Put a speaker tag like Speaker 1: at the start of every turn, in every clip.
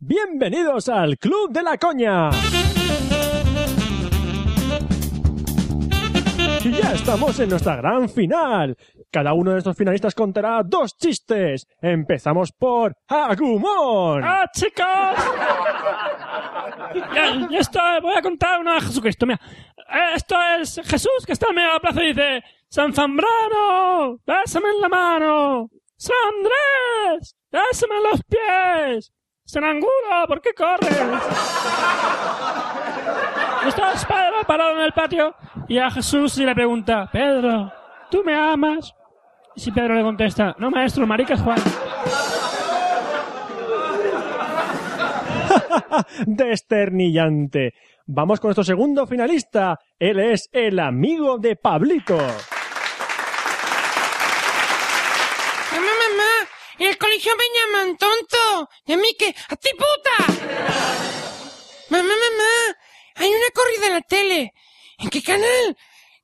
Speaker 1: Bienvenidos al Club de la Coña. Y ya estamos en nuestra gran final. Cada uno de estos finalistas contará dos chistes. Empezamos por Agumon.
Speaker 2: ¡Ah, chicos! Ya, ya está, voy a contar una de Jesucristo. Mira, Eh, esto es Jesús que está en medio de la plaza y dice: ¡San Zambrano! ¡Dásame en la mano! ¡San Andrés! ¡Dásame en los pies! ¡San Angulo! ¿Por qué corres? Estás Pedro parado en el patio y a Jesús se le pregunta: Pedro, ¿tú me amas? Y si Pedro le contesta: No, maestro, marica es Juan.
Speaker 1: Desternillante. Vamos con nuestro segundo finalista. Él es el amigo de Pablito.
Speaker 3: Mamá, mamá, en el colegio me llaman tonto. Y a mí que, a ti puta. mamá, mamá, hay una corrida en la tele. ¿En qué canal?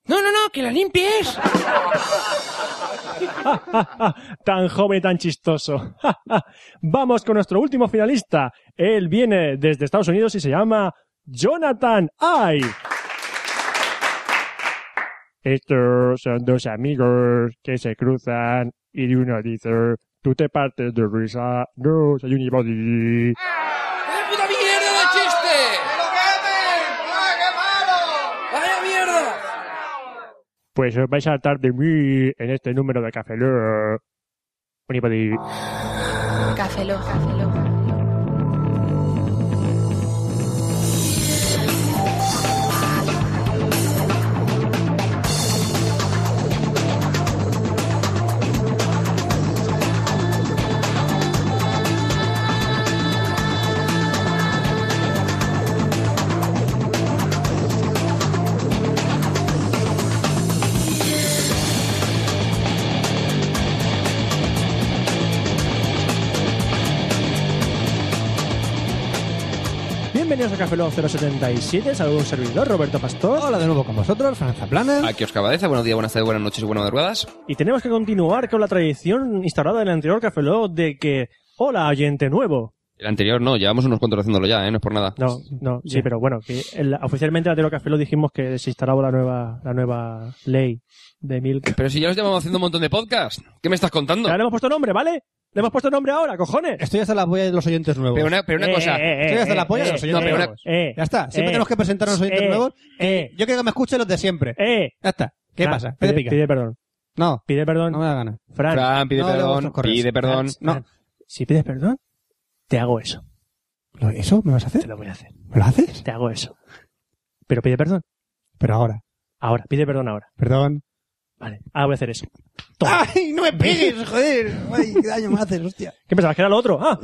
Speaker 3: No, no, no, que la limpies.
Speaker 1: tan joven y tan chistoso. Vamos con nuestro último finalista. Él viene desde Estados Unidos y se llama Jonathan I. Estos son dos amigos que se cruzan y uno dice, tú te partes de risa, no soy unibody.
Speaker 3: ¡Puta mierda de chiste! ¡Vaya mierda!
Speaker 1: Pues os vais a hartar de mí en este número de Café Lock. Unibody.
Speaker 4: Café Lock.
Speaker 1: Bienvenidos a Café Lock 077. Saludos un servidor, Roberto Pastor.
Speaker 5: Hola de nuevo con vosotros, Franza Plana.
Speaker 6: Aquí os Cabadeza, buenos días, buenas tardes, buenas noches y buenas madrugadas.
Speaker 1: Y tenemos que continuar con la tradición instaurada en el anterior Café Lock de que, hola, oyente nuevo.
Speaker 6: El anterior no, llevamos unos cuantos haciéndolo ya, ¿eh? No es por nada.
Speaker 1: No, no, sí, pero bueno, que el- oficialmente en el anterior Café Lock dijimos que se instalaba la nueva, la nueva ley de Milk.
Speaker 6: Pero si ya os llevamos haciendo un montón de podcast, ¿qué me estás contando?
Speaker 1: Ya le hemos puesto nombre, ¿vale? Le hemos puesto nombre ahora, cojones.
Speaker 5: Estoy hasta la polla de los oyentes nuevos.
Speaker 6: Pero una, pero una
Speaker 1: Eh,
Speaker 6: cosa,
Speaker 1: eh, eh,
Speaker 5: Estoy
Speaker 1: eh,
Speaker 5: hasta la
Speaker 1: eh,
Speaker 5: polla de los
Speaker 1: eh,
Speaker 5: oyentes
Speaker 1: eh,
Speaker 6: No, pero
Speaker 5: nuevos.
Speaker 1: eh,
Speaker 5: Ya está, siempre
Speaker 1: eh,
Speaker 5: tenemos que presentar a los oyentes
Speaker 1: eh,
Speaker 5: nuevos.
Speaker 1: eh,
Speaker 5: Yo quiero que me escuchen los de siempre.
Speaker 1: eh.
Speaker 5: Ya está. ¿Qué
Speaker 1: Ah,
Speaker 5: pasa? ¿Qué te
Speaker 1: Pide,
Speaker 5: pica?
Speaker 1: pide perdón.
Speaker 5: No,
Speaker 1: Pide perdón,
Speaker 5: no me da gana.
Speaker 1: Fran.
Speaker 6: Fran, pide
Speaker 5: No,
Speaker 6: perdón,
Speaker 5: luego corres. Ah,
Speaker 6: pide perdón.
Speaker 5: No.
Speaker 1: Si pides perdón, te hago eso.
Speaker 5: ¿Lo- ¿Eso me vas a
Speaker 1: Te
Speaker 5: hacer?
Speaker 1: lo voy a hacer.
Speaker 5: ¿Me lo haces?
Speaker 1: Te hago eso. Pero pide perdón.
Speaker 5: Pero ahora.
Speaker 1: Ahora, pide perdón ahora.
Speaker 5: Perdón.
Speaker 1: Vale, ahora voy a hacer eso. Toma.
Speaker 5: ¡Ay, no me pegues, joder! ¡Ay, qué daño me haces, hostia!
Speaker 1: ¿Qué pensabas que era lo otro? Ah,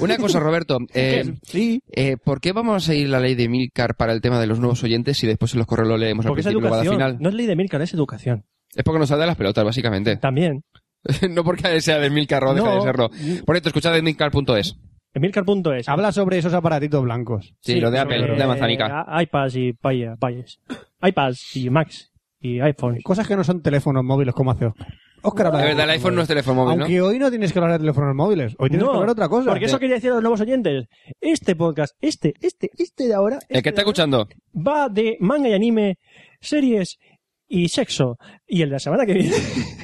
Speaker 6: Una cosa, Roberto, eh,
Speaker 5: Sí.
Speaker 6: eh, ¿por qué vamos a seguir la ley de Milcar para el tema de los nuevos oyentes si después en los correos lo leemos al
Speaker 1: porque es
Speaker 6: principio y luego al
Speaker 1: educación.
Speaker 6: final?
Speaker 1: No es ley de Milcar, es educación.
Speaker 6: Es porque nos sale de las pelotas, básicamente.
Speaker 1: También.
Speaker 6: no porque sea de Milcar o deja
Speaker 1: No.
Speaker 6: de serlo. Por cierto, escuchad de Milcar.es.
Speaker 1: Emilcar.es.
Speaker 5: Habla sobre esos aparatitos blancos.
Speaker 6: Sí, lo de
Speaker 1: sobre,
Speaker 6: Apple, de Manzanica.
Speaker 1: eh, iPads y paya- payas. iPads y Macs y iPhones.
Speaker 5: Cosas que no son teléfonos móviles como hace Oscar. Oscar habla
Speaker 6: La
Speaker 5: de
Speaker 6: verdad, el
Speaker 5: teléfonos
Speaker 6: iPhone no es
Speaker 5: móviles.
Speaker 6: teléfono móvil, ¿no?
Speaker 5: Aunque hoy no tienes que hablar de teléfonos móviles. Hoy tienes que hablar de otra cosa.
Speaker 1: Porque eso
Speaker 5: De-
Speaker 1: quería decir a los nuevos oyentes. Este podcast, este, este, este de ahora.
Speaker 6: El
Speaker 1: este
Speaker 6: que
Speaker 1: de ahora,
Speaker 6: está escuchando.
Speaker 1: Va de manga y anime, series y sexo. Y el de la semana que viene.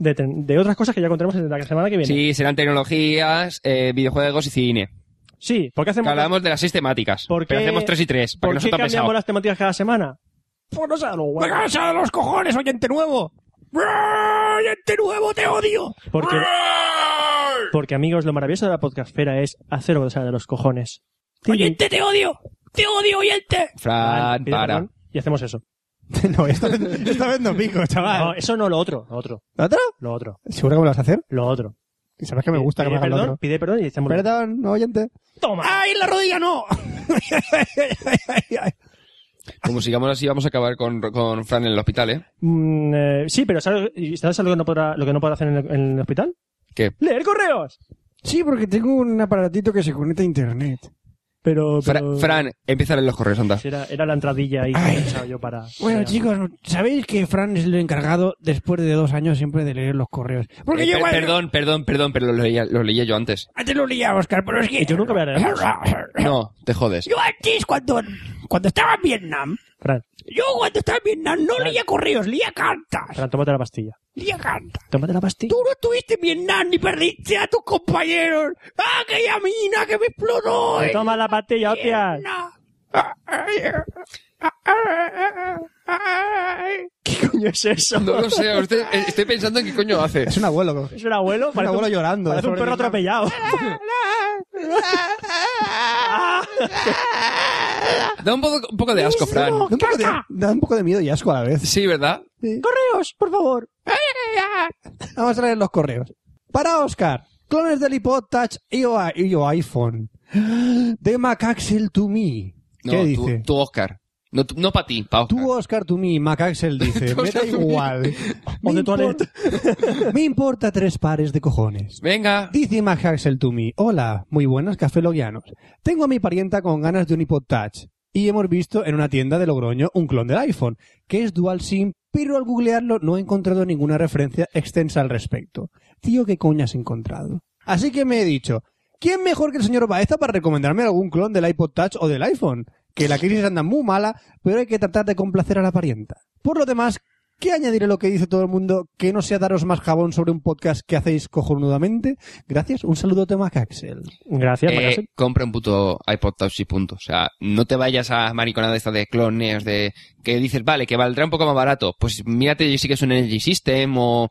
Speaker 1: De, ten- de otras cosas que ya contaremos en la semana que viene.
Speaker 6: Sí, serán tecnologías, eh, videojuegos y cine.
Speaker 1: Sí, porque
Speaker 6: Que
Speaker 1: hacemos.
Speaker 6: hablamos de las seis temáticas.
Speaker 1: ¿Por
Speaker 6: Pero
Speaker 1: qué-
Speaker 6: hacemos tres y tres,
Speaker 1: ¿Por
Speaker 6: para que no
Speaker 1: qué
Speaker 6: sea tan
Speaker 1: cambiamos
Speaker 6: pesado.
Speaker 1: las temáticas cada semana? Pues no sea lo guay.
Speaker 5: ¡Me cansa de los cojones, oyente nuevo! ¡Ah, ¡Oyente nuevo, te odio!
Speaker 1: Porque, porque, amigos, lo maravilloso de la podcastfera es hacer gozar de los cojones.
Speaker 5: ¡Oyente, te odio! ¡Te odio, oyente!
Speaker 6: Fran,
Speaker 1: Pide
Speaker 6: para.
Speaker 1: perdón Y hacemos eso.
Speaker 5: no, esta vez, esta vez no pico,
Speaker 1: No,
Speaker 5: chaval.
Speaker 1: eso no, lo otro, lo otro,
Speaker 5: ¿La ¿Otra?
Speaker 1: lo otro,
Speaker 5: ¿Seguro que me lo vas a hacer?
Speaker 1: lo otro.
Speaker 5: Y sabes
Speaker 7: Eh,
Speaker 5: que me gusta que
Speaker 1: pide
Speaker 5: me hagas lo
Speaker 1: perdón,
Speaker 5: otro.
Speaker 1: Pide perdón y hacemos lo otro.
Speaker 5: Perdón, oyente.
Speaker 1: ¡Toma!
Speaker 5: ¡Ay, la rodilla no!
Speaker 6: Como sigamos así, vamos a acabar con, con Fran en el hospital, ¿eh?
Speaker 1: Mm, eh, sí, pero ¿sabes, y ¿sabes algo que no podrá, lo que no podrá hacer en el, en el hospital?
Speaker 6: ¿Qué?
Speaker 1: ¡Leer correos!
Speaker 5: sí, porque tengo un aparatito que se conecta a internet.
Speaker 1: Pero.
Speaker 6: Fra-
Speaker 1: pero-
Speaker 6: Fran, empieza a leer los correos, anda.
Speaker 1: Era, era la entradilla ahí que
Speaker 5: Ay.
Speaker 1: he pensado yo para.
Speaker 5: Bueno,
Speaker 1: para-
Speaker 5: chicos, ¿sabéis que Fran es el encargado después de dos años siempre de leer los correos? Porque
Speaker 6: Eh,
Speaker 5: yo
Speaker 6: per-
Speaker 5: igual-
Speaker 6: Perdón, perdón, perdón, pero lo leía, lo leía yo antes.
Speaker 5: Antes lo leía Oscar, pero es que.
Speaker 1: Yo nunca me haré eso.
Speaker 6: No, te jodes.
Speaker 5: Yo antes, cuando, cuando estaba en Vietnam,
Speaker 1: Fran,
Speaker 5: yo cuando estaba en Vietnam no leía correos, leía cartas.
Speaker 1: Fran, tómate la pastilla.
Speaker 5: Leía cartas.
Speaker 1: Tómate la pastilla.
Speaker 5: Tú no estuviste en Vietnam ni perdiste a tus compañeros. ¡Ah, aquella mina que me explotó! en
Speaker 1: eh, Toma la pastilla, hostia.
Speaker 5: Vietnam! Ah, ay, ah, ah, ah, ay.
Speaker 1: ¿Qué coño es eso?
Speaker 6: No lo sé, usted- eh, estoy pensando en qué coño hace.
Speaker 7: Es un abuelo.
Speaker 1: ¿Es un abuelo? eh, Parece
Speaker 7: abuelo llorando,
Speaker 1: Parece un
Speaker 7: sobre
Speaker 1: perro
Speaker 7: el-
Speaker 1: atropellado. Ah,
Speaker 6: Da un poco, un poco de asco, Fran.
Speaker 7: Da un, poco de, da un poco de miedo y asco a la vez.
Speaker 6: Sí, ¿verdad?
Speaker 7: ¡Correos, por favor! Vamos a leer los correos. Para Oscar, clones del iPod Touch y o, y o iPhone. De Macaxel to me.
Speaker 6: No,
Speaker 7: ¿Qué
Speaker 6: tú,
Speaker 7: dice?
Speaker 6: tú, Oscar. No, tú- no para ti, para Oscar.
Speaker 7: Tú, Oscar, tú, mí, Macaxel dice, me da igual.
Speaker 1: O de
Speaker 7: Me import- me importa tres pares de cojones.
Speaker 6: Venga.
Speaker 7: Dice Macaxel to me, hola, muy buenas, cafeloguianos. Tengo a mi parienta con ganas de un iPod Touch y hemos visto en una tienda de Logroño un clon del iPhone, que es dual SIM, pero al googlearlo no he encontrado ninguna referencia extensa al respecto. Tío, ¿qué coño has encontrado? Así que me he dicho, ¿quién mejor que el señor Baeza para recomendarme algún clon del iPod Touch o del iPhone? Que la crisis anda muy mala, pero hay que tratar de complacer a la parienta. Por lo demás, ¿qué añadiré lo que dice todo el mundo? Que no sea daros más jabón sobre un podcast que hacéis cojonudamente. Gracias, un saludote Macaxel.
Speaker 1: Gracias,
Speaker 6: eh,
Speaker 1: Macaxel.
Speaker 6: compra un puto iPod Touch y punto. O sea, no te vayas a mariconada esta de clones, de que dices, vale, que valdrá un poco más barato. Pues mírate si que es un Energy System o...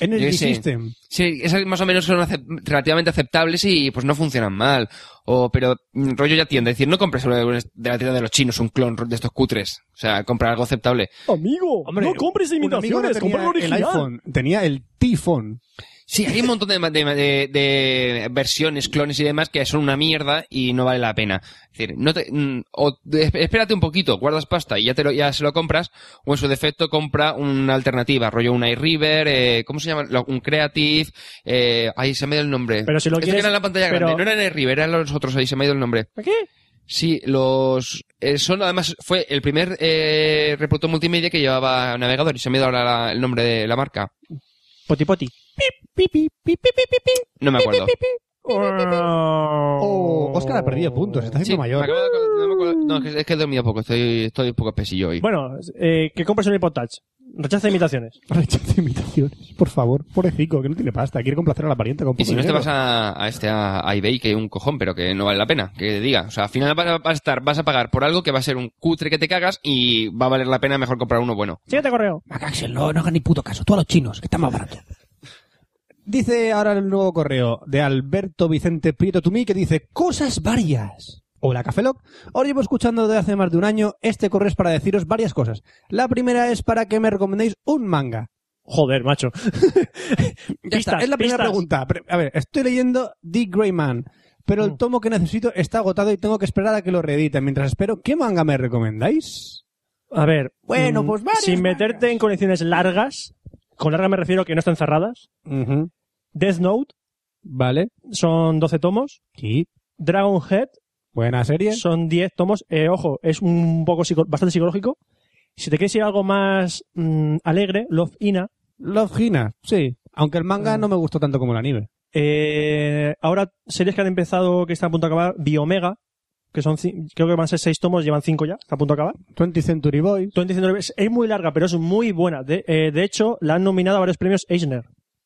Speaker 6: Yo
Speaker 7: Energy
Speaker 6: qué sé.
Speaker 7: System.
Speaker 6: Sí, esas más o menos son acep- relativamente aceptables y pues no funcionan mal. O, pero mm, rollo ya tienda. Es decir, no compres solo de un- de la tienda de los chinos un clon de estos cutres. O sea, compra algo aceptable.
Speaker 1: Amigo,
Speaker 7: Hombre,
Speaker 1: no compres
Speaker 7: un amigo no
Speaker 1: imitaciones,
Speaker 7: tenía
Speaker 1: compra el original.
Speaker 7: El iPhone, tenía el T-Phone.
Speaker 6: Sí, hay un montón de, ma- de ma- de- de versiones, clones y demás que son una mierda y no vale la pena. Es decir, no te, mm, o te- espérate un poquito, guardas pasta y ya, te lo, ya se lo compras, o en su defecto compra una alternativa, rollo un iRiver, eh, ¿cómo se llama? Lo- Un Creative, eh, ahí se me dio el nombre.
Speaker 1: Pero si lo
Speaker 6: Este que
Speaker 1: quieres-
Speaker 6: era en la pantalla
Speaker 1: pero-
Speaker 6: grande, no era iRiver, eran los otros, ahí se me ha ido el nombre.
Speaker 1: ¿Qué?
Speaker 6: Sí, los eh, son además fue el primer eh, reproductor multimedia que llevaba navegador y se me ha ido ahora la- el nombre de la marca.
Speaker 1: Poti poti.
Speaker 6: No me acuerdo.
Speaker 7: Oh, Oscar ha perdido puntos, está haciendo
Speaker 6: Sí,
Speaker 7: mayor.
Speaker 6: me acabo de acordar- no, me acuerdo- no, es que- es que he dormido poco, estoy, estoy un poco pesillo hoy.
Speaker 1: Bueno, eh, que compres un iPod Touch. Rechaza imitaciones.
Speaker 7: Rechaza imitaciones, por favor. Pobrecito, que no tiene pasta. Quiere complacer a la parienta con
Speaker 6: y
Speaker 7: poco
Speaker 6: si no te
Speaker 7: dinero.
Speaker 6: vas a, a este a, a eBay que hay un cojón, pero que no vale la pena, que diga. O sea, al final vas a, vas a estar, vas a pagar por algo que va a ser un cutre que te cagas y va a valer la pena mejor comprar uno bueno.
Speaker 1: Siguiente correo.
Speaker 5: Macaxel, no, no hagas ni puto caso. Tú a los chinos, que está más barato.
Speaker 7: Dice ahora el nuevo correo de Alberto Vicente Prieto Tumí que dice cosas varias. Hola Cafeloc, os llevo escuchando desde hace más de un año. Este correo es para deciros varias cosas. La primera es para que me recomendéis un manga.
Speaker 1: Joder, macho.
Speaker 7: Ya está,
Speaker 1: Pistas,
Speaker 7: es la primera
Speaker 1: pistas.
Speaker 7: pregunta. Pre- A ver, estoy leyendo The Grey Man, pero el
Speaker 1: Mm.
Speaker 7: tomo que necesito está agotado y tengo que esperar a que lo reediten. Mientras espero, ¿qué manga me recomendáis?
Speaker 1: A ver.
Speaker 5: Bueno,
Speaker 1: mm,
Speaker 5: pues varias
Speaker 1: Sin meterte en condiciones largas. Con largas me refiero a que no están cerradas.
Speaker 7: Ujú,
Speaker 1: Death Note
Speaker 7: Vale.
Speaker 1: son 12 tomos.
Speaker 7: Sí.
Speaker 1: Dragon Head
Speaker 7: Buena serie.
Speaker 1: son 10 tomos. Eh, ojo, es un poco psico- bastante psicológico. Si te quieres ir a algo más mm, alegre, Love Ina.
Speaker 7: Love Hina, sí. Aunque el
Speaker 1: Mm.
Speaker 7: manga no me gustó tanto como el anime.
Speaker 1: Eh, ahora, series que han empezado, que están a punto de acabar, Biomega, que son, ci- creo que van a ser 6 tomos, llevan 5 ya, está a punto de acabar.
Speaker 7: 20th Century Boys.
Speaker 1: 20 Century Boys es muy larga, pero es muy buena. De, eh, de hecho, la han nominado a varios premios Eisner,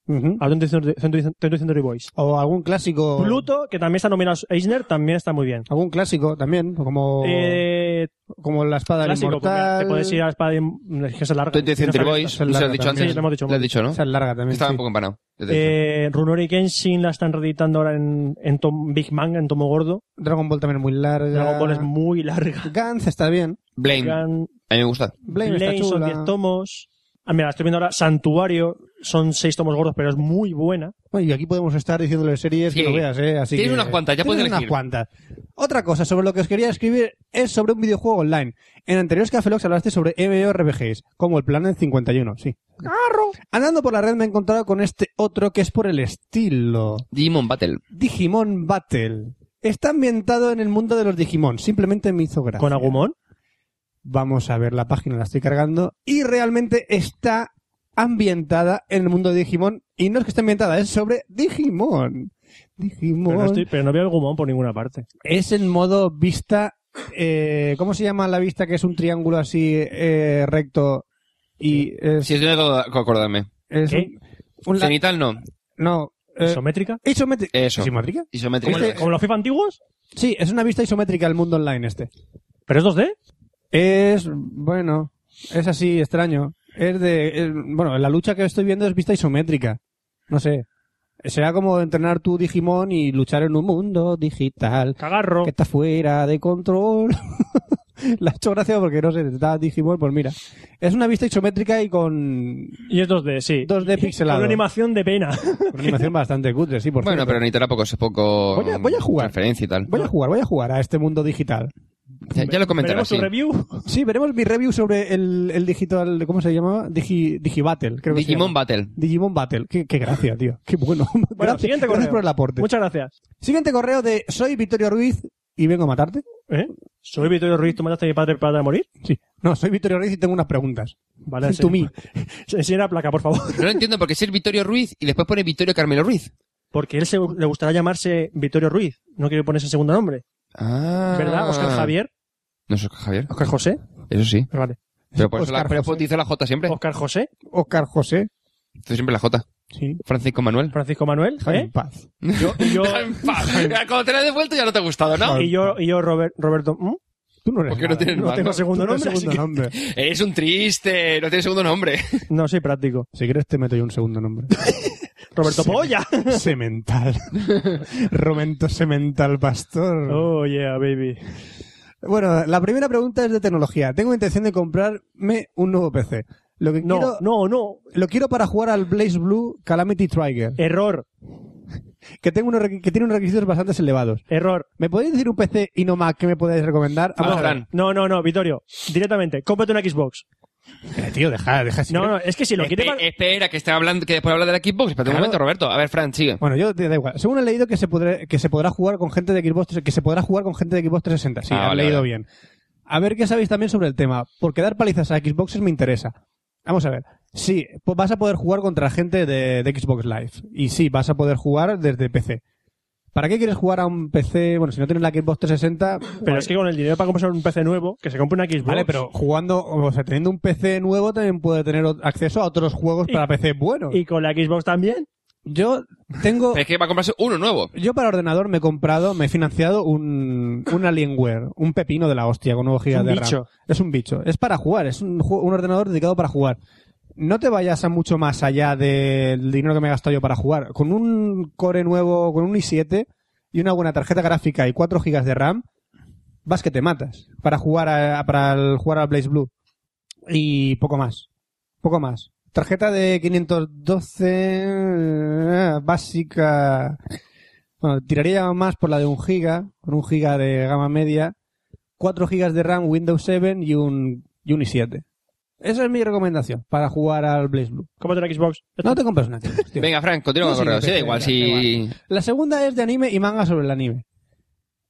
Speaker 7: Ujú.
Speaker 1: a 20 Century, Century- 20 Century Boys.
Speaker 7: O algún clásico.
Speaker 1: Pluto, que también está nominado a Eisner, también está muy bien.
Speaker 7: Algún clásico también, como,
Speaker 1: Eh,
Speaker 7: como La Espada del
Speaker 1: clásico, porque
Speaker 7: Inmortal.
Speaker 1: te puedes ir a Espada Inm- es que es larga.
Speaker 6: 20 Century
Speaker 1: No
Speaker 6: Boys,
Speaker 7: esta es
Speaker 6: ¿se lo
Speaker 7: larga
Speaker 6: has dicho
Speaker 7: también.
Speaker 6: antes?
Speaker 1: Sí, lo hemos dicho.
Speaker 6: ¿Lo has dicho, ¿no?
Speaker 7: Esa es larga también.
Speaker 6: Estaba
Speaker 7: sí.
Speaker 6: un poco empanado. Ya te he dicho.
Speaker 1: Eh, Runori Kenshin la están reeditando ahora en, en tom- Big Manga, en tomo gordo.
Speaker 7: Dragon Ball también muy larga.
Speaker 1: Dragon Ball es muy larga.
Speaker 7: Gantz está bien.
Speaker 6: Blame, a mí
Speaker 1: Gran-
Speaker 6: me gusta.
Speaker 7: Blame
Speaker 1: Lane
Speaker 7: está
Speaker 1: son
Speaker 7: chula.
Speaker 1: 10 tomos. Ah, mira, estoy viendo ahora Santuario, son 6 tomos gordos, pero es muy buena.
Speaker 7: Bueno, y aquí podemos estar diciéndole series
Speaker 6: Sí.
Speaker 7: que no veas, ¿eh? Así
Speaker 6: Tienes
Speaker 7: que-
Speaker 6: unas cuantas, ya puedes
Speaker 7: Tienes
Speaker 6: elegir.
Speaker 7: unas cuantas. Otra cosa sobre lo que os quería escribir es sobre un videojuego online. En anteriores Café Logs hablaste sobre MMORPGs, como el Planet 51, sí. Andando por la red me he encontrado con este otro que es por el estilo.
Speaker 6: Demon Battle.
Speaker 7: Digimon Battle. Está ambientado en el mundo de los Digimon. Simplemente me hizo gracia.
Speaker 1: ¿Con Agumon?
Speaker 7: Vamos a ver la página, la estoy cargando. Y realmente está ambientada en el mundo de Digimon. Y no es que esté ambientada, es sobre Digimon. Digimon.
Speaker 1: Pero no, estoy- pero no veo el Agumon por ninguna parte.
Speaker 7: Es en modo vista. eh, ¿Cómo se llama la vista que es un triángulo así eh, recto? Y es,
Speaker 6: Si sí, tengo que acordarme.
Speaker 7: es
Speaker 1: ¿Qué?
Speaker 7: un- un Pues la-
Speaker 6: Cenital no.
Speaker 7: no. eh,
Speaker 1: ¿Isométrica?
Speaker 7: isométrica.
Speaker 6: Eso.
Speaker 7: ¿Isométrica?
Speaker 6: Isométrico.
Speaker 7: Este-
Speaker 1: ¿Como los FIFA antiguos?
Speaker 7: Sí, es una vista isométrica al mundo online este.
Speaker 1: ¿Pero es 2D?
Speaker 7: Es, bueno, es así, extraño. Es de, es- bueno, la lucha que estoy viendo es vista isométrica. No sé. Será como entrenar tu Digimon y luchar en un mundo digital
Speaker 1: Cagarro.
Speaker 7: que está fuera de control. La ha hecho gracia porque no sé, está Digimon, pues mira. Es una vista isométrica y con,
Speaker 1: Y es 2D, sí.
Speaker 7: 2D pixelado.
Speaker 1: Con una animación de pena.
Speaker 7: con animación bastante cutre, sí, por
Speaker 6: Bueno,
Speaker 7: cierto.
Speaker 6: pero necesitará poco, ese poco. mm,
Speaker 7: Voy a- voy a jugar.
Speaker 6: Referencia y tal.
Speaker 7: Voy a jugar, voy a jugar a este mundo digital.
Speaker 6: Eh, Ya, ya lo
Speaker 1: ¿Veremos
Speaker 6: comentarás. Sí.
Speaker 1: su review?
Speaker 7: Sí, veremos mi review sobre el, el digital, ¿cómo se llamaba? Digi, Digibattle, creo que se
Speaker 6: Digimon
Speaker 7: llama.
Speaker 6: Battle.
Speaker 7: Digimon Battle. Qué, qué gracia, tío. Qué bueno. gracias,
Speaker 1: siguiente
Speaker 7: gracias
Speaker 1: correo.
Speaker 7: por el aporte.
Speaker 1: Muchas gracias.
Speaker 7: Siguiente correo de Soy Vittorio Ruiz y vengo a matarte.
Speaker 1: ¿Eh? ¿Soy Vittorio Ruiz? ¿Tú mataste a mi padre para morir?
Speaker 7: Sí. No, soy Vittorio Ruiz y tengo unas preguntas.
Speaker 1: Vale,
Speaker 7: To me.
Speaker 1: Enseña la placa, por favor.
Speaker 6: No lo entiendo porque si es Vittorio Ruiz y después pone Vittorio Carmelo Ruiz.
Speaker 1: Porque él se, le gustará llamarse Vittorio Ruiz. No quiere ponerse segundo nombre.
Speaker 6: Ah.
Speaker 1: ¿Verdad? Oscar Javier.
Speaker 6: No es Oscar Javier.
Speaker 1: Oscar José.
Speaker 6: Eso sí.
Speaker 1: Vale.
Speaker 6: Pero por eso la,
Speaker 7: Oscar
Speaker 6: pero
Speaker 7: José.
Speaker 6: utilizo la J siempre.
Speaker 1: Oscar José.
Speaker 7: Oscar José.
Speaker 6: Utilizo siempre la J.
Speaker 7: Sí.
Speaker 6: Francisco Manuel.
Speaker 1: Francisco Manuel.
Speaker 7: Déjame
Speaker 1: ¿eh?
Speaker 7: en paz.
Speaker 1: Yo, y yo,
Speaker 6: Déjame en paz. Cuando te la he devuelto ya no te ha gustado, ¿no?
Speaker 1: y yo, y yo Robert- Roberto. ¿m?
Speaker 7: Tú no eres
Speaker 6: Porque no
Speaker 7: nada.
Speaker 6: tienes
Speaker 1: No
Speaker 6: más,
Speaker 1: tengo
Speaker 6: ¿no?
Speaker 1: segundo
Speaker 7: Tú no eres
Speaker 1: nombre. así
Speaker 7: segundo
Speaker 1: que-
Speaker 7: nombre.
Speaker 6: Eres un triste, no tienes segundo nombre.
Speaker 1: No, soy práctico.
Speaker 7: Si quieres te meto yo un segundo nombre.
Speaker 1: Roberto
Speaker 7: Sí.
Speaker 1: Polla.
Speaker 7: Semental. Romento Semental Pastor.
Speaker 1: Oh, yeah, baby.
Speaker 7: Bueno, la primera pregunta es de tecnología. Tengo intención de comprarme un nuevo PC. Lo que
Speaker 1: No,
Speaker 7: quiero,
Speaker 1: no, no.
Speaker 7: lo quiero para jugar al Blaze Blue Calamity Trigger,
Speaker 1: Error,
Speaker 7: que, tengo unos requ- que tiene unos requisitos bastante elevados.
Speaker 1: error.
Speaker 7: ¿Me podéis decir un PC y no más que me podáis recomendar?
Speaker 6: Ah,
Speaker 7: Vamos a ver.
Speaker 6: Fran.
Speaker 1: No, no, no, Vittorio. Directamente, cómprate una Xbox.
Speaker 7: Eh, tío, deja, deja. si
Speaker 1: No,
Speaker 7: quieres-
Speaker 1: no, es que si lo
Speaker 6: Espe-
Speaker 1: quieres... para-
Speaker 6: espera, que, está hablando, que después habla de la Xbox. Espérate
Speaker 7: Claro.
Speaker 6: un momento, Roberto. A ver, Fran, sigue.
Speaker 7: Bueno, yo te da igual. Según he leído que se, podré- que se podrá jugar con gente de Xbox, tres- que se podrá jugar con gente de Xbox 360. Sí,
Speaker 6: Ah,
Speaker 7: he
Speaker 6: vale,
Speaker 7: leído
Speaker 6: vale.
Speaker 7: bien. A ver qué sabéis también sobre el tema, porque dar palizas a Xboxes me interesa. Vamos a ver. Sí, pues vas a poder jugar contra gente de, de Xbox Live. Y sí, vas a poder jugar desde PC. ¿Para qué quieres jugar a un PC? Bueno, si no tienes la Xbox 360,
Speaker 1: Pero es que con el dinero para comprar un PC nuevo, que se compre una Xbox.
Speaker 7: vale, pero jugando, o sea, teniendo un PC nuevo también puede tener o- acceso a otros juegos
Speaker 1: Y-
Speaker 7: para PC buenos.
Speaker 1: Y con la Xbox también.
Speaker 7: yo tengo
Speaker 1: Oh.
Speaker 6: Pero es que va a comprarse uno nuevo.
Speaker 7: Yo para ordenador me he comprado, me he financiado un, un Alienware, un pepino de la hostia con 9
Speaker 1: Es
Speaker 7: gigas
Speaker 1: un
Speaker 7: de
Speaker 1: bicho.
Speaker 7: RAM. Es un bicho. Es para jugar, es un, ju- un ordenador dedicado para jugar. No te vayas a mucho más allá del dinero que me he gastado yo para jugar. Con un core nuevo, con un i7 y una buena tarjeta gráfica y 4 gigas de RAM, vas que te matas para jugar a, para el- jugar al Blaze Blue. Y poco más. Poco más. Tarjeta de 512 eh, básica. Bueno, tiraría más por la de un giga, con un giga de gama media, 4 gigas de RAM, Windows 7 y un, y un i7. Esa es mi recomendación para jugar al Blaze Blue.
Speaker 1: Cómprate una Xbox. Ya está.
Speaker 7: No te compres una. Xbox, tío.
Speaker 6: Venga, Fran, continúa
Speaker 7: Sí,
Speaker 6: con el correo.
Speaker 7: sí,
Speaker 6: Sí, da
Speaker 7: venga,
Speaker 6: igual,
Speaker 7: da
Speaker 6: si...
Speaker 7: La segunda es de anime y manga sobre el anime.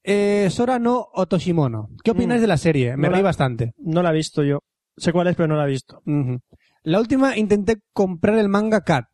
Speaker 7: Eh, Sora no Otoshimono. ¿Qué opináis
Speaker 1: Mm.
Speaker 7: de la serie? Me
Speaker 1: No la-
Speaker 7: reí bastante.
Speaker 1: No la he visto yo. Sé cuál es, pero no la he visto.
Speaker 7: Ujú. La última intenté comprar el manga Cat.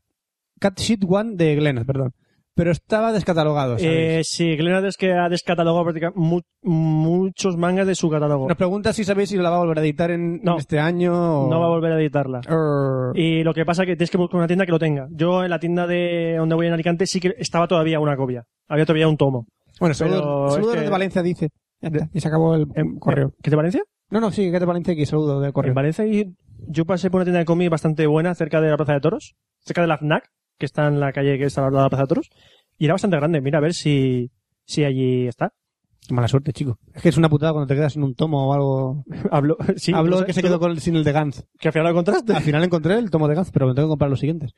Speaker 7: Cat Sheet One de Glenas, perdón. Pero estaba descatalogado.
Speaker 1: Eh,
Speaker 7: ¿sabéis?
Speaker 1: sí, Glenad es que ha descatalogado prácticamente mu- muchos mangas de su catálogo.
Speaker 7: Nos pregunta si sabéis si la va a volver a editar en
Speaker 1: No.
Speaker 7: este año. o-
Speaker 1: No va a volver a editarla.
Speaker 7: Err.
Speaker 1: Y lo que pasa es que tienes que buscar una tienda que lo tenga. Yo en la tienda de donde voy en Alicante sí que estaba todavía una copia. Había todavía un tomo.
Speaker 7: Bueno, saludos,
Speaker 1: es
Speaker 7: saludos
Speaker 1: que-
Speaker 7: de Valencia, dice. Ya está, y se acabó el el correo.
Speaker 1: Em, ¿Qué te parece?
Speaker 7: No, no, sí, que te Valencia aquí, saludo de correo.
Speaker 1: En Valencia y- yo pasé por una tienda de cómics bastante buena cerca de la Plaza de Toros, cerca de la FNAC, que está en la calle que está al lado de la Plaza de Toros, y era bastante grande. Mira a ver si, si allí está.
Speaker 7: Qué Mala suerte, chico. Es que es una putada cuando te quedas sin un tomo o algo.
Speaker 1: Habló, sí,
Speaker 7: Hablo
Speaker 1: no sé,
Speaker 7: que se
Speaker 1: tú-
Speaker 7: quedó con el- sin el de Gantz.
Speaker 1: que al final lo encontraste.
Speaker 7: Al final encontré el tomo de Gantz, pero me tengo que comprar los siguientes.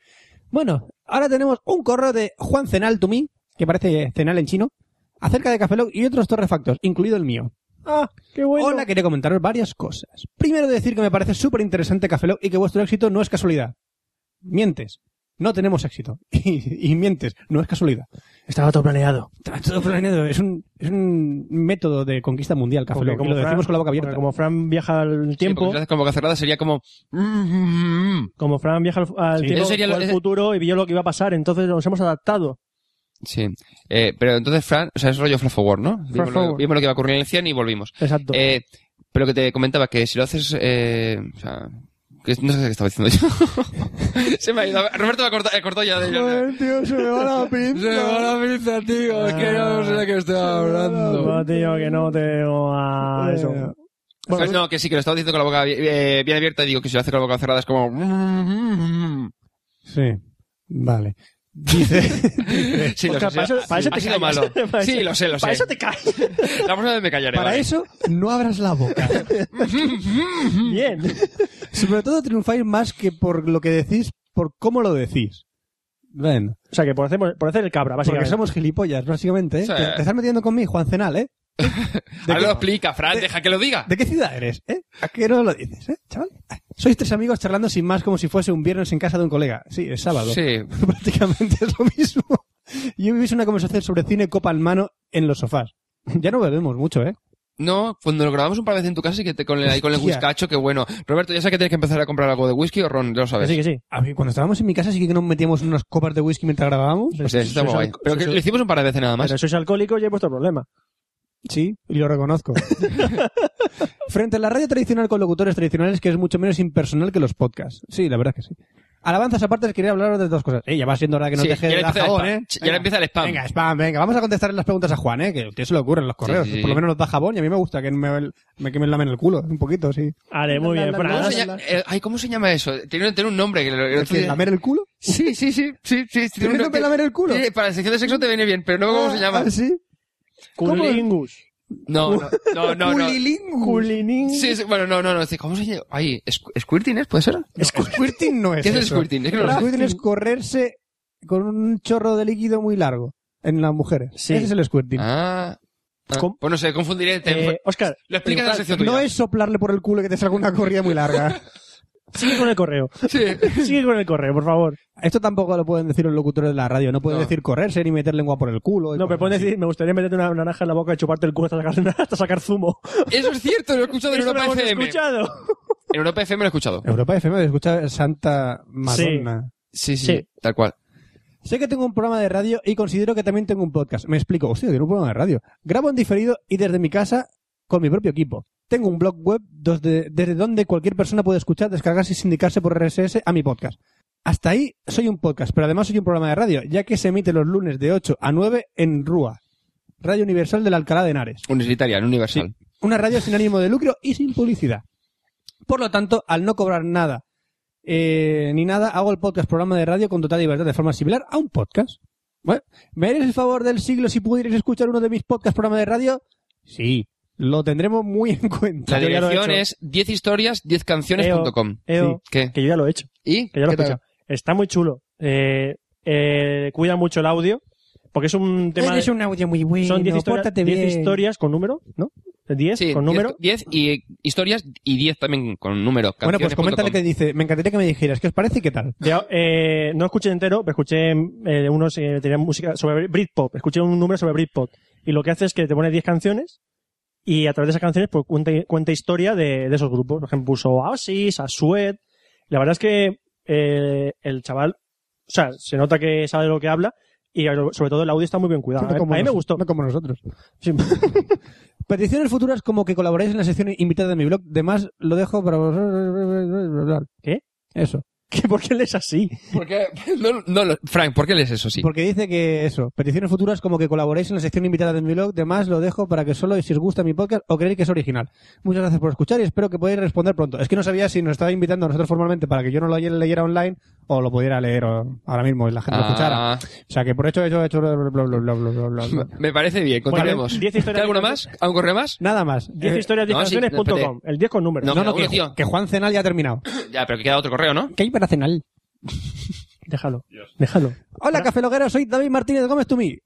Speaker 7: Bueno, ahora tenemos un correo de Juan Cenal Tumí, que parece Cenal en chino, acerca de Cafelog y otros torrefactos, incluido el mío.
Speaker 1: Ah, qué bueno.
Speaker 7: Hola, quería comentaros varias cosas. Primero, decir que me parece súper interesante Café Lock y que vuestro éxito no es casualidad. Mientes. No tenemos éxito. Y, y mientes. No es casualidad.
Speaker 1: Estaba todo planeado.
Speaker 7: Está todo planeado. Es un, es un método de conquista mundial, Café
Speaker 1: Porque
Speaker 7: Lock, y Lo decimos
Speaker 1: Fran-
Speaker 7: con la boca
Speaker 1: porque
Speaker 7: abierta.
Speaker 1: Como Fran viaja al
Speaker 6: Sí,
Speaker 1: tiempo,
Speaker 6: porque si haces con boca cerrada sería como... "Mm,
Speaker 1: como Fran viaja al, al
Speaker 7: Sí.
Speaker 1: tiempo,
Speaker 6: Eso sería
Speaker 1: fue
Speaker 6: lo-
Speaker 1: al
Speaker 6: ese-
Speaker 1: futuro y vio lo que iba a pasar, entonces nos hemos adaptado.
Speaker 6: Sí. Eh, pero entonces, Fran, o sea, es rollo flash forward, ¿no? Vimos lo,
Speaker 1: forward.
Speaker 6: que- vimos lo que iba a ocurrir en el 100 y volvimos.
Speaker 1: Exacto.
Speaker 6: Eh, pero que te comentaba que si lo haces, eh, o sea, que no sé qué estaba diciendo yo. se me ha ido. Roberto me ha eh, cortado, cortó ya de
Speaker 7: tío, se me va la
Speaker 6: Se me va la pinza, tío. Es que no sé de qué estoy hablando.
Speaker 1: No, tío, que no te... a eso.
Speaker 7: Eh,
Speaker 6: Pues no, que sí, que lo estaba diciendo con la boca bi- eh, bien abierta y digo que si lo haces con la boca cerrada es como...
Speaker 7: Sí, vale. Dice...
Speaker 6: Sí, lo
Speaker 1: Oscar,
Speaker 6: sé,
Speaker 1: para
Speaker 6: sí.
Speaker 1: eso- para eso
Speaker 6: ha
Speaker 1: te
Speaker 6: sido
Speaker 1: callas.
Speaker 6: malo.
Speaker 1: Para
Speaker 6: Sí,
Speaker 1: eso-
Speaker 6: lo sé, lo sé.
Speaker 1: Para eso te caes.
Speaker 6: La próxima vez me callaré.
Speaker 7: Para
Speaker 6: vale.
Speaker 7: eso, no abras la boca.
Speaker 6: Mm.
Speaker 1: Bien.
Speaker 7: Sobre todo triunfáis más que por lo que decís, por cómo lo decís. Ven.
Speaker 1: O sea, que por hacer, por hacer el cabra,
Speaker 7: Porque
Speaker 1: básicamente.
Speaker 7: somos gilipollas, básicamente. ¿eh?
Speaker 6: Sí.
Speaker 7: Te, te estás metiendo conmigo, Juan Cenal, ¿eh?
Speaker 6: Ahora lo
Speaker 7: qué-
Speaker 6: explica, Fran, deja que lo diga.
Speaker 7: ¿De qué ciudad eres, eh? ¿A qué no lo dices, eh, chaval? Sois tres amigos charlando sin más como si fuese un viernes en casa de un colega. Sí, es sábado.
Speaker 6: Sí,
Speaker 7: Prácticamente es lo mismo. Y vivís una conversación sobre cine copa en mano en los sofás. Ya no bebemos mucho, ¿eh?
Speaker 6: No, cuando lo grabamos un par de veces en tu casa y que te con el, ahí con el
Speaker 7: Hostia.
Speaker 6: whiskacho, que bueno. Roberto, ya sabes que tienes que empezar a comprar algo de whisky o ron, ya
Speaker 1: Que
Speaker 6: lo sabes.
Speaker 1: sí, que sí.
Speaker 7: A mí, cuando estábamos en mi casa sí que nos metíamos unas copas de whisky mientras grabábamos.
Speaker 6: Pues sí, está
Speaker 1: Sois
Speaker 6: guay.
Speaker 1: alco-
Speaker 6: Pero que
Speaker 1: sois-
Speaker 6: lo hicimos un par de veces nada más.
Speaker 1: Pero sois alcohólicos y es vuestro problema.
Speaker 7: Sí, y lo reconozco. Frente a la radio tradicional con locutores tradicionales, que es mucho menos impersonal que los podcasts. Sí, la verdad que sí. Alabanzas aparte, quería hablaros de dos cosas. Eh, ya va siendo hora que nos
Speaker 6: Sí,
Speaker 7: deje
Speaker 6: ya
Speaker 7: de
Speaker 6: le
Speaker 7: dar
Speaker 6: empieza el
Speaker 7: jabón,
Speaker 6: spam.
Speaker 7: ¿eh?
Speaker 6: Sí, ya le empieza el spam.
Speaker 7: Venga, spam, venga. Vamos a contestar las preguntas a Juan, ¿eh? Que a usted se le ocurren los correos.
Speaker 6: Sí, sí, sí.
Speaker 7: Por lo menos nos da jabón y a mí me gusta que me, me, que me lamen el culo. Un poquito, sí.
Speaker 1: Vale, muy bien,
Speaker 7: La- la-
Speaker 1: Fran.
Speaker 6: ¿Cómo
Speaker 7: la-
Speaker 6: se llama? Eh, Ay, ¿cómo se llama eso? Tiene, tiene un nombre. Que lo- el
Speaker 7: ¿El
Speaker 6: otro
Speaker 7: que
Speaker 6: día-
Speaker 7: ¿Lamer el culo?
Speaker 6: Sí, sí, sí. sí, sí tiene un
Speaker 7: que
Speaker 6: nombre-
Speaker 7: lamer el culo?
Speaker 6: tiene- para la sección de sexo te viene bien, pero no cómo se llama.
Speaker 7: Ah, ¿Sí?
Speaker 1: Culingus.
Speaker 6: No, no, no, no. no.
Speaker 7: Culilingus.
Speaker 1: Culiningus.
Speaker 6: Sí, sí, bueno, no, no, no. sí, ¿Cómo se llama? Ay, ¿squ- ¿squirting es? ¿Puede ser?
Speaker 7: Squirting no es
Speaker 6: ¿Qué es el
Speaker 7: eso. Ah.
Speaker 6: squirting? Es que no lo sé.
Speaker 7: squirting es correrse con un chorro de líquido muy largo en las mujeres.
Speaker 1: Sí.
Speaker 7: Ese es el squirting.
Speaker 6: Ah. ah,
Speaker 1: ¿Cómo?
Speaker 6: Pues no sé, confundiré. te-
Speaker 1: Eh, Oscar,
Speaker 6: lo explicas en la sección
Speaker 7: No
Speaker 6: tuya.
Speaker 7: es soplarle por el culo que te salga una corrida muy larga.
Speaker 1: sigue con el correo.
Speaker 6: Sí.
Speaker 1: Sigue con el correo, por favor.
Speaker 7: Esto tampoco lo pueden decir los locutores de la radio. No pueden
Speaker 6: No.
Speaker 7: decir correrse ni meter lengua por el culo. y
Speaker 1: No, pero
Speaker 7: cosas
Speaker 1: pueden
Speaker 7: así.
Speaker 1: decir, me gustaría meterte una naranja en la boca y chuparte el culo hasta sacar, hasta sacar zumo.
Speaker 6: Eso es cierto, lo he escuchado en
Speaker 1: Eso lo
Speaker 6: Europa
Speaker 1: hemos
Speaker 6: FM.
Speaker 1: escuchado.
Speaker 6: En Europa FM lo he escuchado.
Speaker 7: Europa FM escucha Santa Madonna.
Speaker 6: Sí, sí,
Speaker 1: Sí.
Speaker 6: sí, tal cual.
Speaker 7: Sé que tengo un programa de radio y considero que también tengo un podcast. Me explico. Hostia, tengo un programa de radio. Grabo en diferido y desde mi casa con mi propio equipo. Tengo un blog web desde, desde donde cualquier persona puede escuchar, descargarse y sindicarse por RSS a mi podcast. Hasta ahí soy un podcast, pero además soy un programa de radio, ya que se emite los lunes de 8 a 9 en RUA, Radio Universal del Alcalá de Henares.
Speaker 6: Universitaria, no universal.
Speaker 7: Una radio sin ánimo de lucro y sin publicidad. Por lo tanto, al no cobrar nada eh, ni nada, hago el podcast programa de radio con total libertad de forma similar a un podcast. Bueno, ¿Me harías el favor del siglo si pudierais escuchar uno de mis podcasts programa de radio? Sí, lo tendremos muy en cuenta.
Speaker 6: La
Speaker 7: Yo ya lo he
Speaker 6: dirección
Speaker 7: hecho.
Speaker 6: es 10 historias, 10 canciones.com.
Speaker 1: Eo,
Speaker 6: ¿Qué?
Speaker 1: Que yo ya lo he hecho.
Speaker 6: ¿Y?
Speaker 1: Que ya lo he
Speaker 6: ¿Qué tal?
Speaker 1: escuchado. Está muy chulo. Eh, eh, cuida mucho el audio. Porque es un tema. de-
Speaker 5: Eres un audio muy bueno.
Speaker 1: son 10 historias,
Speaker 5: pórtate
Speaker 1: 10
Speaker 5: bien.
Speaker 1: historias con número, ¿no? 10
Speaker 6: Sí,
Speaker 1: con
Speaker 6: 10
Speaker 1: número.
Speaker 6: 10 y historias y 10 también con números.
Speaker 7: Bueno, pues
Speaker 6: canciones.com.
Speaker 7: coméntale que dice, me encantaría que me dijeras, ¿qué os parece y qué tal?
Speaker 1: De au- eh, no escuché entero, pero escuché eh, unos que tenían música sobre Britpop. Escuché un número sobre Britpop. Y lo que hace es que te pone 10 canciones y a través de esas canciones pues, cuenta, cuenta historia de, de esos grupos. Por ejemplo, puso a Oasis, a Sued. La verdad es que eh, el chaval, o sea, se nota que sabe de lo que habla y sobre todo el audio está muy bien cuidado. A,
Speaker 7: No
Speaker 1: a
Speaker 7: como
Speaker 1: mí me
Speaker 7: nos-
Speaker 1: gustó.
Speaker 7: no como nosotros.
Speaker 1: Sí.
Speaker 7: Peticiones futuras como que colaboréis en la sección invitada de mi blog. Demás, lo dejo para vosotros.
Speaker 1: ¿Qué?
Speaker 7: Eso.
Speaker 1: ¿Qué- ¿Por qué lees así?
Speaker 6: ¿Por qué? No, no, lo- Frank, ¿por qué lees eso? Sí.
Speaker 7: Porque dice que eso, peticiones futuras como que colaboréis en la sección invitada de mi blog, demás lo dejo para que solo si os gusta mi podcast o creéis que es original. Muchas gracias por escuchar y espero que podáis responder pronto. Es que no sabía si nos estaba invitando a nosotros formalmente para que yo no lo leyera online o lo pudiera leer o- ahora mismo y la gente lo escuchara.
Speaker 6: Ah,
Speaker 7: O sea que por hecho, hecho, hecho, bla, bla, bla, bla, bla, bla, bla, bla.
Speaker 6: me parece bien, continuemos.
Speaker 1: Bueno, 10 historias-
Speaker 6: ¿Hay alguna más? ¿Algún correo más?
Speaker 7: Nada más.
Speaker 1: 10
Speaker 7: Eh,
Speaker 1: historias, 10
Speaker 6: no, sí,
Speaker 1: canciones.com.
Speaker 6: espérate.
Speaker 1: el 10 con número.
Speaker 6: No,
Speaker 7: no, no,
Speaker 6: Uno,
Speaker 7: que,
Speaker 6: tío.
Speaker 7: que Juan Cenal ya ha terminado.
Speaker 6: Ya, pero que queda otro correo, ¿no?
Speaker 7: ¿Qué hay para Cenal?
Speaker 1: Déjalo. Déjalo.
Speaker 7: Hola, cafelogueros, soy David Martínez Gómez Tumí.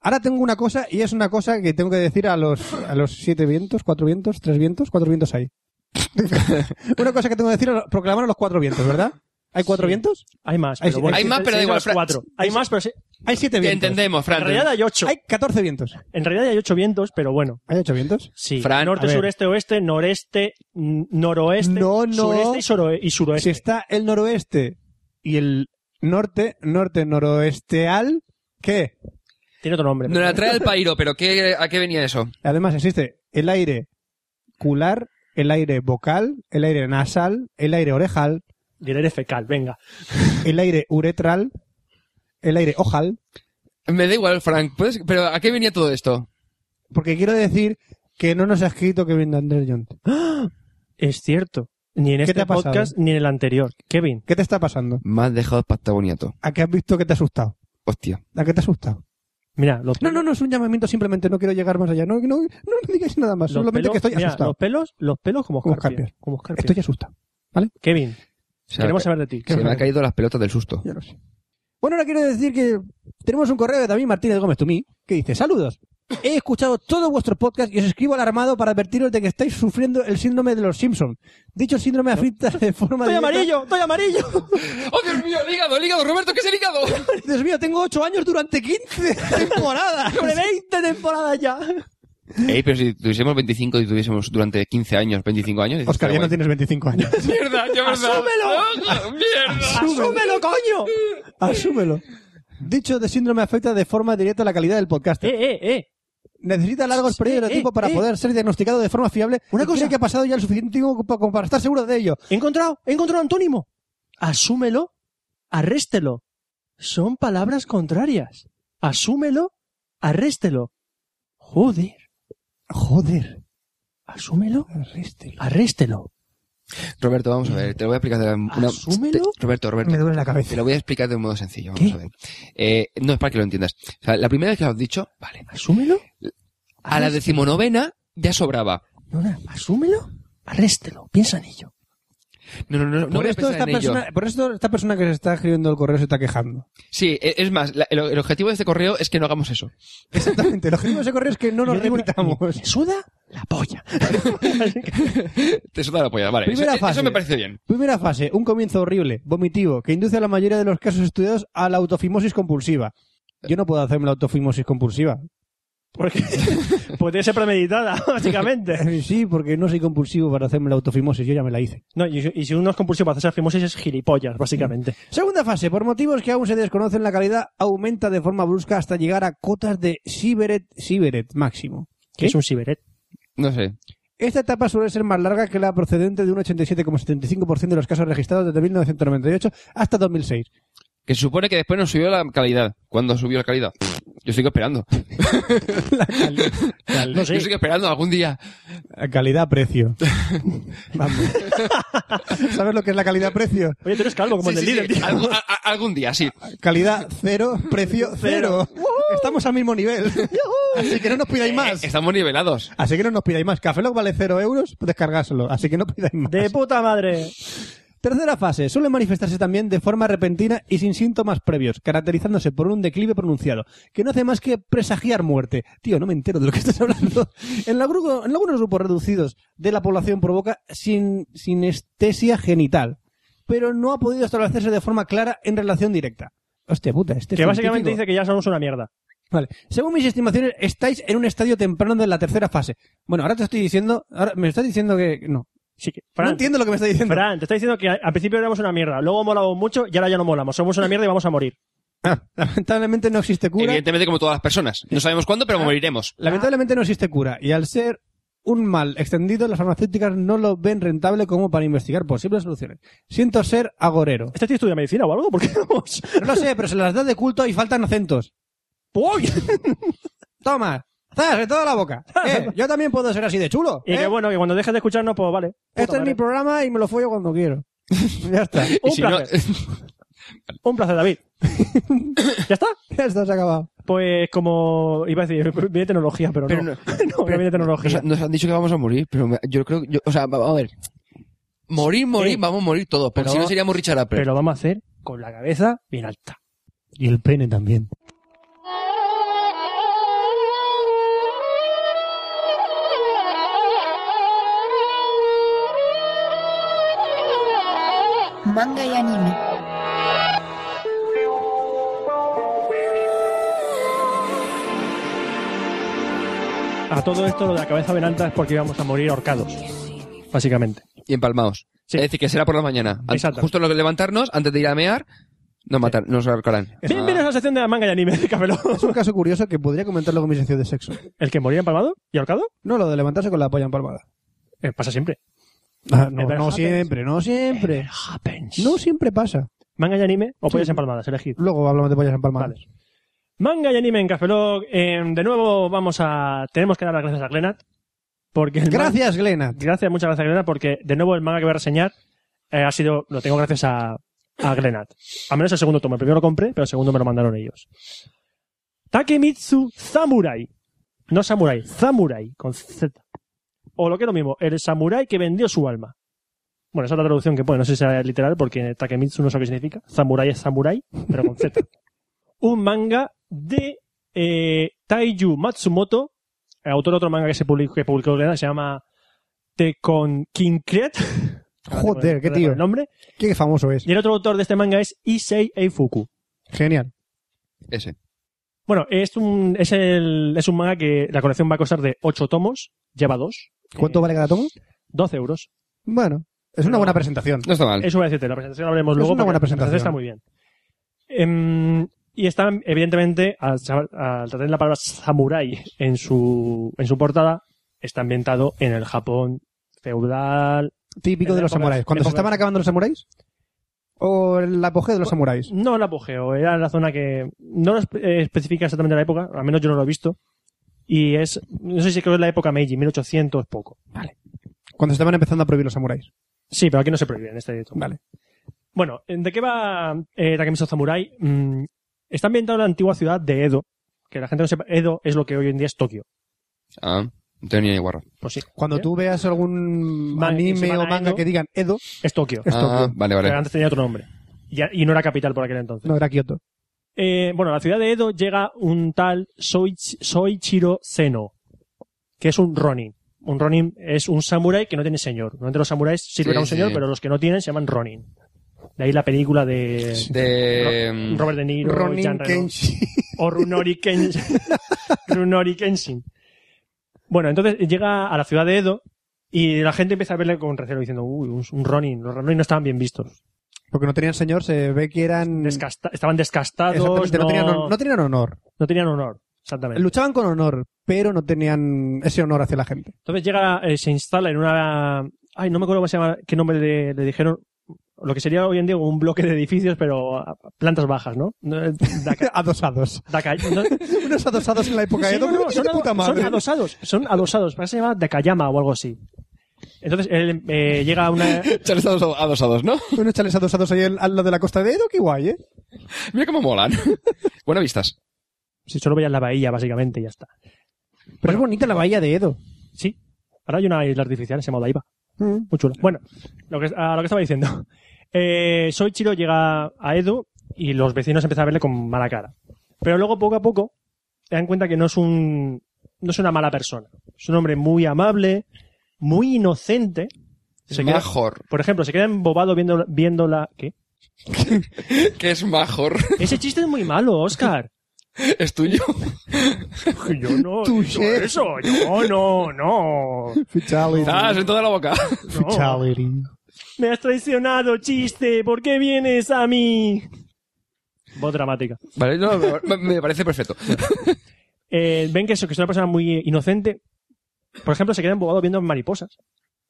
Speaker 7: Ahora tengo una cosa y es una cosa que tengo que decir a los, a los siete vientos, cuatro vientos, tres vientos, cuatro vientos hay. una cosa que tengo que decir, a los- proclamar a los cuatro vientos, ¿verdad? ¿Hay cuatro
Speaker 1: Sí.
Speaker 7: vientos?
Speaker 1: Hay más,
Speaker 7: Hay-
Speaker 1: pero bueno.
Speaker 6: hay más,
Speaker 1: se-
Speaker 6: pero
Speaker 1: se
Speaker 6: da
Speaker 1: dicen
Speaker 6: igual,
Speaker 1: los
Speaker 6: Fran.
Speaker 1: cuatro. Hay más, pero se-
Speaker 7: Hay siete
Speaker 6: Te
Speaker 7: vientos.
Speaker 6: entendemos,
Speaker 1: en
Speaker 6: Fran.
Speaker 1: realidad hay ocho.
Speaker 7: Hay catorce vientos.
Speaker 1: En realidad hay ocho vientos, pero bueno.
Speaker 7: ¿Hay ocho vientos?
Speaker 1: Sí.
Speaker 6: Fran,
Speaker 1: norte,
Speaker 6: a ver.
Speaker 1: sureste, oeste, noreste, n- noroeste,
Speaker 7: No, no.
Speaker 1: sureste y, soro- y
Speaker 7: Si
Speaker 1: suroeste.
Speaker 7: está el noroeste y el norte, norte, noroeste al, ¿qué?
Speaker 1: Tiene otro nombre.
Speaker 6: Nos la trae el pairo, pero ¿qué, ¿a qué venía eso?
Speaker 7: Además existe el aire cular, el aire vocal, el aire nasal, el aire orejal,
Speaker 1: Diré fecal, venga.
Speaker 7: el aire uretral, el aire ojal,
Speaker 6: Me da igual, Frank. ¿puedes- ¿Pero a qué venía todo esto?
Speaker 7: porque quiero decir que no nos ha escrito Kevin Andrés John.
Speaker 1: Es cierto. Ni en
Speaker 7: ¿Qué te
Speaker 1: este
Speaker 7: ha pasado?
Speaker 1: podcast ni en el anterior. Kevin,
Speaker 7: ¿Qué te está pasando?
Speaker 6: Me has dejado pastagoniato.
Speaker 7: ¿A qué has visto que te ha asustado?
Speaker 6: Hostia.
Speaker 7: ¿A qué te ha asustado?
Speaker 1: mira, los
Speaker 7: No,
Speaker 1: pelos-
Speaker 7: no, no, es un llamamiento, simplemente no quiero llegar más allá. No, no, no me digáis nada más,
Speaker 1: los
Speaker 7: solamente
Speaker 1: pelos-
Speaker 7: que estoy
Speaker 1: mira,
Speaker 7: asustado.
Speaker 1: Los pelos, los pelos como
Speaker 7: Como
Speaker 1: escarpias.
Speaker 7: escarpias.
Speaker 1: Como escarpias.
Speaker 7: Estoy asustado.
Speaker 1: Kevin,
Speaker 6: Se me ha
Speaker 1: queremos
Speaker 6: ca-
Speaker 1: saber de ti.
Speaker 6: se me ha caído las pelotas del susto.
Speaker 7: Ya lo sé. Bueno, ahora quiero decir que tenemos un correo de David Martínez Gómez Tumí que dice, saludos. He escuchado todos vuestros podcasts y os escribo alarmado para advertiros de que estáis sufriendo el síndrome de los Simpson. Dicho síndrome afecta de forma
Speaker 1: ¡Estoy
Speaker 7: directa-
Speaker 1: amarillo! ¡Estoy amarillo!
Speaker 6: ¡Oh, Dios mío! ¡El hígado, el hígado! ¡Roberto, qué es el hígado!
Speaker 7: Dios mío, tengo 8 años durante 15 temporadas.
Speaker 1: ¡Sobre 20 temporadas ya!
Speaker 6: Ey, pero si tuviésemos 25 y tuviésemos durante 15 años, 25 años...
Speaker 7: Oscar, ya
Speaker 6: estaría
Speaker 7: no
Speaker 6: guay.
Speaker 7: tienes 25 años.
Speaker 6: ¡Mierda! ¡Yo me
Speaker 1: ¡Asúmelo!
Speaker 6: ¡Mierda!
Speaker 1: ¡Asúmelo, coño!
Speaker 7: Asúmelo. Dicho de síndrome afecta de forma directa la calidad del podcast.
Speaker 1: Eh, eh, eh.
Speaker 7: Necesita largos
Speaker 1: Eh,
Speaker 7: periodos de
Speaker 1: eh,
Speaker 7: tiempo para
Speaker 1: eh.
Speaker 7: poder ser diagnosticado de forma fiable.
Speaker 1: Una
Speaker 7: y cree
Speaker 1: cosa.
Speaker 7: que ha pasado ya el suficiente tiempo como pa- como para estar seguro de ello.
Speaker 1: He encontrado, he encontrado un antónimo. Asúmelo, arréstelo. Son palabras contrarias. Asúmelo, arréstelo. Joder.
Speaker 7: Joder,
Speaker 1: Asúmelo,
Speaker 7: arréstelo.
Speaker 1: arréstelo.
Speaker 6: Roberto, vamos a ver, te lo voy a explicar de una...
Speaker 1: ¿Asúmelo?
Speaker 6: te- Roberto,
Speaker 7: Me
Speaker 6: Roberto,
Speaker 7: duele la cabeza.
Speaker 6: te lo voy a explicar de un modo sencillo, vamos
Speaker 1: ¿Qué?
Speaker 6: a ver. Eh, no, es para que lo entiendas. O sea, la primera vez que lo has dicho, vale.
Speaker 1: Asúmelo,
Speaker 6: A
Speaker 7: Ah,
Speaker 6: la decimonovena ya sobraba.
Speaker 1: Nona, asúmelo, arréstelo. Piensa en ello.
Speaker 6: No, no, no, no
Speaker 7: por,
Speaker 6: voy a
Speaker 7: esto
Speaker 6: pensar
Speaker 7: esta
Speaker 6: en ello.
Speaker 7: persona, por esto esta persona que se está escribiendo el correo se está quejando.
Speaker 6: Sí, e- es más, la- el, el objetivo de este correo es que no hagamos eso.
Speaker 7: Exactamente. Lo que digo de ese correo es que no nos
Speaker 1: Yo digo una-
Speaker 7: repitamos.
Speaker 1: Me suda la polla.
Speaker 6: Te suda la polla, vale.
Speaker 7: Primera
Speaker 6: eso,
Speaker 7: fase.
Speaker 6: eso me parece bien.
Speaker 7: Primera fase, un comienzo horrible, vomitivo, que induce a la mayoría de los casos estudiados a la autofimosis compulsiva. Yo no puedo hacerme la autofimosis compulsiva.
Speaker 1: Porque puede ser premeditada, básicamente.
Speaker 7: Eh, Sí, porque no soy compulsivo para hacerme la autofimosis, yo ya me la hice.
Speaker 1: No, y, y si uno es compulsivo para hacerse la fimosis es gilipollas, básicamente.
Speaker 7: Segunda fase, por motivos que aún se desconocen, la calidad aumenta de forma brusca hasta llegar a cotas de Siberet, Siberet máximo.
Speaker 1: Que es un siberet.
Speaker 6: No sé.
Speaker 7: Esta etapa suele ser más larga que la procedente de un 87,75% de los casos registrados desde 1998 hasta 2006.
Speaker 6: Que se supone que después nos subió la calidad. ¿Cuándo subió la calidad? Yo sigo esperando.
Speaker 1: No sé.
Speaker 6: Yo sigo esperando algún día.
Speaker 7: Calidad-precio. Vamos. ¿Sabes lo que es la calidad-precio?
Speaker 1: Oye, tú eres calvo como
Speaker 6: Sí,
Speaker 1: el del
Speaker 6: sí,
Speaker 1: líder,
Speaker 6: sí.
Speaker 1: tío.
Speaker 6: Algún, a- a- algún día, sí.
Speaker 7: Calidad cero, precio cero. Estamos al mismo nivel. Así que no nos pidáis más.
Speaker 6: Eh, estamos nivelados.
Speaker 7: Así que no nos pidáis más. Café Lock vale cero euros, descargárselo. Así que no pidáis más.
Speaker 1: De puta madre.
Speaker 7: Tercera fase. Suele manifestarse también de forma repentina y sin síntomas previos, caracterizándose por un declive pronunciado, que no hace más que presagiar muerte. Tío, no me entero de lo que estás hablando. En, la grupo- en algunos grupos reducidos de la población provoca sin, sinestesia genital, pero no ha podido establecerse de forma clara en relación directa. Hostia puta, este
Speaker 1: Que básicamente
Speaker 7: científico-
Speaker 1: dice que ya somos una mierda.
Speaker 7: Vale. Según mis estimaciones, estáis en un estadio temprano de la tercera fase. Bueno, ahora te estoy diciendo... Ahora me estás diciendo que... No.
Speaker 1: Sí, que-
Speaker 7: No
Speaker 1: Fran,
Speaker 7: entiendo lo que me estás diciendo.
Speaker 1: Fran, te está diciendo que al principio éramos una mierda, luego molamos mucho y ahora ya no molamos. Somos una mierda y vamos a morir.
Speaker 7: Ah, lamentablemente no existe cura.
Speaker 6: Evidentemente, como todas las personas. No sabemos cuándo, pero moriremos.
Speaker 7: Lamentablemente no existe cura y al ser un mal extendido, las farmacéuticas no lo ven rentable como para investigar posibles soluciones. Siento ser agorero.
Speaker 1: ¿Este tío estudia medicina o algo? ¿Por qué vamos?
Speaker 7: No lo sé, pero se las da de culto y faltan acentos.
Speaker 1: ¡Uy!
Speaker 7: Toma, ¡zas! de toda la boca. Eh, yo también puedo ser así de chulo.
Speaker 1: Y
Speaker 7: ¿eh?
Speaker 1: que bueno, que cuando dejes de escucharnos, pues vale. Puta
Speaker 7: este es
Speaker 1: madre.
Speaker 7: mi programa y me lo follo cuando quiero. ya está.
Speaker 6: Y
Speaker 1: Un
Speaker 6: si no-
Speaker 1: placer. Un placer, David. ¿Ya está?
Speaker 7: Ya está, se ha acabado.
Speaker 1: Pues como iba a decir, viene tecnología, pero,
Speaker 6: Pero
Speaker 1: no.
Speaker 6: no-
Speaker 1: no, no viene tecnología.
Speaker 6: Nos, nos han dicho que vamos a morir, pero me- yo creo, yo, o sea, va- a ver, morir, morir,
Speaker 1: Eh.
Speaker 6: vamos a morir todos, porque
Speaker 1: Pero-
Speaker 6: si no seríamos Richard Apple.
Speaker 1: pero lo vamos a hacer con la cabeza bien alta.
Speaker 7: Y el pene también.
Speaker 4: manga y anime.
Speaker 1: A todo esto lo de la cabeza venanta es porque íbamos a morir ahorcados, básicamente.
Speaker 6: Y empalmados.
Speaker 1: Sí.
Speaker 6: Es decir, que será por la mañana. An-
Speaker 1: Exacto.
Speaker 6: Justo lo que levantarnos, antes de ir a mear, nos matar, nos ahorcarán.
Speaker 1: Bienvenidos a la sección de la manga y anime de Café Lock.
Speaker 7: Es un caso curioso que podría comentarlo con mi sección de sexo.
Speaker 1: ¿El que moría empalmado y ahorcado?
Speaker 7: No, lo de levantarse con la polla empalmada.
Speaker 1: Eh, pasa siempre.
Speaker 7: Ah,
Speaker 1: It
Speaker 7: no,
Speaker 1: happens.
Speaker 7: no siempre, no siempre. No siempre pasa.
Speaker 1: Manga y anime o pollas empalmadas, elegid.
Speaker 7: Luego hablamos de pollas empalmadas.
Speaker 1: Vale. Manga y anime en Café Lock. Eh, de nuevo vamos a... Tenemos que dar las gracias a Glenat. Porque el man-
Speaker 7: Gracias, Glena.
Speaker 1: Gracias, muchas gracias, Glenat, porque de nuevo el manga que voy a reseñar eh, ha sido... Lo tengo gracias a, a Glenat. A menos el segundo tomo. El primero lo compré, pero el segundo me lo mandaron ellos. Takemitsu Samurai. No Samurai, Samurai, con Z. O lo que es lo mismo, el samurai que vendió su alma. Bueno, esa es la traducción que pone, no sé si será literal, porque Takemitsu no sé qué significa. Samurai es samurai, pero con Z. Un manga de eh, Taiju Matsumoto, autor de otro manga que se publicó, que publicó Glenna, que se llama The Con Kinkret.
Speaker 7: Joder, qué tío.
Speaker 1: El nombre.
Speaker 7: Qué famoso es.
Speaker 1: Y el otro autor de este manga es Issei Eifuku.
Speaker 7: Genial.
Speaker 6: Ese.
Speaker 1: Bueno, es un, es, el, es un manga que la colección va a costar de 8 tomos, lleva 2.
Speaker 7: ¿Cuánto vale cada tomo?
Speaker 1: 12 euros.
Speaker 7: Bueno, es una buena presentación.
Speaker 6: No está mal.
Speaker 1: Eso voy a decirte, la presentación la veremos
Speaker 7: Es
Speaker 1: luego.
Speaker 7: una
Speaker 1: porque
Speaker 7: buena
Speaker 1: La
Speaker 7: presentación.
Speaker 1: está muy bien. Em, y está, evidentemente, al, chaval- al tener la palabra samurai en su, en su portada, está ambientado en el Japón feudal.
Speaker 7: Típico
Speaker 1: En
Speaker 7: de los
Speaker 1: épocas-
Speaker 7: samuráis. Cuando se
Speaker 1: épocas-
Speaker 7: estaban acabando los samuráis. O el apogeo de los samuráis.
Speaker 1: No el apogeo, era la zona que no lo espe- eh, especifica exactamente la época, al menos yo no lo he visto. Y es, no sé si creo que es la época Meiji, 1800 poco.
Speaker 7: Cuando se estaban empezando a prohibir los samuráis.
Speaker 1: Sí, pero aquí no se prohíbe en este tomo.
Speaker 7: Vale.
Speaker 1: Bueno, ¿de qué va eh, Takemiso Samurai? Mm, está ambientado en la antigua ciudad de Edo. Que la gente no sepa, Edo es lo que hoy en día es Tokio.
Speaker 6: Ah, no tengo ni idea, guarro.
Speaker 1: Pues sí.
Speaker 7: Cuando
Speaker 1: ¿eh?
Speaker 7: tú veas algún
Speaker 1: Vale, que se
Speaker 7: anime
Speaker 1: van
Speaker 7: o
Speaker 1: a
Speaker 7: manga
Speaker 1: Edo.
Speaker 7: que digan Edo,
Speaker 1: Es Tokio.
Speaker 7: Es
Speaker 6: Ah,
Speaker 7: Tokio.
Speaker 6: vale,
Speaker 1: Pero
Speaker 6: vale.
Speaker 1: antes tenía otro nombre. Y, y no era capital por aquel entonces.
Speaker 7: no era Kioto.
Speaker 1: Eh, bueno, a la ciudad de Edo llega un tal Soich- Soichiro Seno, que es un Ronin. Un Ronin es un samurái que no tiene señor. Normalmente los samuráis sirven
Speaker 6: Sí,
Speaker 1: a un
Speaker 6: sí.
Speaker 1: señor, pero los que no tienen se llaman Ronin. De ahí la película de
Speaker 6: De...
Speaker 1: Ro- Robert De Niro, Jean
Speaker 7: Ronin
Speaker 1: Reno.
Speaker 7: Kenshi.
Speaker 1: o Runori Kenshin. Runori Kenshin. Bueno, entonces llega a la ciudad de Edo y la gente empieza a verle con recelo diciendo, uy, un, un Ronin, los Ronin no estaban bien vistos.
Speaker 7: Porque no tenían señor, se ve que eran.
Speaker 1: Descasta- estaban descastados,
Speaker 7: Exactamente, no,
Speaker 1: no,
Speaker 7: tenían, hon- no tenían honor.
Speaker 1: no tenían honor. Exactamente.
Speaker 7: Luchaban con honor, pero no tenían ese honor hacia la gente.
Speaker 1: Entonces llega, eh, se instala en una... Ay, no me acuerdo cómo se llama, qué nombre le, le dijeron. Lo que sería hoy en día un bloque de edificios, pero a- a plantas bajas, ¿no? No, eh, Daka-
Speaker 7: Adosados.
Speaker 1: Daka- no-
Speaker 7: Unos adosados en la época
Speaker 1: Sí,
Speaker 7: de Edo.
Speaker 1: no, no,
Speaker 7: ¡Qué
Speaker 1: son, ado-
Speaker 7: puta madre!
Speaker 1: son adosados, son adosados, parece que se llama Dakayama o algo así. Entonces él eh, llega a una...
Speaker 6: Charles a dos a dos, a dos, ¿no?
Speaker 7: Unos chales adosados ahí al al lado de la costa de Edo, qué guay, ¿eh?
Speaker 6: Mira cómo molan. Buenas vistas.
Speaker 1: Si solo veías la bahía, básicamente, y ya está.
Speaker 7: Pero es bonita la bahía de Edo.
Speaker 1: Sí, ahora hay una isla artificial, se llama Daiba.
Speaker 7: Mm.
Speaker 1: Muy chula. Bueno, lo que, a lo que estaba diciendo. Eh, Soichiro llega a Edo y los vecinos empiezan a verle con mala cara. Pero luego, poco a poco, te dan cuenta que no es un... No es una mala persona. Es un hombre muy amable, muy inocente. Se queda-
Speaker 6: Major.
Speaker 1: por ejemplo, se queda embobado viendo, viendo la... ¿Qué?
Speaker 6: ¿Qué es Major?
Speaker 1: Ese chiste es muy malo, Oscar.
Speaker 6: ¿Es tuyo?
Speaker 1: Yo no.
Speaker 7: Touché.
Speaker 1: yo Eso, yo no, no.
Speaker 7: Fatality.
Speaker 6: Ah, en toda la boca.
Speaker 1: no. Me has traicionado, chiste. ¿Por qué vienes a mí? Voz dramática.
Speaker 6: Vale, no, me- me parece perfecto.
Speaker 1: Eh, Ven que, eso, que es una persona muy inocente. Por ejemplo, se queda embobado viendo mariposas.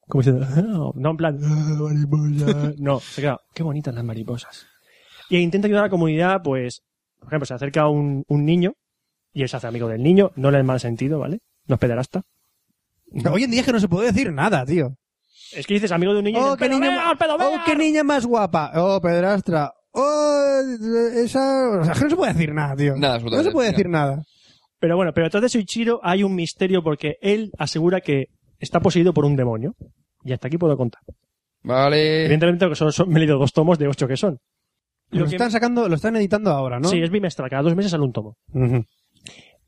Speaker 1: Como diciendo, "Ah", no en plan, "Ah, mariposas. No, se queda, qué bonitas las mariposas. Y intenta ayudar a la comunidad, pues, por ejemplo, se acerca un, un niño y él se hace amigo del niño, no le da mal sentido, ¿vale? No es pederasta.
Speaker 7: Hoy en día es que no se puede decir nada, tío.
Speaker 1: Es que dices amigo de un niño.
Speaker 7: ¡Oh,
Speaker 1: y
Speaker 7: qué
Speaker 1: dices,
Speaker 7: niña,
Speaker 1: "Pedo
Speaker 7: ma-
Speaker 1: veas, pedo
Speaker 7: oh,
Speaker 1: veas".
Speaker 7: qué niña más guapa! ¡Oh, pedrastra! ¡Oh, esa... O sea, es que no se puede decir nada, tío.
Speaker 6: Nada,
Speaker 7: no
Speaker 6: absolutamente,
Speaker 7: se puede
Speaker 6: mira.
Speaker 7: decir nada.
Speaker 1: Pero bueno, pero detrás de Suichiro hay un misterio porque él asegura que está poseído por un demonio. Y hasta aquí puedo contar.
Speaker 7: Eh.
Speaker 6: Vale.
Speaker 1: Evidentemente, que solo son, me he leído dos tomos de ocho que son.
Speaker 7: Lo,
Speaker 1: Lo que-
Speaker 7: están sacando, lo están editando ahora, ¿no?
Speaker 1: Sí, es bimestral, cada dos meses sale un tomo.
Speaker 7: Ujú.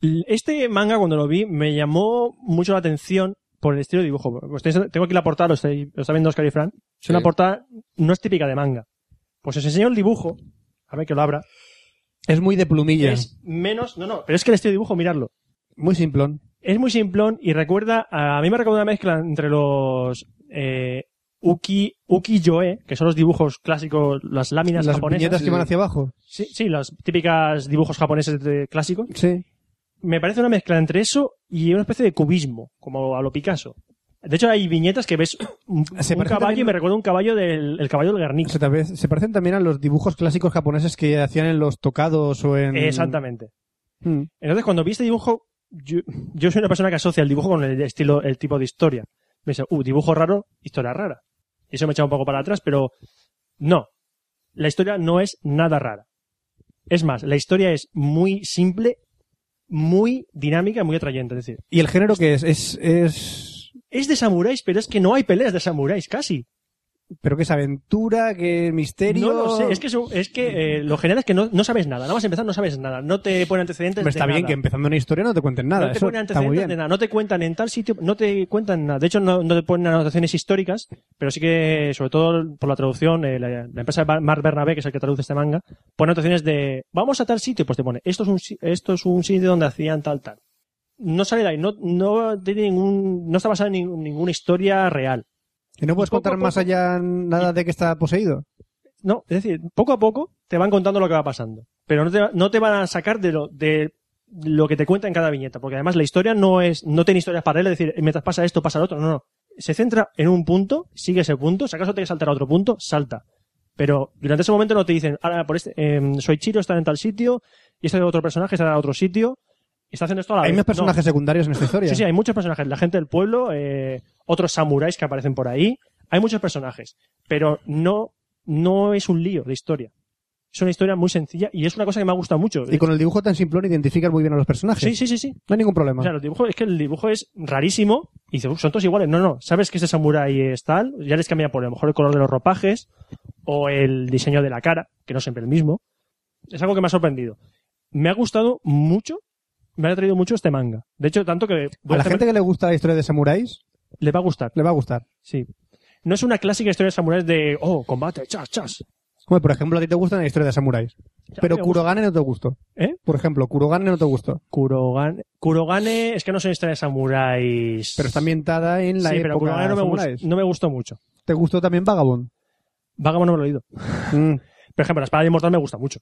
Speaker 1: L- Este manga, cuando lo vi, me llamó mucho la atención por el Pues estilo de dibujo. Ustedes- tengo aquí la portada, lo, estáis- lo está viendo Oscar y Fran. Es una
Speaker 6: Sí.
Speaker 1: portada, no es típica de manga. Pues os enseño el dibujo, a ver que lo abra.
Speaker 7: Es muy de plumilla.
Speaker 1: Es menos, no, no, pero es que el estilo de dibujo, miradlo.
Speaker 7: Muy simplón.
Speaker 1: Es muy simplón y recuerda, a, a mí me recuerda una mezcla entre los eh, Uki, Uki Yoe, que son los dibujos clásicos, las láminas
Speaker 7: Las
Speaker 1: japonesas.
Speaker 7: viñetas que van hacia abajo.
Speaker 1: Sí, sí, los típicos dibujos japoneses de- clásicos.
Speaker 7: Sí.
Speaker 1: Me parece una mezcla entre eso y una especie de cubismo, como a lo Picasso. De hecho, hay viñetas que ves un,
Speaker 7: Se
Speaker 1: un
Speaker 7: parece
Speaker 1: caballo
Speaker 7: también-
Speaker 1: y me recuerda un caballo del el caballo del Guernica.
Speaker 7: Se, tal vez- se parecen también a los dibujos clásicos japoneses que hacían en los tocados o en...
Speaker 1: Exactamente.
Speaker 7: Mm.
Speaker 1: Entonces, cuando vi este dibujo, yo, yo soy una persona que asocia el dibujo con el estilo, el tipo de historia. Me dice, uh, dibujo raro, historia rara. Y eso me echa un poco para atrás, pero no. La historia no es nada rara. Es más, la historia es muy simple, muy dinámica, y muy atrayente. Es decir,
Speaker 7: ¿Y el género que es? Es... es...
Speaker 1: es de samuráis, pero es que no hay peleas de samuráis, casi.
Speaker 7: ¿Pero qué es aventura? ¿Qué es misterio?
Speaker 1: No lo sé. Es que, eso- es que eh, lo general es que no, no sabes nada. Nada más empezar no sabes nada. No te pone antecedentes
Speaker 7: Hombre,
Speaker 1: de
Speaker 7: está bien
Speaker 1: nada.
Speaker 7: que empezando una historia no te cuenten nada.
Speaker 1: no te
Speaker 7: eso
Speaker 1: ponen
Speaker 7: está muy
Speaker 1: antecedentes
Speaker 7: bien.
Speaker 1: de nada, no te cuentan en tal sitio, no te cuentan nada. De hecho, no, no te ponen anotaciones históricas, pero sí que, sobre todo por la traducción, eh, la, la empresa Bar- Marc Bernabé, que es el que traduce este manga, pone anotaciones de, vamos a tal sitio, pues te pone, esto es un, si- esto es un sitio donde hacían tal, tal. No sale de ahí, no, no tiene ningún, no está basada en nin- ninguna historia real.
Speaker 7: ¿Y no puedes
Speaker 1: Y poco a
Speaker 7: contar más
Speaker 1: poco-
Speaker 7: allá nada de que está poseído?
Speaker 1: No, es decir, poco a poco te van contando lo que va pasando, pero no te, no te van a sacar de lo, de lo que te cuenta en cada viñeta, porque además la historia no es, no tiene historias paralelas, es decir, mientras pasa esto, pasa lo otro, no, no. Se centra en un punto, sigue ese punto, si acaso te que saltar a otro punto, salta. Pero durante ese momento no te dicen, ahora por este, soy Chiro, está en tal sitio, y este otro personaje está en otro sitio, y está haciendo esto a la
Speaker 7: Hay
Speaker 1: vez.
Speaker 7: más
Speaker 1: No.
Speaker 7: personajes secundarios en esta historia.
Speaker 1: Sí, sí, hay muchos personajes. La gente del pueblo, eh, otros samuráis que aparecen por ahí. Hay muchos personajes. Pero no, no es un lío de historia. Es una historia muy sencilla y es una cosa que me ha gustado mucho.
Speaker 7: Y con el dibujo tan simplón identificas muy bien a los personajes.
Speaker 1: Sí, sí, sí, sí.
Speaker 7: No hay ningún problema.
Speaker 1: O sea, los dibujos, es que el dibujo es rarísimo y dices, "Uf, son todos iguales. No, no, sabes que este samurái es tal, ya les cambia por a lo mejor el color de los ropajes o el diseño de la cara, que no siempre el mismo. Es algo que me ha sorprendido. Me ha gustado mucho, me ha atraído mucho este manga. De hecho, tanto que
Speaker 7: a la gente que le gusta la historia de samuráis,
Speaker 1: le va a gustar.
Speaker 7: le va a gustar.
Speaker 1: Sí. No es una clásica historia de samuráis de, oh, combate, chas, chas. Eh,
Speaker 7: Hombre, por ejemplo, a ti te gustan las historias de samuráis. Pero
Speaker 1: me gusta.
Speaker 7: Kurogane no te gustó.
Speaker 1: ¿Eh?
Speaker 7: Por ejemplo, Kurogane no te gustó.
Speaker 1: Kurogane, Kurogane es que no son historias de samuráis.
Speaker 7: Pero está ambientada en la
Speaker 1: sí, pero
Speaker 7: época
Speaker 1: Kurogane
Speaker 7: de
Speaker 1: no me,
Speaker 7: samuráis.
Speaker 1: gustó, no me gustó mucho.
Speaker 7: ¿Te gustó también Vagabond?
Speaker 1: Vagamo no me lo he oído.
Speaker 7: Mm,
Speaker 1: Por ejemplo, La espada de inmortal me gusta mucho.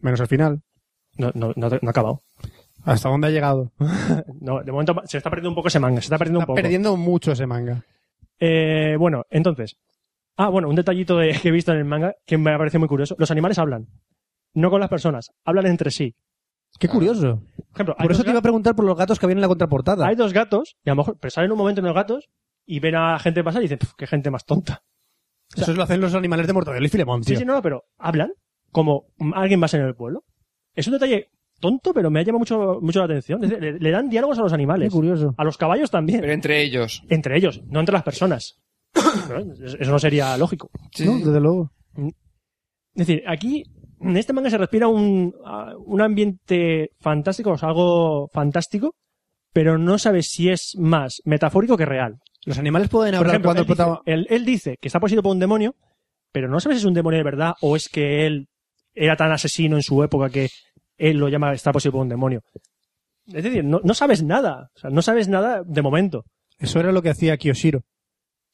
Speaker 7: menos el final.
Speaker 1: No, no, no, no ha acabado.
Speaker 7: ¿Hasta dónde ha llegado?
Speaker 1: No, de momento se está perdiendo un poco ese manga, se está perdiendo
Speaker 7: Está
Speaker 1: un poco.
Speaker 7: perdiendo mucho ese manga.
Speaker 1: Eh, bueno, entonces. Ah, bueno, un detallito de- que he visto en el manga que me ha parecido muy curioso. Los animales hablan. No con las personas, hablan entre sí.
Speaker 7: Qué curioso.
Speaker 1: Por ejemplo, Ah. hay
Speaker 7: Por eso
Speaker 1: dos
Speaker 7: te iba a preguntar por los gatos que habían en la contraportada.
Speaker 1: hay dos gatos, y a lo mejor, pero salen un momento unos gatos y ven a gente pasar y dicen, "Pf, qué gente más tonta.
Speaker 7: Eso lo hacen los animales de Mortadelo y Filemón,
Speaker 1: Sí,
Speaker 7: tío.
Speaker 1: sí, no, no, pero hablan como alguien más en el pueblo. Es un detalle tonto, pero me ha llamado mucho, mucho la atención. Es decir, Le, le dan diálogos a los
Speaker 7: Qué
Speaker 1: animales,
Speaker 7: curioso.
Speaker 1: a los caballos también,
Speaker 6: Pero entre ellos.
Speaker 1: entre ellos, no entre las personas. ¿No? Eso no sería lógico.
Speaker 6: Sí,
Speaker 7: No,
Speaker 6: sí.
Speaker 7: desde luego.
Speaker 1: Es decir, aquí, en este manga se respira un, a- un ambiente fantástico, o sea, algo fantástico, pero no sabes si es más metafórico que real.
Speaker 7: Los animales pueden
Speaker 1: Por
Speaker 7: hablar
Speaker 1: ejemplo,
Speaker 7: cuando
Speaker 1: él,
Speaker 7: el protagonista...
Speaker 1: dice, él- él dice que está poseído por un demonio, pero no sabes si es un demonio de verdad o es que él era tan asesino en su época que él lo llama está poseído por un demonio. Es decir, no, no sabes nada. O sea, no sabes nada de momento.
Speaker 7: Eso era lo que hacía Kiyoshiro.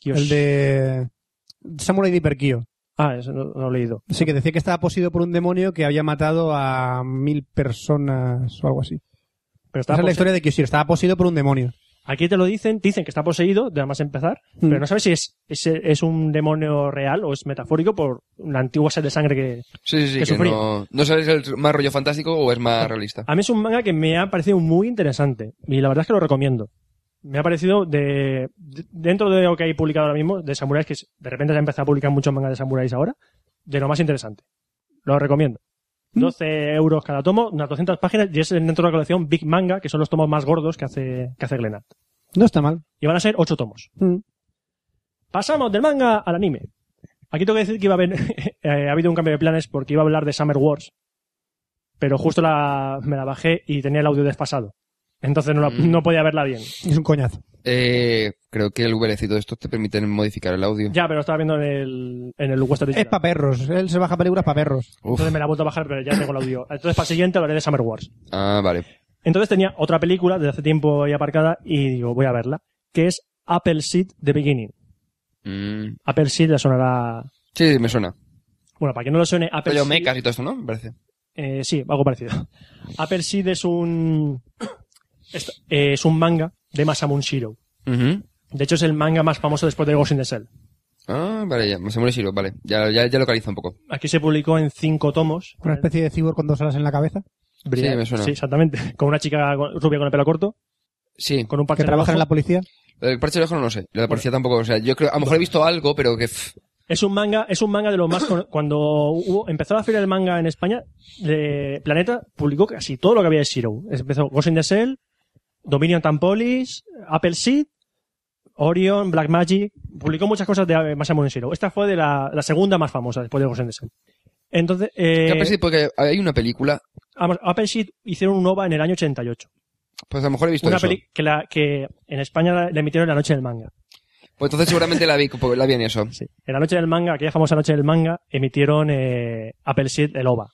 Speaker 1: Dios.
Speaker 7: El de Samurai Deeper Kyo.
Speaker 1: Ah, eso no, no lo he leído.
Speaker 7: Sí, que decía que estaba poseído por un demonio que había matado a mil personas o algo así.
Speaker 1: Pero está
Speaker 7: Esa es la
Speaker 1: pose-
Speaker 7: historia de Kiyoshiro. Estaba poseído por un demonio.
Speaker 1: Aquí te lo dicen, te dicen que está poseído, de además empezar,
Speaker 7: Mm.
Speaker 1: pero no sabes si es, es, es un demonio real o es metafórico por la antigua sed de sangre que...
Speaker 6: Sí, sí, sí,
Speaker 1: que Ah.
Speaker 6: que
Speaker 1: sufría.
Speaker 6: no, no sabes si es más rollo fantástico o es más realista.
Speaker 1: A mí es un manga que me ha parecido muy interesante y la verdad es que lo recomiendo. Me ha parecido de, de- dentro de lo que hay publicado ahora mismo de samuráis que es- de repente se ha empezado a publicar muchos mangas de samuráis ahora, de lo más interesante. Lo recomiendo. 12 euros cada tomo, unas 200 páginas y es dentro de la colección Big Manga, que son los tomos más gordos que hace que hace Glenat.
Speaker 7: No está mal.
Speaker 1: Y van a ser 8 tomos.
Speaker 7: Mm.
Speaker 1: Pasamos del manga al anime. Aquí tengo que decir que iba a haber, eh, ha habido un cambio de planes porque iba a hablar de Summer Wars, pero justo la, me la bajé y tenía el audio desfasado. Entonces no, la-
Speaker 6: Mm.
Speaker 1: no podía verla bien.
Speaker 7: Es un coñazo.
Speaker 6: Eh, creo que el VLC y todo esto te permiten modificar el audio.
Speaker 1: Ya, pero lo estaba viendo en el, en el Western
Speaker 7: Es
Speaker 1: Digital.
Speaker 7: para perros. Él se baja películas para perros.
Speaker 6: Uf.
Speaker 1: Entonces me la he vuelto a bajar, pero ya tengo el audio. Entonces para el siguiente hablaré de Summer Wars.
Speaker 6: Ah, vale.
Speaker 1: Entonces tenía otra película desde hace tiempo ahí aparcada y digo, voy a verla, que es Apple Seed The Beginning.
Speaker 6: Mm.
Speaker 1: Apple Seed le sonará...
Speaker 6: Sí, me suena.
Speaker 1: Bueno, para que no lo suene, Apple
Speaker 6: Rollo
Speaker 1: Seed-
Speaker 6: mecas y todo esto, ¿no? Me parece.
Speaker 1: Eh, sí, algo parecido. Apple Seed es un... esto- eh, es un manga de Masamune Shiro.
Speaker 6: Ujú.
Speaker 1: De hecho, es el manga más famoso después de Ghost in the Shell.
Speaker 6: Ah, vale, ya. Masamune Shiro, vale. Ya, ya, ya localizo un poco.
Speaker 1: Aquí se publicó en cinco tomos.
Speaker 7: Una especie de cibor con dos alas en la cabeza.
Speaker 1: Brillante.
Speaker 6: Sí, me suena.
Speaker 1: Sí, exactamente. Con una chica con- rubia con el pelo corto,
Speaker 6: Sí.
Speaker 1: con un
Speaker 7: Que
Speaker 1: parche
Speaker 7: trabaja en la
Speaker 1: rojo.
Speaker 7: policía.
Speaker 6: El parche de ojo no lo sé. Lo de policía tampoco. O sea, yo creo, a lo mejor he visto algo, pero que. pff,
Speaker 1: Es un manga, es un manga de los más cono- cuando hubo- empezó la feria del manga en España, de Planeta publicó casi todo lo que había de Shiro. Empezó Ghost in the Shell, Dominion Tampolis, Apple Seed, Orion, Black Magic, publicó muchas cosas de eh, Masamune Shiro. Esta fue de la, la segunda más famosa después de Ghost in the Shell. Entonces, eh,
Speaker 6: que parece porque hay una película.
Speaker 1: Apple, Seed hicieron un OVA en el año 88.
Speaker 6: Pues a lo mejor he visto
Speaker 1: Una
Speaker 6: eso.
Speaker 1: peli que, la, que en España la, la emitieron en la noche del manga.
Speaker 6: Pues entonces seguramente la vi, la vi en eso.
Speaker 1: Sí. En la noche del manga, aquella famosa noche del manga, emitieron eh, Apple Seed, el OVA.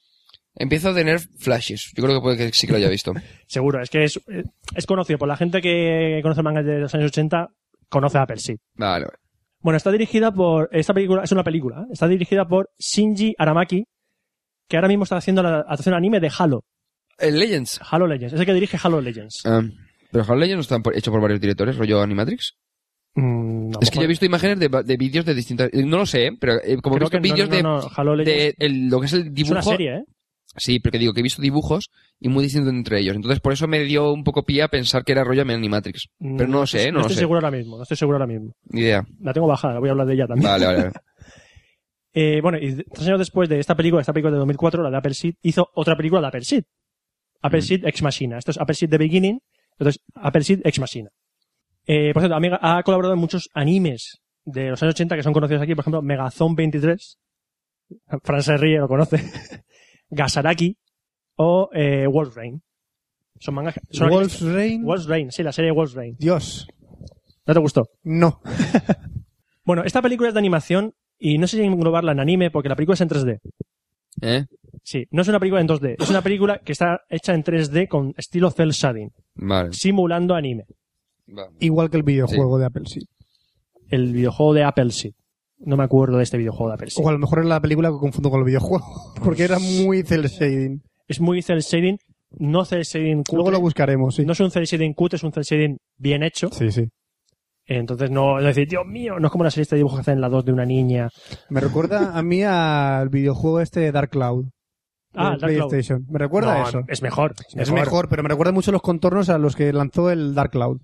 Speaker 6: Empiezo a tener flashes. Yo creo que puede que sí que lo haya visto.
Speaker 1: Seguro, es que es, es conocido por la gente que conoce el manga de los años 80, conoce a Apple Seed.
Speaker 6: Vale, vale.
Speaker 1: Bueno, está dirigida por. Esta película es una película, ¿eh? está dirigida por Shinji Aramaki, que ahora mismo está haciendo la adaptación anime de Halo,
Speaker 6: El Legends.
Speaker 1: Halo Legends. Es el que dirige Halo Legends.
Speaker 6: Ah, pero Halo Legends no está por- hecho por varios directores, rollo Animatrix.
Speaker 1: Mm, a lo
Speaker 6: Es que yo he
Speaker 1: mejor-
Speaker 6: visto imágenes de, va- de vídeos de distintas. eh, No lo sé, ¿eh? pero eh, como he
Speaker 1: creo
Speaker 6: visto
Speaker 1: que no,
Speaker 6: vídeos
Speaker 1: no,
Speaker 6: de,
Speaker 1: no, Halo Legends.
Speaker 6: de el- lo que es el
Speaker 1: es
Speaker 6: dibujo.
Speaker 1: una serie, ¿eh?
Speaker 6: Sí, pero que digo que he visto dibujos y muy distintos entre ellos. Entonces por eso me dio un poco pía pensar que era rollo Animatrix. Pero no lo sé, ¿eh? no,
Speaker 1: No
Speaker 6: lo
Speaker 1: estoy
Speaker 6: sé.
Speaker 1: seguro ahora mismo, no estoy seguro ahora mismo.
Speaker 6: Ni idea.
Speaker 1: La tengo bajada, voy a hablar de ella también.
Speaker 6: Vale, vale. vale.
Speaker 1: Eh, bueno, y tres años después de esta película, esta película de 2004, la de Apple Seed, hizo otra película de Apple Seed. Apple
Speaker 6: Mm.
Speaker 1: Seed Ex Machina. Esto es Apple Seed The Beginning, entonces Apple Seed Ex Machina. Eh, por cierto, amiga, ha colaborado en muchos animes de los años 80 que son conocidos aquí, por ejemplo, Megazone 23, Fran se ríe, lo conoce, Gasaraki o eh, Wolf Rain. Son mangas... Son
Speaker 7: Wolf's Rain.
Speaker 1: Wolf Rain, sí, la serie Wolf Rain.
Speaker 7: Dios.
Speaker 1: ¿No te gustó?
Speaker 7: No.
Speaker 1: Bueno, esta película es de animación y no sé si englobarla en anime porque la película es en 3D.
Speaker 6: ¿Eh?
Speaker 1: Sí, no es una película en 2D, es una película que está hecha en 3D con estilo cel shading,
Speaker 6: Vale.
Speaker 1: simulando anime,
Speaker 6: Vale.
Speaker 7: Igual que el videojuego de Apple Seed.
Speaker 1: el videojuego de Apple Seed. No me acuerdo de este videojuego de Apple Seed.
Speaker 7: O a lo mejor es la película que confundo con el videojuego. Porque era muy cel shading.
Speaker 1: Es muy cel shading, no cel shading
Speaker 7: Luego
Speaker 1: cutre.
Speaker 7: lo buscaremos, sí.
Speaker 1: No es un cel shading cutre, es un cel shading bien hecho.
Speaker 7: Sí, sí.
Speaker 1: Entonces no es decir, Dios mío, no es como la serie de dibujos que hacen en la 2 de una niña.
Speaker 7: Me recuerda a mí al videojuego este de Dark Cloud.
Speaker 1: Ah,
Speaker 7: de
Speaker 1: el Dark Cloud.
Speaker 7: PlayStation. Me recuerda
Speaker 1: No,
Speaker 7: a eso.
Speaker 1: Es mejor. Es mejor.
Speaker 7: Es mejor, pero me recuerda mucho los contornos a los que lanzó el Dark Cloud.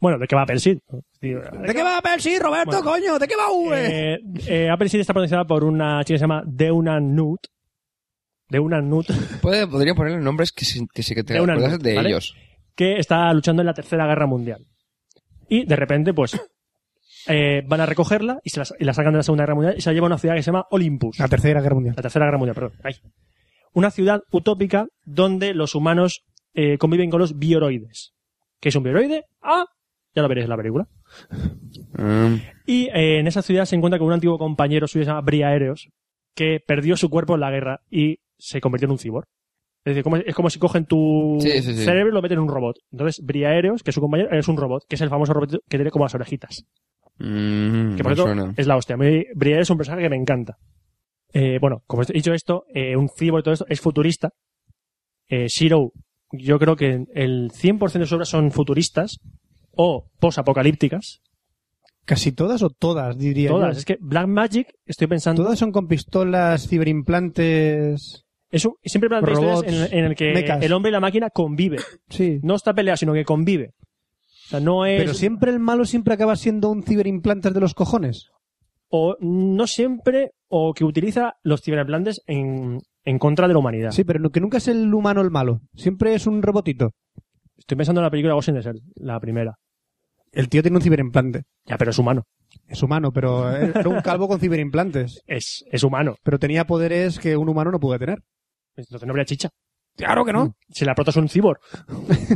Speaker 1: Bueno, ¿de qué va Apple Seed?
Speaker 7: ¿De qué va Apple Seed, Roberto, coño? ¿De qué va V?
Speaker 1: Eh, eh, Apple Seed está protagonizada por una chica que se llama Deuna Nut. Deuna Nut.
Speaker 6: Puede- podrían ponerle nombres que se que, se, que te
Speaker 1: De una
Speaker 6: acuerdas
Speaker 1: nube,
Speaker 6: de
Speaker 1: ¿vale?
Speaker 6: ellos.
Speaker 1: que está luchando en la Tercera Guerra Mundial. Y de repente, pues, eh, van a recogerla y, se la, y la sacan de la Segunda Guerra Mundial y se la lleva a una ciudad que se llama Olympus.
Speaker 7: La Tercera Guerra Mundial.
Speaker 1: La Tercera Guerra Mundial, perdón. Ay. Una ciudad utópica donde los humanos eh, conviven con los bioroides. ¿Qué es un bioroide? Ah, ya lo veréis en la película.
Speaker 6: Mm.
Speaker 1: Y eh, en esa ciudad se encuentra con un antiguo compañero suyo que se llama Briaereos, que perdió su cuerpo en la guerra y se convirtió en un cibor. Es decir, como, es como si cogen tu
Speaker 6: Sí, sí, sí.
Speaker 1: cerebro y lo meten en un robot. Entonces, Briaereos, que es su compañero, es un robot, que es el famoso robot que tiene como las orejitas.
Speaker 6: Mm,
Speaker 1: Que
Speaker 6: me
Speaker 1: por cierto,
Speaker 6: suena.
Speaker 1: es la hostia. A mí Briaereos es un personaje que me encanta. Eh, bueno, como he dicho esto, eh, un cibor y todo esto es futurista. Eh, Shiro, yo creo que el 100% de sus obras son futuristas o posapocalípticas.
Speaker 7: ¿Casi todas o todas, diría
Speaker 1: Todas.
Speaker 7: yo?
Speaker 1: Es que Black Magic, estoy pensando.
Speaker 7: Todas son con pistolas, ciberimplantes...
Speaker 1: Es un- siempre plantea
Speaker 7: Robots,
Speaker 1: historias en, en el que
Speaker 7: mechas.
Speaker 1: el hombre y la máquina convive.
Speaker 7: Sí.
Speaker 1: No está peleado, sino que convive. O sea, no es.
Speaker 7: Pero siempre el malo siempre acaba siendo un ciberimplante de los cojones.
Speaker 1: o no siempre, o que utiliza los ciberplantes en, en contra de la humanidad.
Speaker 7: Sí, pero que nunca es el humano el malo. Siempre es un robotito.
Speaker 1: Estoy pensando en la película Ghost in the Shell, la primera.
Speaker 7: El tío tiene un ciberimplante.
Speaker 1: Ya, pero es humano.
Speaker 7: Es humano, pero era un calvo con ciberimplantes.
Speaker 1: Es, es humano.
Speaker 7: Pero tenía poderes que un humano no puede tener.
Speaker 1: Entonces no habría chicha.
Speaker 7: Claro que no.
Speaker 1: Si la prota es un cibor.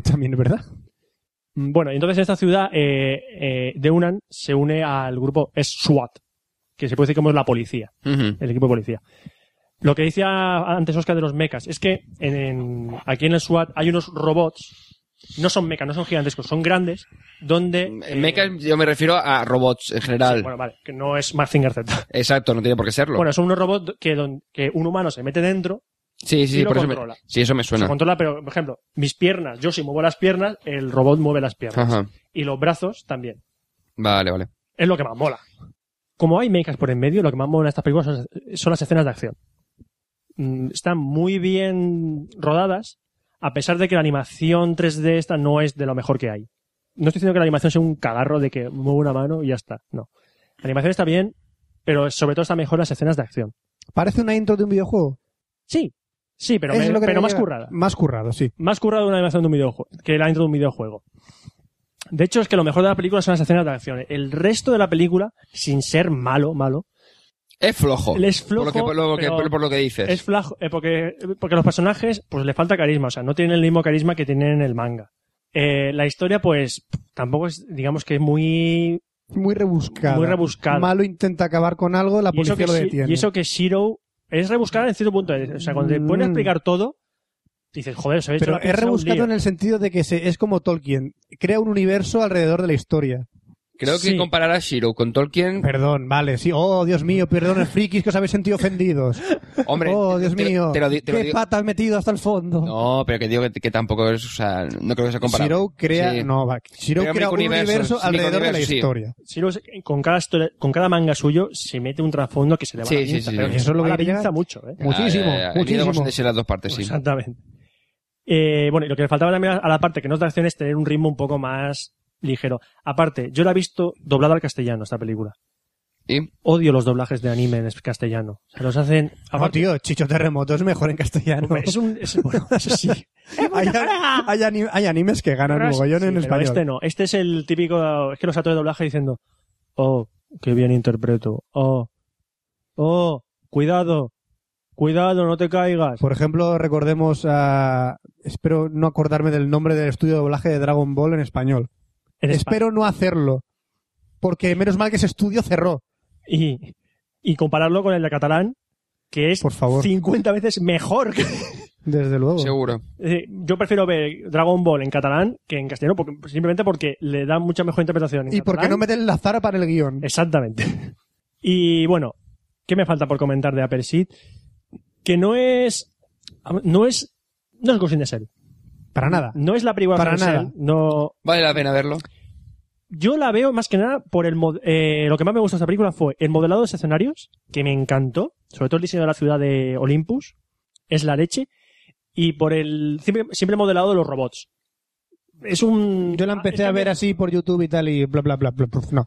Speaker 7: También es verdad.
Speaker 1: Mm, Bueno, y entonces esta ciudad eh, eh, de Unan se une al grupo SWAT, que se puede decir como es la policía,
Speaker 6: Ujú.
Speaker 1: el equipo de policía. Lo que decía antes Oscar de los mechas es que en- en- aquí en el SWAT hay unos robots, no son mechas, no son gigantescos, son grandes, donde... eh,
Speaker 6: Mechas, yo me refiero a robots en general.
Speaker 1: sí, bueno, vale, que no es Mazinger Z.
Speaker 6: Exacto, no tiene por qué serlo.
Speaker 1: Bueno, son unos robots que, don- que un humano se mete dentro,
Speaker 6: sí, sí,
Speaker 1: y
Speaker 6: sí,
Speaker 1: lo
Speaker 6: por eso me,
Speaker 1: controla.
Speaker 6: sí, eso me
Speaker 1: se
Speaker 6: suena.
Speaker 1: controla, pero, por ejemplo, mis piernas, yo si muevo las piernas, el robot mueve las piernas.
Speaker 6: Ajá.
Speaker 1: Y los brazos también.
Speaker 6: Vale, vale.
Speaker 1: es lo que más mola. Como hay mechas por en medio, lo que más mola en estas películas son, son las escenas de acción. Mm, Están muy bien rodadas, a pesar de que la animación 3D esta no es de lo mejor que hay. No estoy diciendo que la animación sea un cagarro de que muevo una mano y ya está. No. La animación está bien, pero sobre todo está mejor las escenas de acción.
Speaker 7: Parece una intro de un videojuego.
Speaker 1: Sí, sí, pero,
Speaker 7: Eso
Speaker 1: me-
Speaker 7: es lo que
Speaker 1: pero
Speaker 7: me
Speaker 1: más
Speaker 7: llega.
Speaker 1: currada
Speaker 7: Más currado, sí.
Speaker 1: más currado una animación de un videojuego que la intro de un videojuego. De hecho, es que lo mejor de la película son las escenas de acción. El resto de la película, sin ser malo, malo,
Speaker 6: Es flojo.
Speaker 1: es flojo,
Speaker 6: por lo que, por lo que-
Speaker 1: pero
Speaker 6: por lo que dices.
Speaker 1: es flajo, eh, porque, porque a los personajes, pues le falta carisma, o sea, no tienen el mismo carisma que tienen en el manga. Eh, la historia, pues, tampoco es, digamos que es muy...
Speaker 7: Muy rebuscada.
Speaker 1: Muy rebuscada.
Speaker 7: Malo intenta acabar con algo, la
Speaker 1: y, eso
Speaker 7: policía
Speaker 1: que,
Speaker 7: lo
Speaker 1: Shi-
Speaker 7: detiene.
Speaker 1: y eso que Shiro es rebuscada en cierto punto. eh, O sea, cuando te pone a
Speaker 7: Mm.
Speaker 1: explicar todo, dices, joder, se había hecho
Speaker 7: Pero
Speaker 1: la
Speaker 7: es
Speaker 1: pizza un lío.
Speaker 7: rebuscado en el sentido de que se, es como Tolkien. Crea un universo alrededor de la historia.
Speaker 6: Creo que
Speaker 1: sí.
Speaker 6: comparar a Shiro con Tolkien.
Speaker 7: Perdón, vale, sí. Oh, Dios mío, perdón, frikis que os habéis sentido ofendidos.
Speaker 6: Hombre,
Speaker 7: oh,
Speaker 6: te-
Speaker 7: Dios
Speaker 6: te-
Speaker 7: mío.
Speaker 6: Te lo, di- te lo
Speaker 7: ¿Qué
Speaker 6: digo.
Speaker 7: pata has metido hasta el fondo?
Speaker 6: No, pero que digo que, que tampoco es. O sea, no creo que sea comparable.
Speaker 7: Shiro crea,
Speaker 6: Sí.
Speaker 7: no, va, Shiro
Speaker 6: Crea
Speaker 7: crea un
Speaker 6: microuniversos,
Speaker 7: universo,
Speaker 6: sí,
Speaker 7: alrededor de la
Speaker 6: microuniversos, sí.
Speaker 7: historia.
Speaker 1: Si no, con cada histori- con cada manga suyo se mete un trasfondo que se le va
Speaker 6: Sí,
Speaker 1: a la
Speaker 6: sí,
Speaker 1: pinza,
Speaker 6: sí,
Speaker 1: pero
Speaker 6: sí.
Speaker 1: que se
Speaker 7: Eso es lo
Speaker 1: va
Speaker 7: que
Speaker 1: la
Speaker 7: quería
Speaker 1: pinza
Speaker 7: llegar.
Speaker 1: mucho, ¿eh?
Speaker 6: Ya,
Speaker 7: Muchísimo,
Speaker 6: ya, ya, ya.
Speaker 7: muchísimo.
Speaker 6: Digamos de ser las dos partes, sí.
Speaker 1: Exactamente. Eh, bueno, y lo que le faltaba también a la parte que no es de acción es tener un ritmo un poco más ligero. Aparte, yo la he visto doblada al castellano esta película.
Speaker 6: ¿Y?
Speaker 1: Odio los doblajes de anime en castellano. Se los hacen.
Speaker 7: No,
Speaker 1: aparte-
Speaker 7: tío, Chicho Terremoto es mejor en castellano.
Speaker 1: Ah, Hombre, es un. es- bueno, eso sí.
Speaker 7: hay, hay ani- hay animes que ganan mogollón
Speaker 1: Sí,
Speaker 7: en
Speaker 1: pero
Speaker 7: español.
Speaker 1: Este no. Este es el típico. Es que los actores de doblaje diciendo. Oh, qué bien interpreto. Oh, oh, cuidado. Cuidado, no te caigas.
Speaker 7: Por ejemplo, recordemos a... Espero no acordarme del nombre del estudio de doblaje de Dragon Ball en español.
Speaker 1: En España.
Speaker 7: Espero no hacerlo. Porque menos mal que ese estudio cerró.
Speaker 1: y, y compararlo con el de catalán, que es
Speaker 7: Por favor.
Speaker 1: 50 veces mejor. que-
Speaker 7: Desde luego.
Speaker 6: Seguro.
Speaker 1: Eh, Yo prefiero ver Dragon Ball en catalán que en castellano, porque, simplemente porque le da mucha mejor interpretación. en
Speaker 7: Y porque no
Speaker 1: catalán.
Speaker 7: meten la zara para el guión.
Speaker 1: Exactamente. Y bueno, ¿qué me falta por comentar de Apple Seed? Que no es. No es. No es Ghost in the Shell.
Speaker 7: Para nada.
Speaker 1: No es la película
Speaker 7: Para
Speaker 1: Ghost in the
Speaker 7: nada.
Speaker 1: Shell, No,
Speaker 6: Vale la pena verlo.
Speaker 1: yo la veo más que nada por el mod- eh, lo que más me gustó de esta película fue el modelado de los escenarios que me encantó sobre todo el diseño de la ciudad de Olympus es la leche y por el simple, simple modelado de los robots es un
Speaker 7: Mm,
Speaker 6: Ah,
Speaker 7: Yo la empecé a ver así por YouTube y tal y bla, bla, bla, bla. bla. No.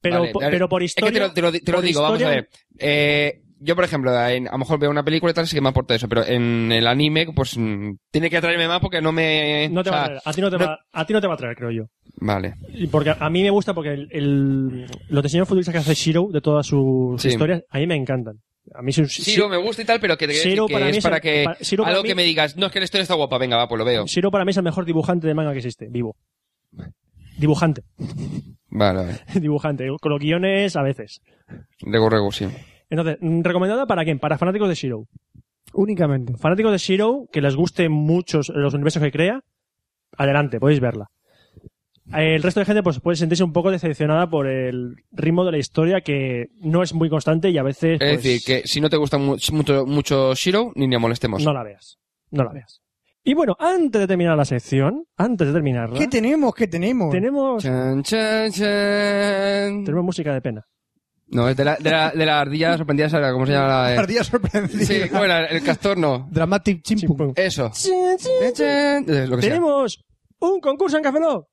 Speaker 1: pero,
Speaker 6: Vale,
Speaker 1: po-
Speaker 6: dale.
Speaker 1: pero por
Speaker 6: Es que te
Speaker 1: historia
Speaker 6: lo, te lo di- te lo
Speaker 1: por
Speaker 6: digo, vamos a
Speaker 1: historia-
Speaker 6: ver. Eh, yo, por ejemplo, en- a lo mejor veo una película y tal, sí que me aporta eso, pero en el anime, pues mm, tiene que atraerme más porque no me.
Speaker 1: no te
Speaker 6: o
Speaker 1: va a
Speaker 6: sea,
Speaker 1: traer, a ti no te
Speaker 6: no-
Speaker 1: va a ti no te va a traer creo yo
Speaker 6: Vale.
Speaker 1: Y porque a mí me gusta porque el, el- los diseños futuristas que hace Shiro de todas sus
Speaker 6: Sí.
Speaker 1: historias a mí me encantan a mí sus-
Speaker 6: Shiro me gusta y tal, pero que, te
Speaker 1: Shiro
Speaker 6: que
Speaker 1: para mí
Speaker 6: es
Speaker 1: es
Speaker 6: para
Speaker 1: el-
Speaker 6: que.
Speaker 1: pa- Shiro para
Speaker 6: algo
Speaker 1: mí-
Speaker 6: que me digas, no, es que la historia está guapa, venga, va, pues lo veo.
Speaker 1: Shiro para mí es el mejor dibujante de manga que existe vivo dibujante
Speaker 6: Vale, vale.
Speaker 1: dibujante, con los guiones a veces.
Speaker 6: Rego, rego, sí.
Speaker 1: Entonces, mm, recomendada para quién? Para fanáticos de Shiro.
Speaker 7: Únicamente.
Speaker 1: Fanáticos de Shiro, que les guste muchos los universos que crea, adelante, podéis verla. El resto de gente pues puede sentirse un poco decepcionada por el ritmo de la historia que no es muy constante y a veces
Speaker 6: Es
Speaker 1: pues,
Speaker 6: decir, que si no te gusta mu- mucho, mucho Shiro, ni le molestemos.
Speaker 1: no la veas. No la veas. Y bueno, antes de terminar la sección, antes de terminarla,
Speaker 7: ¿Qué tenemos? ¿Qué tenemos?
Speaker 1: tenemos
Speaker 6: Chan, chan, chan.
Speaker 1: tenemos música de pena.
Speaker 6: No, es de la, de la, de la ardilla sorprendida, esa, ¿cómo se llama? La de-
Speaker 7: Ardilla sorprendida.
Speaker 6: Sí, ¿cómo era? El castor no.
Speaker 7: Dramatic chimpum.
Speaker 1: Chimpum.
Speaker 6: Eso. Chan, chan. Eh, Lo que sea.
Speaker 1: Tenemos un concurso en Café Lock.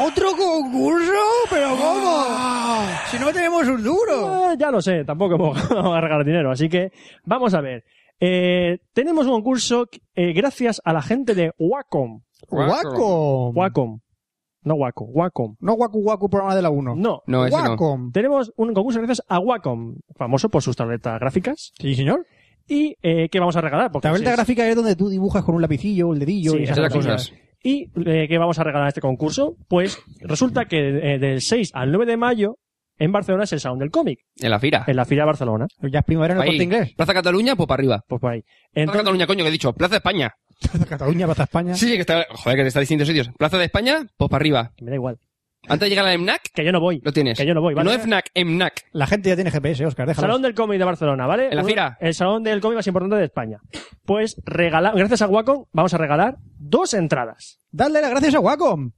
Speaker 7: ¿Otro concurso? ¿Pero cómo?
Speaker 6: Ah.
Speaker 7: Si no tenemos un duro.
Speaker 1: Eh, ya lo sé, tampoco vamos a regalar dinero. Así que vamos a ver. Eh, tenemos un concurso eh, gracias a la gente de Wacom.
Speaker 7: Wacom.
Speaker 1: Wacom. No Wacom, Wacom.
Speaker 7: No Waku Waku, programa de la 1.
Speaker 1: No.
Speaker 6: No, ese no.
Speaker 7: Wacom.
Speaker 1: Tenemos un concurso gracias a Wacom, famoso por sus tabletas gráficas.
Speaker 7: Sí, señor.
Speaker 1: ¿Y eh, qué vamos a regalar? Porque
Speaker 7: Tableta
Speaker 1: si es-
Speaker 7: gráfica es donde tú dibujas con un lapicillo, el dedillo
Speaker 1: Sí,
Speaker 7: y esas
Speaker 1: esas
Speaker 6: Esas
Speaker 7: cosas.
Speaker 6: cosas.
Speaker 1: ¿Y eh, qué vamos a regalar a este concurso? Pues resulta que eh, del 6 al 9 de mayo en Barcelona es el Sound del Cómic,
Speaker 6: En la fira.
Speaker 1: en la Fira de Barcelona.
Speaker 7: Ya es primavera en el
Speaker 6: Ahí.
Speaker 7: corte inglés.
Speaker 6: Plaza Cataluña, pues para arriba.
Speaker 1: Pues por ahí.
Speaker 6: Plaza
Speaker 1: Entonces-
Speaker 6: Cataluña, coño, que he dicho. Plaza España.
Speaker 7: Cataluña, Plaza España.
Speaker 6: Sí, sí, que está. Joder, que está en distintos sitios. Plaza de España, pues para arriba.
Speaker 1: que me da igual.
Speaker 6: Antes de llegar a la MNAC,
Speaker 1: Que yo no voy.
Speaker 6: lo tienes.
Speaker 1: Que yo no voy, ¿vale?
Speaker 6: No FNAC, MNAC.
Speaker 7: La gente ya tiene GPS, Oscar, déjalo.
Speaker 1: Salón del cómic de Barcelona, ¿vale?
Speaker 6: En la
Speaker 1: Uno-
Speaker 6: fira.
Speaker 1: El salón del cómic más importante de España. Pues regala, gracias a Wacom vamos a regalar dos entradas.
Speaker 7: Dale las gracias a Wacom.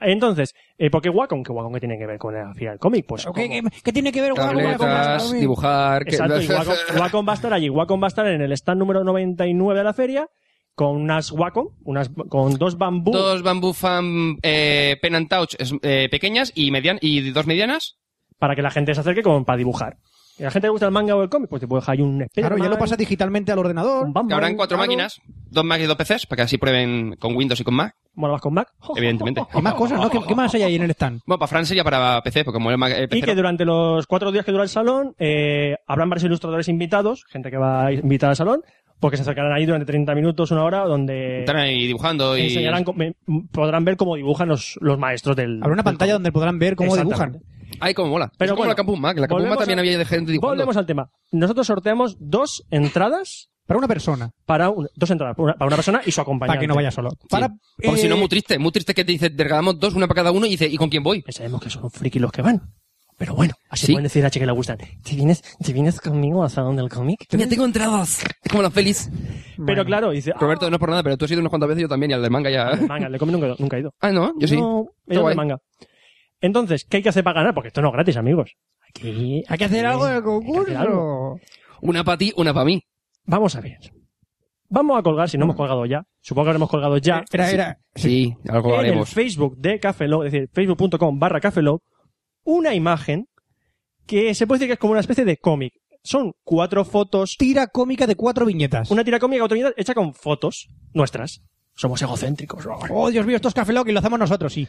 Speaker 1: Entonces, eh, ¿por qué Wacom? ¿Qué Wacom que tiene que ver con la fila del cómic? Pues
Speaker 7: ¿Qué, qué- qué tiene que ver Wacom con la
Speaker 6: Tabletas,
Speaker 7: Wacom?
Speaker 6: dibujar. que-
Speaker 1: Exacto, y Wacom, Wacom va a estar allí. Wacom va a estar en el stand número 99 de la feria con unas Wacom, unas, con dos bambú.
Speaker 6: Dos bambú fan eh, pen and touch es- eh, pequeñas y, median, y dos medianas.
Speaker 1: para que la gente se acerque como para dibujar. Y a la gente le gusta el manga o el cómic, pues te puedes dejar ahí un
Speaker 7: Claro,
Speaker 1: Spiderman,
Speaker 7: ya lo pasas digitalmente al ordenador.
Speaker 1: un Batman,
Speaker 6: Que habrán cuatro
Speaker 1: claro.
Speaker 6: máquinas, dos Mac y dos PCs, para que así prueben con Windows y con Mac,
Speaker 1: Bueno, vas con Mac.
Speaker 6: evidentemente.
Speaker 7: Y más cosas, ¿no? ¿Qué, qué más hay ahí en el stand?
Speaker 6: Bueno, para Fran sería para PC, porque como el Mac. eh, el
Speaker 1: Y
Speaker 6: PC
Speaker 1: que durante los cuatro días que dura el salón, eh, habrán varios ilustradores invitados, gente que va a invitar al salón, porque se acercarán ahí durante 30 minutos, una hora, donde
Speaker 6: Estarán ahí dibujando y.
Speaker 1: enseñarán, cómo- me- podrán ver cómo dibujan los, los maestros del.
Speaker 7: Habrá una
Speaker 1: del
Speaker 7: pantalla
Speaker 1: cómic.
Speaker 7: donde podrán ver cómo dibujan.
Speaker 1: Exactamente.
Speaker 6: Ay, como mola.
Speaker 1: Pero
Speaker 6: es como
Speaker 1: bueno,
Speaker 6: la Campus Mac. La Campus Mac
Speaker 1: volvemos
Speaker 6: también
Speaker 1: a-
Speaker 6: había gente dibujando.
Speaker 1: Volvemos al tema. Nosotros sorteamos dos entradas
Speaker 7: Para una persona,
Speaker 1: para un- dos entradas para una, para una persona y su acompañante.
Speaker 7: para que no vaya solo. Para,
Speaker 6: Sí. Porque
Speaker 7: eh,
Speaker 6: si no, muy triste. Muy triste que te dice, te regalamos dos, una para cada uno, y dice, ¿y con quién voy?
Speaker 1: Que sabemos que son friki los que van. Pero bueno, así
Speaker 6: Sí.
Speaker 1: pueden decir a la chica que le gustan. ¿Te vienes, te vienes conmigo al salón del cómic?
Speaker 6: Ya tengo entradas. Es como la feliz.
Speaker 1: Pero claro, dice. ah,
Speaker 6: Roberto, no es por nada, pero tú has ido unas cuantas veces, yo también, y al de manga ya.
Speaker 1: de manga, el de cómic nunca, nunca he ido.
Speaker 6: Ah, no, yo sí.
Speaker 1: No, he
Speaker 6: Está
Speaker 1: ido de
Speaker 6: guay.
Speaker 1: manga. Entonces, ¿qué hay que hacer para ganar? Porque esto no es gratis, amigos. Aquí
Speaker 7: Hay que hacer algo en el
Speaker 1: hacer algo.
Speaker 7: concurso.
Speaker 6: Una para ti, una para mí.
Speaker 1: Vamos a ver. Vamos a colgar, si no hemos colgado ya. Supongo que habremos colgado ya.
Speaker 7: Era, era.
Speaker 6: Sí, algo
Speaker 1: en el
Speaker 6: Eh, haremos.
Speaker 1: Facebook de Cafelog, es decir, facebook.com barra Cafelog, una imagen que se puede decir que es como una especie de cómic. Son cuatro fotos
Speaker 7: Tira cómica de cuatro viñetas.
Speaker 1: Una tira cómica autoridad hecha con fotos nuestras. Somos egocéntricos.
Speaker 7: Oh, Dios mío, esto es Café Lock y lo hacemos nosotros, sí.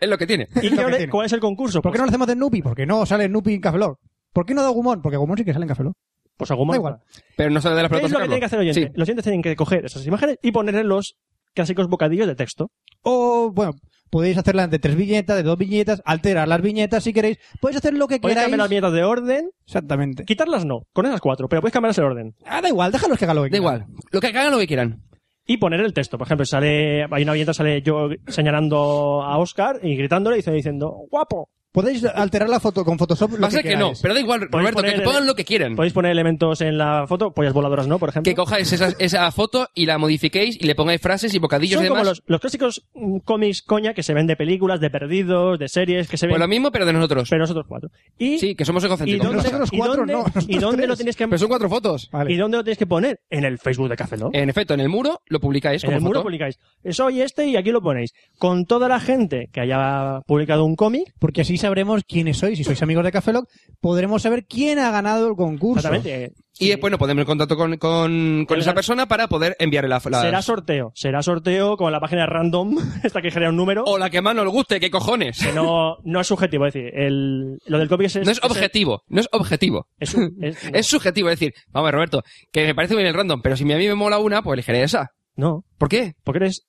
Speaker 6: Es lo que tiene.
Speaker 1: ¿Y
Speaker 7: lo que
Speaker 1: qué-
Speaker 7: tiene.
Speaker 1: cuál es el concurso?
Speaker 7: ¿Por qué no
Speaker 1: Pues-
Speaker 7: lo hacemos de Snoopy? Porque no sale Snoopy en Café Lock. ¿Por qué no de Agumon? Porque Agumon sí que sale en Café Lock.
Speaker 1: Pues algún
Speaker 7: Da
Speaker 1: manga.
Speaker 7: igual.
Speaker 6: Pero no sale de las
Speaker 1: ¿Qué es lo
Speaker 6: pelotas.
Speaker 1: que
Speaker 6: sacarlo.
Speaker 1: tienen que hacer los oyentes? Los oyentes tienen que coger esas imágenes y ponerle los clásicos bocadillos de texto.
Speaker 7: O, bueno, podéis hacerlas de tres viñetas, de dos viñetas, alterar las viñetas si queréis. Podéis hacer lo que
Speaker 1: Podéis
Speaker 7: queráis.
Speaker 1: cambiar las viñetas de orden.
Speaker 7: Exactamente.
Speaker 1: Quitarlas no, con esas cuatro, pero puedes cambiarlas el orden.
Speaker 7: Ah, da igual, déjalos que haga lo que
Speaker 6: Da
Speaker 7: quiera.
Speaker 6: igual. Lo que hagan, lo que quieran.
Speaker 1: Y poner el texto. Por ejemplo, sale, hay una viñeta sale yo señalando a Oscar y gritándole y diciendo, guapo.
Speaker 7: Podéis alterar la foto con Photoshop. Lo
Speaker 6: Va a ser que no,
Speaker 7: queráis.
Speaker 6: pero da igual,
Speaker 1: Podéis
Speaker 6: Roberto, que
Speaker 1: poner-
Speaker 6: te pongan lo que quieran.
Speaker 1: Podéis poner elementos en la foto, pollas voladoras no, por ejemplo.
Speaker 6: Que cojáis esa, esa foto y la modifiquéis y le pongáis frases y bocadillos
Speaker 1: Son
Speaker 6: y
Speaker 1: como
Speaker 6: demás.
Speaker 1: los, los clásicos mm, cómics coña que se ven de películas, de perdidos, de series, que se ven...
Speaker 6: Pues lo mismo, pero de nosotros.
Speaker 1: pero nosotros cuatro. Y,
Speaker 6: Sí, que somos
Speaker 1: y
Speaker 6: egocéntricos.
Speaker 1: dónde,
Speaker 6: ¿qué pasa?
Speaker 7: Nosotros cuatro,
Speaker 1: y
Speaker 7: no,
Speaker 1: dónde,
Speaker 7: nosotros
Speaker 1: y dónde
Speaker 7: tres. Pues,
Speaker 1: lo tienes que
Speaker 6: Pero son cuatro fotos.
Speaker 7: Vale.
Speaker 1: y dónde lo tienes que poner en el Facebook de Café Lock.
Speaker 6: En efecto, en el muro lo publicáis
Speaker 1: en
Speaker 6: como
Speaker 1: el muro
Speaker 6: foto.
Speaker 1: publicáis soy este y aquí lo ponéis con toda la gente que haya publicado un cómic
Speaker 7: Porque así sabremos quiénes sois. Si sois amigos de Café Lock, podremos saber quién ha ganado el concurso.
Speaker 1: exactamente eh,
Speaker 6: Y después nos ponemos en contacto con, con, con
Speaker 1: El
Speaker 6: esa
Speaker 1: gar-
Speaker 6: persona para poder enviarle la, la-
Speaker 1: será sorteo será sorteo con la página random esta que genera un número
Speaker 6: O la que más nos guste, qué cojones.
Speaker 1: que no, no es subjetivo es decir el, lo del cómic es,
Speaker 6: No es objetivo, no es objetivo.
Speaker 1: es, un- es- no,
Speaker 6: Es subjetivo, es decir, vamos a ver, Roberto, que me parece muy bien el random, pero si a mí me mola una, pues elegiré esa.
Speaker 1: no
Speaker 6: ¿Por qué?
Speaker 1: porque eres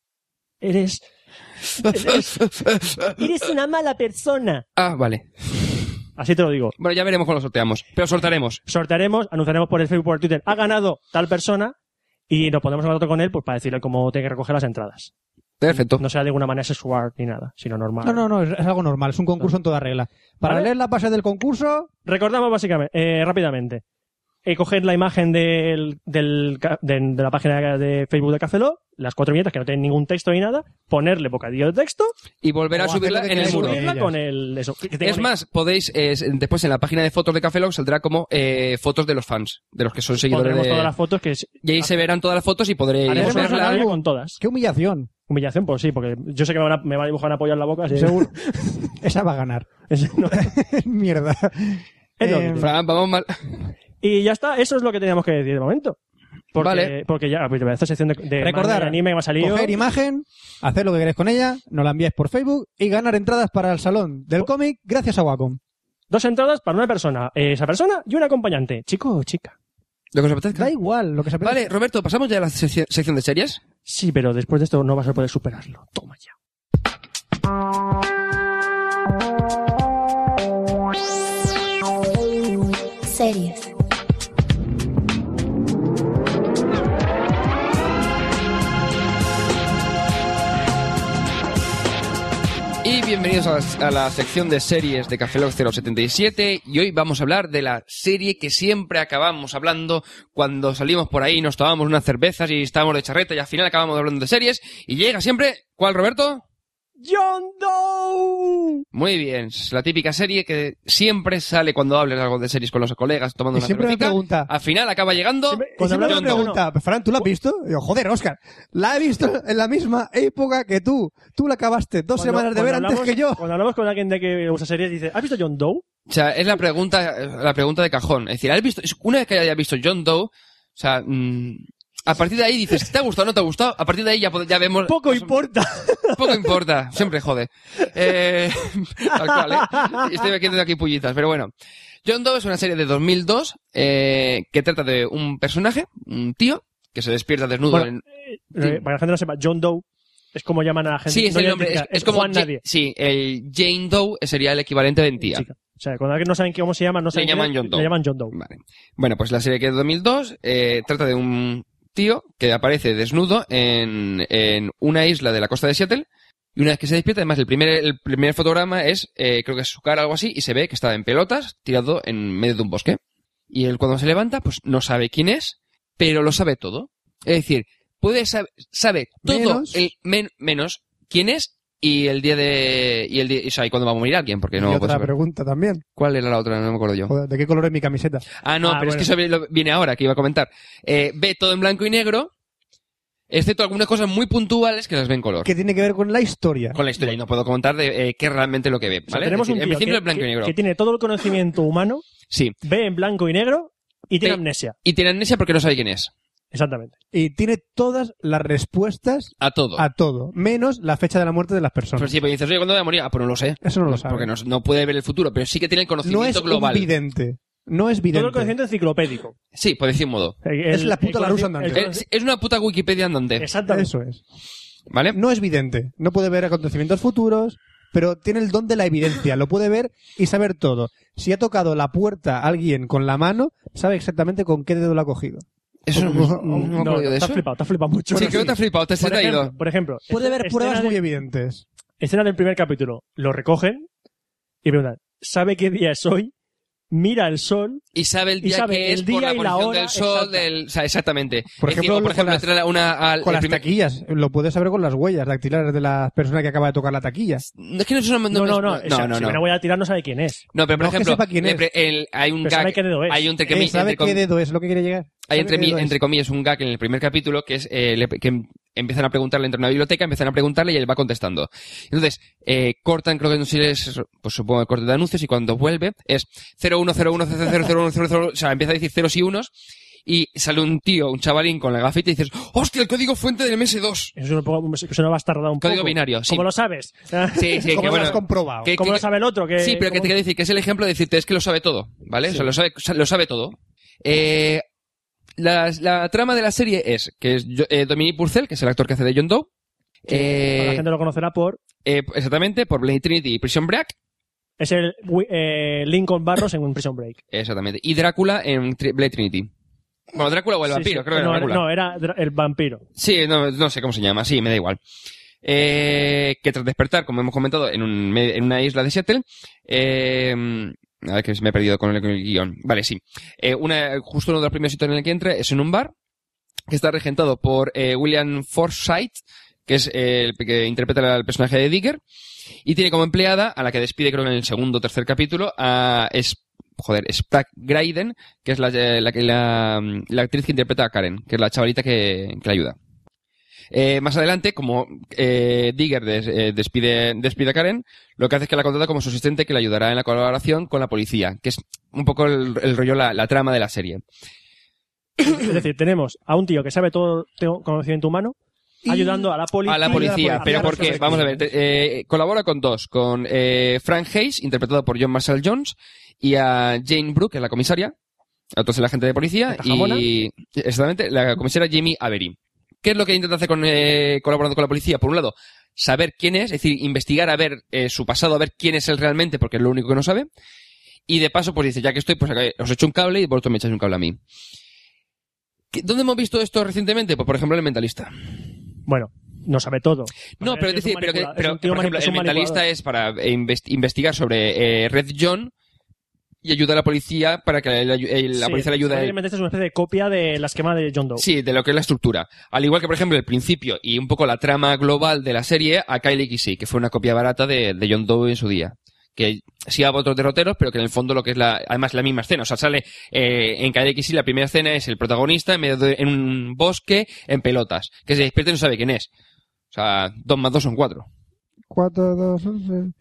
Speaker 1: eres eres, eres una mala persona
Speaker 6: Ah, vale.
Speaker 1: así te lo digo
Speaker 6: Bueno, ya veremos cuando lo sorteamos. Pero sortaremos.
Speaker 1: sortearemos, anunciaremos por el Facebook, por el Twitter, ha ganado tal persona y nos pondremos en contacto con él pues para decirle cómo tiene que recoger las entradas.
Speaker 6: Perfecto.
Speaker 1: No sea de ninguna manera sexual ni nada, sino normal.
Speaker 7: No, no, no, es es algo normal, es un concurso en toda regla. Para
Speaker 1: ¿Vale?
Speaker 7: leer la base del concurso,
Speaker 1: Recordamos básicamente, eh, rápidamente, eh, coger la imagen del, del ca- de, de la página de Facebook de Cafeló, las cuatro viñetas que no tienen ningún texto ni nada, ponerle bocadillo de texto
Speaker 6: Y volver
Speaker 7: O
Speaker 6: a
Speaker 7: hacer
Speaker 6: subirla
Speaker 7: lo que
Speaker 6: en el
Speaker 7: queráis.
Speaker 1: y
Speaker 6: muro.
Speaker 1: subirla
Speaker 7: Ellas.
Speaker 1: con el... Eso, que tenga
Speaker 6: Es
Speaker 1: una-
Speaker 6: más, podéis, eh, después en la página de fotos de Café Lock saldrá como eh, fotos de los fans, de los que Eh, son seguidores
Speaker 1: pondremos
Speaker 6: de...
Speaker 1: todas las fotos que... es-
Speaker 6: Y ahí se verán todas las fotos y podréis
Speaker 1: Haremos una
Speaker 6: verlas.
Speaker 1: galería con todas.
Speaker 7: qué humillación.
Speaker 1: Humillación, pues sí, porque yo sé que me, van a, me va a dibujar una polla en la boca. así-
Speaker 7: Seguro. Esa va a ganar.
Speaker 1: No.
Speaker 7: Mierda.
Speaker 1: Es lo que
Speaker 7: Eh,
Speaker 1: tiene.
Speaker 6: Fran, vamos mal.
Speaker 1: Y ya está, eso es lo que teníamos que decir de momento. Porque,
Speaker 6: Vale.
Speaker 1: porque ya, pues, esta sección de, de
Speaker 7: Recordar,
Speaker 1: manga, de anime que me ha salido.
Speaker 7: Coger imagen, hacer lo que queréis con ella, nos la enviáis por Facebook y ganar entradas para el salón del cómic gracias a Wacom.
Speaker 1: Dos entradas para una persona, eh, esa persona y un acompañante, chico o chica.
Speaker 6: Lo que os apetezca.
Speaker 7: Da igual lo que se
Speaker 6: Vale, Roberto, pasamos ya a la sección sección de series.
Speaker 1: Sí, pero después de esto no vas a poder superarlo. Toma ya.
Speaker 4: Series.
Speaker 6: Y bienvenidos a la, a la sección de series de Café Lock 077 y hoy vamos a hablar de la serie que siempre acabamos hablando cuando salimos por ahí, nos tomamos unas cervezas y estábamos de charreta y al final acabamos hablando de series y llega siempre, ¿cuál Roberto?
Speaker 1: John Doe.
Speaker 6: Muy bien, es la típica serie que siempre sale cuando hablas algo de series con los colegas tomando
Speaker 7: Y
Speaker 6: una
Speaker 7: siempre me
Speaker 6: cervecita.
Speaker 7: pregunta.
Speaker 6: Al final acaba llegando
Speaker 1: Siempre-
Speaker 7: Y siempre me
Speaker 1: hablando-
Speaker 7: pregunta, Fran, ¿tú la has visto? Y yo, joder, Oscar, la he visto en la misma época que tú. Tú la acabaste dos
Speaker 1: Cuando-
Speaker 7: semanas de ver
Speaker 1: cuando
Speaker 7: antes
Speaker 1: hablamos-
Speaker 7: que yo.
Speaker 1: Cuando hablamos con alguien de que usa series, dice, ¿has visto John Doe?
Speaker 6: O sea, es la pregunta, la pregunta de cajón. Es decir, ¿has visto, una vez que hayas visto John Doe, o sea, mm, a partir de ahí dices, ¿te ha gustado o no te ha gustado? A partir de ahí ya, pod- ya vemos.
Speaker 1: Poco importa.
Speaker 6: Poco importa, siempre jode. Eh, tal cual, ¿eh? Estoy metiendo aquí pullitas, pero bueno. John Doe es una serie de 2002 eh, que trata de un personaje, un tío, que se despierta desnudo.
Speaker 1: Bueno,
Speaker 6: en-
Speaker 1: Eh, Para que la gente no sepa, John Doe es como llaman a la gente.
Speaker 6: sí, es
Speaker 1: no
Speaker 6: el nombre. Es,
Speaker 1: identifica,
Speaker 6: es como
Speaker 1: Juan
Speaker 6: Ja-
Speaker 1: Nadie.
Speaker 6: Sí, el Jane Doe sería el equivalente de tía.
Speaker 1: Chica. O sea, cuando alguien no saben cómo se llama, no saben quién
Speaker 6: llaman
Speaker 1: es,
Speaker 6: John Doe.
Speaker 1: Le llaman John Doe.
Speaker 6: Vale. Bueno, pues la serie que es de 2002 eh, trata de un tío que aparece desnudo en, en una isla de la costa de Seattle y una vez que se despierta, además el primer, el primer fotograma es, eh, creo que es su cara algo así, y se ve que está en pelotas tirado en medio de un bosque. Y él cuando se levanta, pues no sabe quién es, pero lo sabe todo. Es decir, puede sab- sabe todo
Speaker 7: Menos-
Speaker 6: el men- menos quién es y el día de y el día, o sea, y cuándo va a morir alguien, porque no
Speaker 7: y
Speaker 6: lo puede
Speaker 7: otra
Speaker 6: saber.
Speaker 7: pregunta también.
Speaker 6: ¿Cuál era la otra? No me acuerdo yo.
Speaker 7: Joder, ¿de qué color es mi camiseta?
Speaker 6: Ah, no,
Speaker 1: Ah, bueno.
Speaker 6: pero es que eso vi- lo- viene ahora, que iba a comentar. Eh, ve todo en blanco y negro, excepto algunas cosas muy puntuales que las ve en color.
Speaker 7: ¿Qué tiene que ver con la historia?
Speaker 6: Con la historia, y no puedo comentar de eh, qué es realmente lo que ve,
Speaker 1: O sea,
Speaker 6: ¿vale?
Speaker 1: tenemos
Speaker 6: Es decir,
Speaker 1: un tío
Speaker 6: en principio
Speaker 1: que,
Speaker 6: es blanco
Speaker 1: que-
Speaker 6: y negro.
Speaker 1: que tiene todo el conocimiento humano,
Speaker 6: Sí.
Speaker 1: ve en blanco y negro y tiene
Speaker 6: Ve-
Speaker 1: amnesia.
Speaker 6: Y tiene amnesia porque no sabe quién es.
Speaker 1: Exactamente.
Speaker 7: Y tiene todas las respuestas
Speaker 6: A todo.
Speaker 1: Ah,
Speaker 7: a todo, menos la fecha de la muerte de las
Speaker 6: Pero
Speaker 7: personas.
Speaker 6: si me dices, oye, ¿cuándo voy a morir? Ah, pues no lo sé.
Speaker 7: Eso no lo sabe.
Speaker 6: Porque no, no puede ver el futuro, pero sí que tiene el
Speaker 7: No
Speaker 6: conocimiento
Speaker 7: es un
Speaker 6: global.
Speaker 7: vidente. No es
Speaker 1: Todo el
Speaker 7: vidente.
Speaker 1: conocimiento enciclopédico.
Speaker 6: Sí, por decir un modo.
Speaker 1: El-
Speaker 7: Es la
Speaker 1: el
Speaker 7: puta la rusa
Speaker 1: conoci-
Speaker 7: andante.
Speaker 1: el conoci-
Speaker 6: Es, es una puta Wikipedia andante,
Speaker 1: Exactamente.
Speaker 7: Eso es.
Speaker 6: ¿vale?
Speaker 7: No es vidente. No puede ver acontecimientos futuros, pero tiene el don de la evidencia. Lo puede ver y saber todo. Si ha tocado la puerta alguien con la mano, sabe exactamente con qué dedo lo ha cogido.
Speaker 6: Eso no, no, me
Speaker 1: Mm, No,
Speaker 6: acuerdo yo de
Speaker 1: te has
Speaker 6: eso.
Speaker 1: flipado, te has flipado mucho.
Speaker 6: Sí,
Speaker 1: Ahora
Speaker 6: creo que te has flipado, te has
Speaker 1: por,
Speaker 6: traído.
Speaker 1: ejemplo, por ejemplo,
Speaker 7: Puede ver
Speaker 6: Este
Speaker 1: escena
Speaker 7: pruebas
Speaker 1: de-
Speaker 7: muy evidentes.
Speaker 1: escena del primer capítulo. Lo recogen y preguntan, ¿sabe qué día es hoy? Mira el sol.
Speaker 6: y sabe el
Speaker 1: Y
Speaker 6: día
Speaker 1: sabe
Speaker 6: que es
Speaker 1: el
Speaker 6: por
Speaker 1: día
Speaker 6: la
Speaker 1: y la
Speaker 6: posición
Speaker 1: hora
Speaker 6: del sol,
Speaker 1: exacta.
Speaker 6: del, o sea, exactamente.
Speaker 7: Por
Speaker 6: Es
Speaker 7: ejemplo,
Speaker 6: decir, por
Speaker 7: con
Speaker 6: ejemplo,
Speaker 7: las-
Speaker 6: entrar a una al-
Speaker 7: Con
Speaker 6: el
Speaker 7: las
Speaker 6: primer-
Speaker 7: taquillas. Lo puede saber con las huellas dactilares de las personas que acaba de tocar la taquilla.
Speaker 6: No, es que no es una-
Speaker 1: No, no, no.
Speaker 6: no,
Speaker 1: o sea,
Speaker 6: no,
Speaker 1: si
Speaker 6: no.
Speaker 1: me la voy a tirar no sabe quién es.
Speaker 6: No, pero por
Speaker 7: No es que
Speaker 6: ejemplo,
Speaker 7: sepa quién
Speaker 6: le
Speaker 7: es.
Speaker 6: pre- el- hay un
Speaker 1: Pero sabe
Speaker 6: gag,
Speaker 1: qué dedo es.
Speaker 6: hay un entre,
Speaker 7: Eh,
Speaker 6: comi-
Speaker 7: ¿Sabe
Speaker 6: entre com-
Speaker 7: qué dedo es lo que quiere llegar?
Speaker 6: hay
Speaker 7: ¿Sabe
Speaker 6: entre,
Speaker 7: qué
Speaker 6: mi-
Speaker 7: dedo es?
Speaker 6: entre comillas un gag en el primer capítulo que es eh, le- que empiezan a preguntarle entre una biblioteca, empiezan a preguntarle y él va contestando. Entonces, eh, cortan, creo que no sé si es, pues supongo el corte de anuncios y cuando vuelve es 0101 o sea, empieza a decir ceros y unos y sale un tío, un chavalín con la gafita y dices, "Hostia, el código fuente del MS2."
Speaker 1: Eso es un poco, eso no va a estar rodado un
Speaker 6: Código
Speaker 1: poco.
Speaker 6: binario, sí.
Speaker 1: Como lo sabes.
Speaker 6: Sí, sí,
Speaker 7: ¿Cómo
Speaker 6: que
Speaker 7: lo has
Speaker 6: bueno.
Speaker 7: comprobado?
Speaker 6: que-
Speaker 1: Como lo sabe el otro. Que,
Speaker 6: Sí, pero que te
Speaker 1: como-
Speaker 6: quiero decir que es el ejemplo de decirte es que lo sabe todo, ¿vale? O sea, lo sabe, lo sabe todo. Eh, la, la trama de la serie es que es yo- eh, Dominique Purcell, que es el actor que hace de John Doe, eh,
Speaker 1: La gente lo conocerá por...
Speaker 6: eh, exactamente, por Blade Trinity y Prison Break,
Speaker 1: Es el Wi- eh, Lincoln Barros en un Prison Break.
Speaker 6: exactamente, y Drácula en Tri- Blade Trinity. Bueno, Drácula o el
Speaker 1: Sí,
Speaker 6: vampiro,
Speaker 1: sí.
Speaker 6: creo que era
Speaker 1: no,
Speaker 6: Drácula.
Speaker 1: no, era dra- el vampiro.
Speaker 6: Sí, no, no sé cómo se llama, sí, me da igual. Eh, que tras despertar, como hemos comentado, en, un, me- en una isla de Seattle, eh, a ver que me he perdido con el, con el guión. Vale, sí. Eh, una, justo uno de los primeros sitios en el que entra es en un bar que está regentado por eh, William Forsythe, que es eh, el que interpreta al personaje de Digger, y tiene como empleada, a la que despide creo en el segundo o tercer capítulo, a... Es, Joder, Sprague Graydon, que es la, eh, la, que- la, la actriz que interpreta a Karen, que es la chavalita que, que la ayuda. Eh, más adelante, como eh, Digger des- eh, despide, despide a Karen, lo que hace es que la contrata como su asistente que le ayudará en la colaboración con la policía, que es un poco el, el rollo, la, la trama de la serie.
Speaker 1: Es decir, tenemos a un tío que sabe todo tengo conocimiento humano
Speaker 7: Y-
Speaker 1: ayudando a la policía.
Speaker 6: A la policía, pero
Speaker 7: por
Speaker 6: porque, vamos a ver, te- eh, colabora con dos, con eh, Frank Hayes, interpretado por John Marshall Jones, y a Jane Brooke, que es la comisaria, entonces la agente de policía,
Speaker 1: La tajamona.
Speaker 6: y exactamente la comisaria Jamie Avery. ¿Qué es lo que intenta hacer con, eh, colaborando con la policía? Por un lado, saber quién es, es decir, investigar a ver eh, su pasado, a ver quién es él realmente, porque es lo único que no sabe. Y de paso, pues dice, ya que estoy, pues eh, os echo un cable y vosotros me echáis un cable a mí. ¿Qué- ¿Dónde hemos visto esto recientemente? Pues, por ejemplo, en el mentalista.
Speaker 1: Bueno, no sabe todo.
Speaker 6: No,
Speaker 1: Vale,
Speaker 6: pero
Speaker 1: es un
Speaker 6: es decir, pero, que-
Speaker 1: manipula-
Speaker 6: pero,
Speaker 1: es un tío
Speaker 6: por ejemplo,
Speaker 1: manip- es
Speaker 6: el
Speaker 1: un
Speaker 6: mentalista
Speaker 1: manipulador.
Speaker 6: es para eh, invest- investigar sobre eh, Red John y ayuda a la policía para que la, la
Speaker 1: Sí,
Speaker 6: policía le ayude a él.
Speaker 1: probablemente esta es una especie de copia de la esquema de John Doe.
Speaker 6: Sí, de lo que es la estructura. Al igual que, por ejemplo, el principio y un poco la trama global de la serie a Kylie Kissy, que fue una copia barata de, de John Doe en su día. Que sí a otros derroteros, pero que en el fondo lo que es la, además la misma escena. O sea, sale eh, en Kylie Kissy la primera escena es el protagonista en, medio de- en un bosque en pelotas, que se despierta y no sabe quién es. O sea, dos más dos son cuatro.
Speaker 7: 4, 2, 11,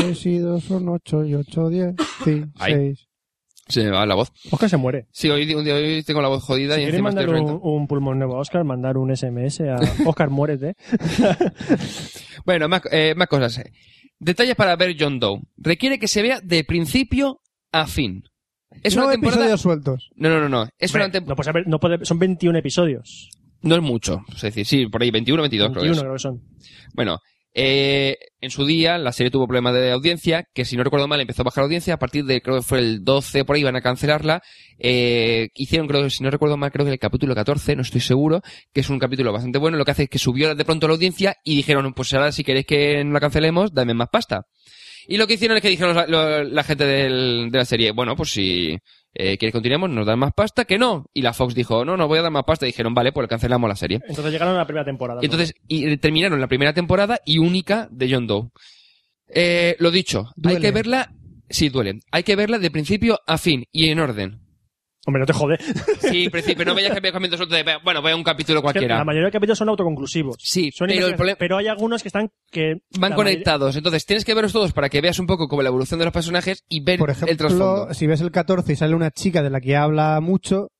Speaker 7: 6 y 2 son 8 y 8, 10, sí,
Speaker 6: Ahí.
Speaker 7: 6.
Speaker 6: Se me va la voz.
Speaker 1: Oscar se muere.
Speaker 6: Sí, hoy, un día- hoy tengo la voz jodida
Speaker 1: Si
Speaker 6: y
Speaker 1: quieres
Speaker 6: encima estoy
Speaker 1: mandar un,
Speaker 6: reventado.
Speaker 1: un pulmón nuevo a Oscar, mandar un SMS a Oscar, muérete.
Speaker 6: Bueno, más, eh, más cosas. Detalles para ver John Doe. Requiere que se vea de principio a fin. Es
Speaker 7: no
Speaker 6: una temporada.
Speaker 7: episodios sueltos.
Speaker 6: No, no, no, no. Es una
Speaker 1: Hombre,
Speaker 6: temporada.
Speaker 1: no, puede haber- no puede- son 21 episodios.
Speaker 6: No es mucho. Es decir, sí, por ahí 21, 22 creo que
Speaker 1: 21
Speaker 6: es.
Speaker 1: creo que son.
Speaker 6: Bueno, eh, en su día la serie tuvo problemas de audiencia, que si no recuerdo mal empezó a bajar la audiencia, a partir de creo que fue el 12 por ahí van a cancelarla. Eh, hicieron, creo, si no recuerdo mal, creo que el capítulo 14, no estoy seguro, que es un capítulo bastante bueno, lo que hace es que subió de pronto la audiencia y dijeron, pues ahora si queréis que no la cancelemos, dame más pasta. Y lo que hicieron es que dijeron la, lo- la gente del- de la serie, bueno, pues si eh, queréis que continuemos, nos dan más pasta, que no. Y la Fox dijo, no, no voy a dar más pasta. Y dijeron, vale, pues cancelamos la serie.
Speaker 1: Entonces llegaron a la primera temporada.
Speaker 6: Y
Speaker 1: ¿no?
Speaker 6: entonces y eh, terminaron la primera temporada y única de John Doe. Eh, lo dicho,
Speaker 7: Duele.
Speaker 6: hay que verla. Sí, duele. Hay que verla de principio a fin y en orden.
Speaker 1: Hombre, no te jode.
Speaker 6: Sí, principio. No vayas que veas cambiando suelto de. Bueno, voy a un capítulo
Speaker 1: La
Speaker 6: cualquiera.
Speaker 1: mayoría de capítulos son autoconclusivos.
Speaker 6: Sí,
Speaker 1: Son
Speaker 6: pero el
Speaker 1: investigaciones,
Speaker 6: problema.
Speaker 1: pero hay algunos que están que
Speaker 6: Van
Speaker 1: la
Speaker 6: conectados. Entonces tienes que verlos todos para que veas un poco como la evolución de los personajes y ver
Speaker 7: Por
Speaker 6: el trasfondo.
Speaker 7: ejemplo, si ves el 14 y sale una chica de la que habla mucho,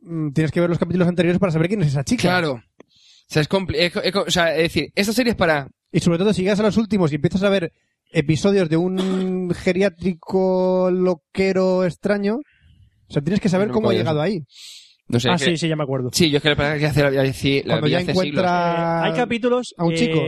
Speaker 7: mm, tienes que ver los capítulos anteriores para saber quién es esa chica.
Speaker 6: Claro. O sea, es, compli- es co- es co- o sea, es decir, esta serie es para
Speaker 7: Y sobre todo si llegas a los últimos y empiezas a ver episodios de un geriátrico loquero extraño, o sea, tienes que saber
Speaker 6: No
Speaker 7: cómo ha
Speaker 6: puedes.
Speaker 7: llegado ahí.
Speaker 6: no sé.
Speaker 1: mayoría- Ah,
Speaker 6: es que-
Speaker 1: sí, sí, ya me acuerdo.
Speaker 6: sí, yo es que la verdad que hace, la- hace- la
Speaker 7: Cuando
Speaker 6: vi
Speaker 7: ya
Speaker 6: hace siglos.
Speaker 1: Eh,
Speaker 7: encuentra...
Speaker 1: hay capítulos
Speaker 7: Ah, a un
Speaker 1: eh,
Speaker 7: chico.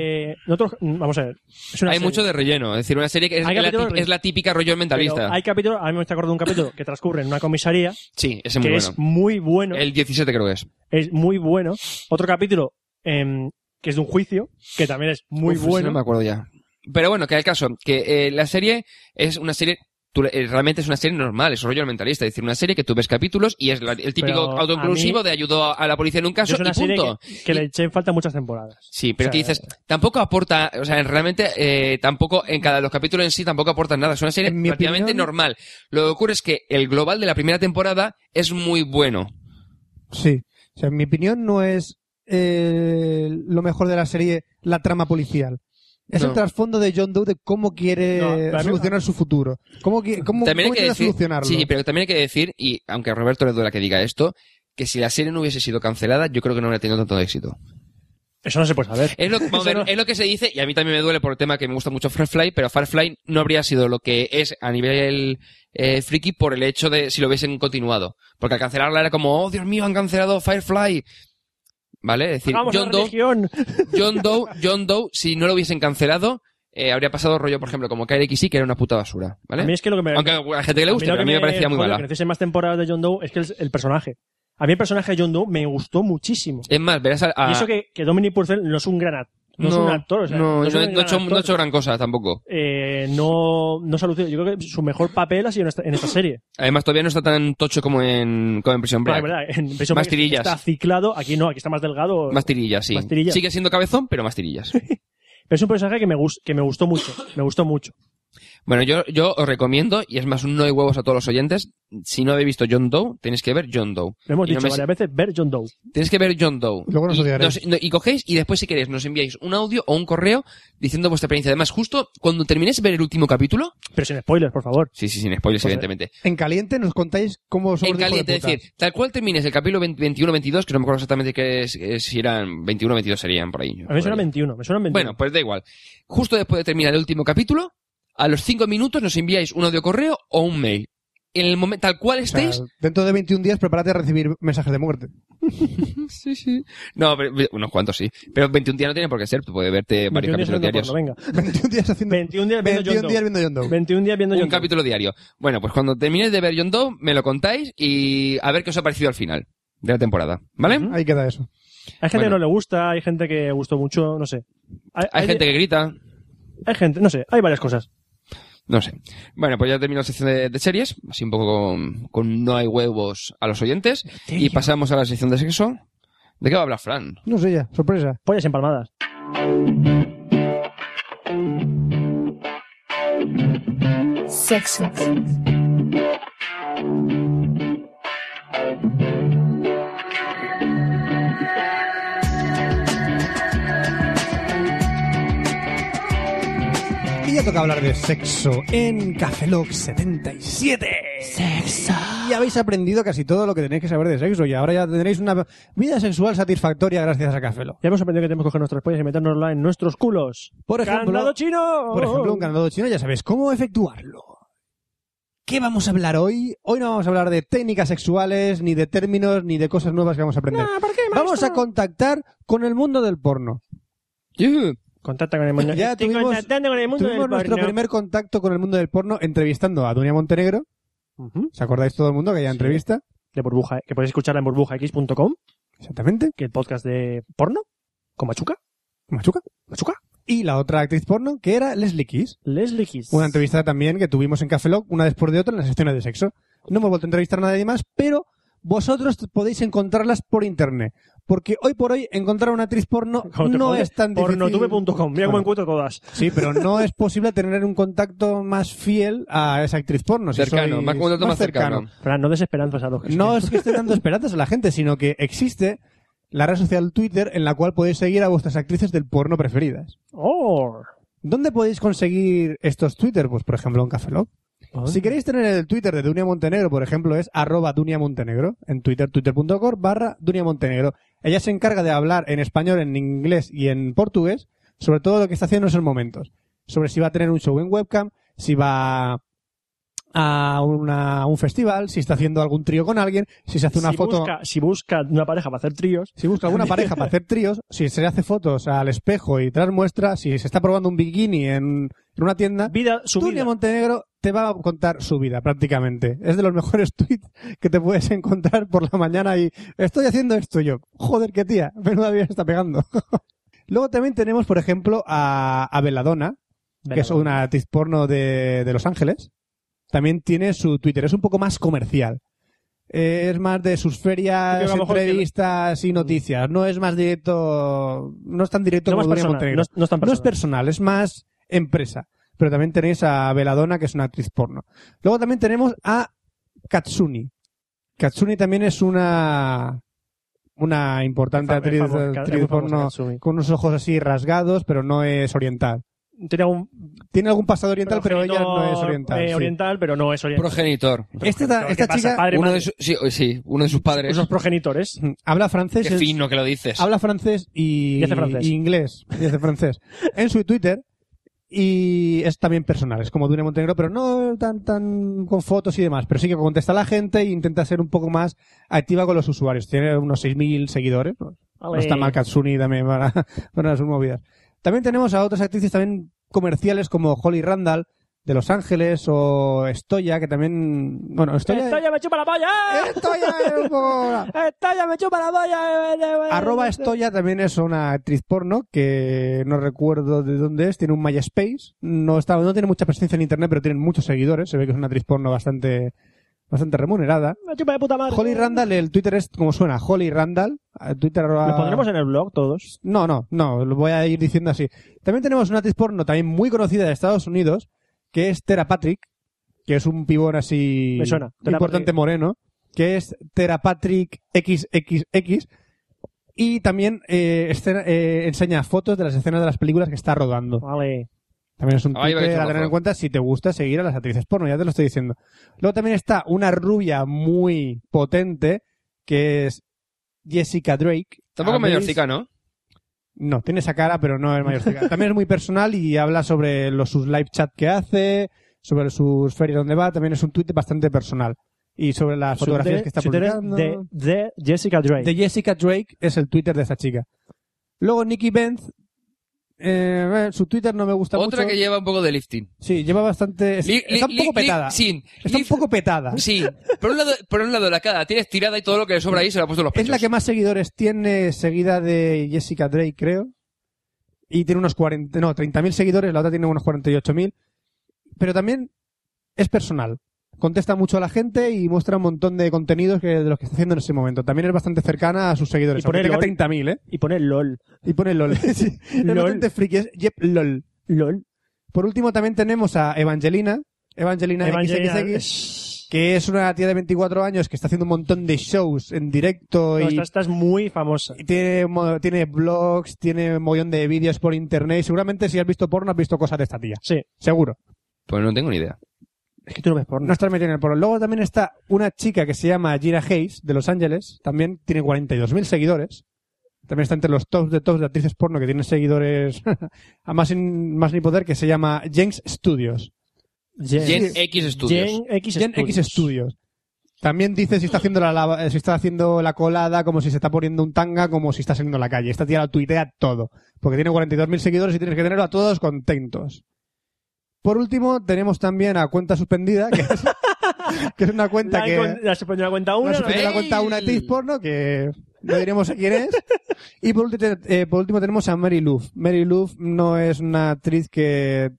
Speaker 1: nosotros- mm, vamos a ver. Es una
Speaker 6: Hay
Speaker 1: serie,
Speaker 6: mucho de relleno. Es decir, una serie que es,
Speaker 1: Hay
Speaker 6: la,
Speaker 1: capítulos
Speaker 6: tip-
Speaker 1: de-
Speaker 6: es la típica rollo
Speaker 1: pero
Speaker 6: mentalista.
Speaker 1: Hay capítulos, a mí me está acordando de un capítulo que transcurre en una comisaría
Speaker 6: Sí, ese
Speaker 1: que
Speaker 6: es
Speaker 1: es muy
Speaker 6: muy bueno.
Speaker 1: bueno,
Speaker 6: El 17 creo que es.
Speaker 1: es muy bueno. Otro capítulo em, que es de un juicio que también es muy
Speaker 6: Uf, ese
Speaker 1: bueno.
Speaker 6: No me acuerdo ya. Pero bueno, que al caso, que eh, la serie es una serie... tú- eh, realmente es una serie normal, es rollo mentalista. Es decir, una serie que tú ves capítulos y es la- el típico
Speaker 1: Pero
Speaker 6: autoinclusivo
Speaker 1: a mí-
Speaker 6: de ayudó a la policía en un
Speaker 1: Yo
Speaker 6: caso
Speaker 1: es una
Speaker 6: y
Speaker 1: serie
Speaker 6: punto.
Speaker 1: que, que le eché en falta muchas temporadas.
Speaker 6: Sí, pero
Speaker 1: O sea,
Speaker 6: que dices, tampoco aporta, o sea, realmente eh, tampoco en cada de los capítulos en sí tampoco aporta nada. Es una serie
Speaker 7: En mi
Speaker 6: prácticamente
Speaker 7: opinión-
Speaker 6: normal. Lo que ocurre es que el global de la primera temporada es muy bueno.
Speaker 7: Sí. O sea, en mi opinión no es eh, lo mejor de la serie la trama policial. Es
Speaker 6: No.
Speaker 7: el trasfondo de John Doe de cómo
Speaker 1: No,
Speaker 7: quiere
Speaker 1: para mí-
Speaker 7: solucionar su futuro. ¿Cómo, qui- cómo,
Speaker 6: también
Speaker 7: cómo
Speaker 6: hay que
Speaker 7: quiere
Speaker 6: decir,
Speaker 7: solucionarlo?
Speaker 6: Sí, pero también hay que decir, y aunque a Roberto le duela que diga esto, que si la serie no hubiese sido cancelada, yo creo que no hubiera tenido tanto éxito.
Speaker 1: Eso no se puede saber.
Speaker 6: Es lo, vamos a ver,
Speaker 1: Eso no-
Speaker 6: es lo que se dice, y a mí también me duele por el tema que me gusta mucho Firefly, pero Firefly no habría sido lo que es a nivel eh, friki por el hecho de si lo hubiesen continuado. Porque al cancelarla era como, oh Dios mío, han cancelado Firefly. ¿Vale? Es decir,
Speaker 1: Vamos a
Speaker 6: John
Speaker 1: la
Speaker 6: Doe,
Speaker 1: religión.
Speaker 6: John Doe, John Doe, si no lo hubiesen cancelado, eh, habría pasado rollo, por ejemplo, como KLXI, que era una puta basura.
Speaker 1: A mí
Speaker 6: ¿Vale?
Speaker 1: es que lo que me,
Speaker 6: Aunque a la gente que le
Speaker 1: a
Speaker 6: guste,
Speaker 1: lo
Speaker 6: pero a mí me parecía muy
Speaker 1: jode
Speaker 6: mala.
Speaker 1: Que necesiten más temporadas de John Doe es que el, el personaje. A mí el personaje de John Doe me gustó muchísimo.
Speaker 6: Es más, verás a... a-
Speaker 1: Y eso que, que Dominic Purcell no es un gran actor. No, es un actor, o sea,
Speaker 6: Ah.
Speaker 1: es
Speaker 6: no, no-
Speaker 1: un
Speaker 6: no
Speaker 1: gran
Speaker 6: ha hecho,
Speaker 1: actor.
Speaker 6: no ha hecho gran cosa tampoco.
Speaker 1: Eh, no, no se ha lucido. Yo creo que su mejor papel ha sido en esta, en esta serie.
Speaker 6: Además, todavía no está tan tocho como en, como en Prison
Speaker 1: Vale,
Speaker 6: Break.
Speaker 1: verdad, en Prison
Speaker 6: Más
Speaker 1: Break
Speaker 6: tirillas.
Speaker 1: Está ciclado. Aquí no, aquí está más delgado.
Speaker 6: Más tirillas, sí.
Speaker 1: Más tirillas.
Speaker 6: Sigue siendo cabezón, pero más tirillas.
Speaker 1: Pero es un personaje que me, gus- que me gustó mucho. Me gustó mucho.
Speaker 6: bueno, yo, yo os recomiendo, y es más, un no hay huevos a todos los oyentes. Si no habéis visto John Doe, tenéis que ver John Doe.
Speaker 1: Lo hemos
Speaker 6: Y no
Speaker 1: dicho
Speaker 6: me-
Speaker 1: varias veces, ver John Doe.
Speaker 6: Tenéis que ver John Doe.
Speaker 7: Luego nos
Speaker 6: y,
Speaker 7: odiaréis.
Speaker 6: no- y cogéis, y después, si queréis, nos enviáis un audio o un correo diciendo vuestra experiencia. Además, justo cuando terminéis de ver el último capítulo,
Speaker 1: Pero sin spoilers, por favor.
Speaker 6: sí, sí, sin spoilers,
Speaker 1: Pues, eh,
Speaker 6: evidentemente.
Speaker 7: En caliente nos contáis cómo somos
Speaker 6: En
Speaker 7: de hijo
Speaker 6: caliente,
Speaker 7: de
Speaker 6: es
Speaker 7: putas.
Speaker 6: decir, tal cual termines el capítulo 21-22, que no me acuerdo exactamente qué es, eh, si eran 21 22 serían por ahí.
Speaker 1: A mí me
Speaker 6: Por
Speaker 1: suena
Speaker 6: ahí.
Speaker 1: 21. Me suena 21.
Speaker 6: Bueno, pues da igual. Justo después de terminar el último capítulo, a los cinco minutos nos enviáis un audio correo o un mail. en el momento, tal cual
Speaker 7: O sea,
Speaker 6: estés,
Speaker 7: dentro de 21 días prepárate a recibir mensajes de muerte.
Speaker 6: Sí, sí. No, pero, pero unos cuantos sí. Pero 21 días no tiene por qué ser. Tú puedes verte varios
Speaker 1: 21 días
Speaker 6: pues, capítulos
Speaker 1: viendo
Speaker 6: diarios.
Speaker 1: porno, venga.
Speaker 7: 21 días haciendo...
Speaker 1: 21 días viendo
Speaker 7: 21
Speaker 1: John Doe.
Speaker 7: días viendo John Doe.
Speaker 1: 21 días viendo
Speaker 6: Un
Speaker 1: John Doe.
Speaker 6: capítulo diario. Bueno, pues cuando terminéis de ver John Doe, me lo contáis y a ver qué os ha parecido al final de la temporada. ¿Vale?
Speaker 7: Ahí queda eso.
Speaker 1: Hay gente que
Speaker 6: Bueno.
Speaker 1: no le gusta, hay gente que gustó mucho, no sé. Hay,
Speaker 6: Hay
Speaker 1: hay-
Speaker 6: gente que grita.
Speaker 1: hay gente, no sé, hay varias cosas.
Speaker 6: No sé. Bueno, pues ya termino la sección de, de series. Así un poco con, con no hay huevos a los oyentes. Y pasamos a la sección de sexo. ¿De qué va a hablar Fran?
Speaker 7: No sé ya, sorpresa.
Speaker 1: Pollas empalmadas.
Speaker 4: Sexo.
Speaker 7: Y ya toca hablar de sexo en Cafelog 77. Sexo. Y habéis aprendido casi todo lo que tenéis que saber de sexo y ahora ya tendréis una vida sexual satisfactoria gracias a Cafelog.
Speaker 1: Ya hemos aprendido que tenemos que coger nuestras pollas y metérnoslas en nuestros culos.
Speaker 7: Por ejemplo-
Speaker 1: ¡Candado chino!
Speaker 7: Por ejemplo, un candado chino, ya sabéis cómo efectuarlo. ¿Qué vamos a hablar hoy? Hoy no vamos a hablar de técnicas sexuales, ni de términos, ni de cosas nuevas que vamos a aprender. vamos a contactar con el mundo del porno.
Speaker 6: Yeah.
Speaker 1: Contacta con el mundo.
Speaker 7: Ya
Speaker 1: Estoy
Speaker 7: tuvimos-
Speaker 1: contactando con el mundo
Speaker 7: Tuvimos
Speaker 1: del
Speaker 7: nuestro
Speaker 1: porno.
Speaker 7: primer contacto con el mundo del porno entrevistando a Dunia Montenegro.
Speaker 1: Ujú.
Speaker 7: ¿Os acordáis todo el mundo que hay entrevista?
Speaker 1: De burbuja, eh, que podéis escucharla en burbujax.com,
Speaker 7: Exactamente.
Speaker 1: que es el podcast de porno, con Machuca,
Speaker 7: Machuca.
Speaker 1: Machuca,
Speaker 7: Y la otra actriz porno, que era Leslie Kiss.
Speaker 1: Leslie Kiss.
Speaker 7: Una entrevista también que tuvimos en Café Lock, una después de otra, en las secciones de sexo. No hemos vuelto a entrevistar a nadie más, pero vosotros podéis encontrarlas por internet. Porque hoy por hoy encontrar una actriz porno
Speaker 1: Como te
Speaker 7: no
Speaker 1: jode,
Speaker 7: es tan difícil.
Speaker 1: Pornotube.com, mira cómo
Speaker 7: Bueno,
Speaker 1: encuentro todas.
Speaker 7: Sí, pero no es posible tener un contacto más fiel a esa actriz porno. si
Speaker 6: Cercano,
Speaker 7: sois
Speaker 6: más contacto más cercano.
Speaker 1: Fran, no desesperanzas a los que
Speaker 7: No es que esté dando esperanzas a la gente, sino que existe la red social Twitter en la cual podéis seguir a vuestras actrices del porno preferidas.
Speaker 1: Oh.
Speaker 7: ¿Dónde podéis conseguir estos Twitter? Pues, por ejemplo, en Café Lock. Si queréis tener el Twitter de Dunia Montenegro, por ejemplo, es arroba Dunia Montenegro. En Twitter, twitter.com barra Dunia Montenegro. Ella se encarga de hablar en español, en inglés y en portugués sobre todo lo que está haciendo en esos momentos. Sobre si va a tener un show en webcam, si va a, una- a un festival, si está haciendo algún trío con alguien, si se hace una
Speaker 1: si
Speaker 7: foto...
Speaker 1: Busca, si busca una pareja para hacer tríos,
Speaker 7: Si busca alguna pareja para hacer tríos, si se le hace fotos al espejo y tras muestras, si se está probando un bikini en, en una tienda,
Speaker 1: vida, su
Speaker 7: Tulia
Speaker 1: vida.
Speaker 7: Montenegro te va a contar su vida prácticamente. Es de los mejores tweets que te puedes encontrar por la mañana y estoy haciendo esto y yo. Joder, qué tía, menuda vida está pegando. Luego también tenemos, por ejemplo, a, a Belladonna, que es una actriz porno de, de Los Ángeles. También tiene su Twitter, es un poco más comercial. Eh, es más de
Speaker 1: Yo creo
Speaker 7: sus
Speaker 1: que
Speaker 7: ferias,
Speaker 1: a lo mejor
Speaker 7: entrevistas y noticias. No es más directo, no es tan directo
Speaker 1: no más
Speaker 7: como Nuria
Speaker 1: personal,
Speaker 7: Montenegro.
Speaker 1: no, es- no es tan
Speaker 7: No es
Speaker 1: personal.
Speaker 7: personal, es más empresa. Pero también tenéis a Veladona, que es una actriz porno. Luego también tenemos a Katsuni. Katsuni también es una, una importante
Speaker 1: Fa-
Speaker 7: actriz,
Speaker 1: es famosa, es
Speaker 7: actriz
Speaker 1: muy famosa
Speaker 7: porno
Speaker 1: Katsumi.
Speaker 7: con unos ojos así rasgados, pero no es oriental.
Speaker 1: Tiene un
Speaker 7: Tiene algún pasado oriental, pero, ella no es
Speaker 1: progenitor,
Speaker 7: oriental.
Speaker 1: eh,
Speaker 7: sí.
Speaker 1: oriental, pero no es oriental.
Speaker 6: Progenitor.
Speaker 7: Esta, esta
Speaker 1: ¿Qué pasa,
Speaker 7: chica
Speaker 1: padre,
Speaker 6: Uno
Speaker 1: madre?
Speaker 6: de sus, sí, sí, uno de sus padres.
Speaker 1: Esos progenitores.
Speaker 7: habla francés.
Speaker 6: Qué
Speaker 7: es-
Speaker 6: fino que lo dices.
Speaker 7: Habla francés y,
Speaker 1: Y hace francés.
Speaker 7: y inglés. Y hace francés. en su Twitter. Y es también personal, es como Dune Montenegro, pero no tan, tan con fotos y demás. Pero sí que contesta a la gente e intenta ser un poco más activa con los usuarios. Tiene unos 6.000 seguidores. No, No
Speaker 1: Ale.
Speaker 7: está mal Katsuni también para, para sus movidas. También tenemos a otras actrices también comerciales como Holly Randall de Los Ángeles o Estoya, que también... Bueno, Estoya...
Speaker 1: ¡Estoya me chupa la polla!
Speaker 7: Estoya es un poco-
Speaker 1: ¡Estoya me chupa la polla!
Speaker 7: Arroba Estoya también es una actriz porno que no recuerdo de dónde es, tiene un MySpace, no, está, no tiene mucha presencia en internet, pero tiene muchos seguidores, se ve que es una actriz porno bastante, bastante remunerada.
Speaker 1: ¡Me chupa de puta madre!
Speaker 7: Holly Randall, el Twitter es como suena, Holly Randall, eh, Twitter arroba-
Speaker 1: Lo pondremos en el blog todos.
Speaker 7: No, no, no, lo voy a ir diciendo así. También tenemos una actriz porno también muy conocida de Estados Unidos, que es Tera Patrick, que es un pibón así
Speaker 1: Me suena, Tera
Speaker 7: importante
Speaker 1: Patrick.
Speaker 7: moreno, que es Tera Patrick XXX. Y también eh, escena- eh, enseña fotos de las escenas de las películas que está rodando.
Speaker 1: Vale.
Speaker 7: También es un
Speaker 6: Ah, Ahí va que
Speaker 7: Twitter a
Speaker 6: chulo,
Speaker 7: tener en
Speaker 6: ojo.
Speaker 7: cuenta si te gusta seguir a las actrices porno, ya te lo estoy diciendo. Luego también está una rubia muy potente, que es Jessica Drake. Ah,
Speaker 6: Tampoco
Speaker 7: Habéis-
Speaker 6: mayorcica, ¿no?
Speaker 7: no, tiene esa cara, pero no es mayor. También es muy personal y habla sobre los, sus live chat que hace, sobre sus ferias donde va, también es un tuit bastante personal. Y sobre las
Speaker 1: Su
Speaker 7: fotografías
Speaker 1: Twitter-
Speaker 7: que está
Speaker 1: su Twitter es
Speaker 7: publicando.
Speaker 1: de, de Jessica Drake.
Speaker 7: De Jessica Drake es el Twitter de esa chica. Luego Nicky Benz, eh, eh, su Twitter no me gusta
Speaker 6: Otra
Speaker 7: mucho.
Speaker 6: que lleva un poco de lifting.
Speaker 7: Sí, lleva bastante... es-
Speaker 6: Li-
Speaker 7: está
Speaker 6: li-
Speaker 7: un poco
Speaker 6: li- li-
Speaker 7: petada.
Speaker 6: sin.
Speaker 7: Está un
Speaker 6: Lift-
Speaker 7: poco petada.
Speaker 6: Sí, por un lado, por un lado la cara tiene estirada y todo lo que le sobra ahí se lo ha puesto en los pechos.
Speaker 7: Es la que más seguidores tiene, seguida de Jessica Drake, creo. Y tiene unos 40, no, 30.000 seguidores, la otra tiene unos 48.000. Pero también es personal. Contesta mucho a la gente y muestra un montón de contenidos que, de los que está haciendo en ese momento. También es bastante cercana a sus seguidores.
Speaker 1: Y pone
Speaker 7: aunque
Speaker 1: LOL.
Speaker 7: tenga 30.000, ¿eh?
Speaker 1: Y pone LOL.
Speaker 7: Y pone LOL. Sí, Es
Speaker 1: LOL.
Speaker 7: bastante friki, es Jep LOL.
Speaker 1: LOL.
Speaker 7: Por último, también tenemos a Evangelina. Evangelina,
Speaker 1: Evangelina-
Speaker 7: XXX, que es una tía de 24 años que está haciendo un montón de shows en directo
Speaker 1: No,
Speaker 7: y
Speaker 1: esta, esta es muy famosa.
Speaker 7: y tiene, mo- tiene blogs, tiene un montón de vídeos por internet. y Seguramente si has visto porno, has visto cosas de esta tía.
Speaker 1: Sí.
Speaker 7: Seguro.
Speaker 6: Pues no tengo ni idea.
Speaker 1: Es que tú no ves porno.
Speaker 7: No estás metido en el porno. Luego también está una chica que se llama Gira Hayes, de Los Ángeles. También tiene 42.000 seguidores. También está entre los tops de tops de actrices porno que tienen seguidores a más, sin- más ni poder, que se llama Jenks Studios.
Speaker 6: Gen X Studios.
Speaker 1: Gen X
Speaker 7: Gen
Speaker 1: Studios.
Speaker 7: X Studios. También dice si está haciendo la, lava- eh, si está haciendo la colada, como si se está poniendo un tanga, como si está saliendo a la calle. Esta tía la tuitea todo. Porque tiene 42.000 seguidores y tienes que tenerlo a todos contentos. Por último, tenemos también a Cuenta Suspendida, que es, que es una cuenta
Speaker 1: La,
Speaker 7: que...
Speaker 1: con- la suspendió la cuenta
Speaker 7: Una
Speaker 1: una.
Speaker 7: suspendió la
Speaker 6: ¡Ey!
Speaker 7: cuenta a una actriz porno, que no diremos a quién es. Y por último, eh, por último tenemos a Mary Lou. Mary Lou no es una actriz que...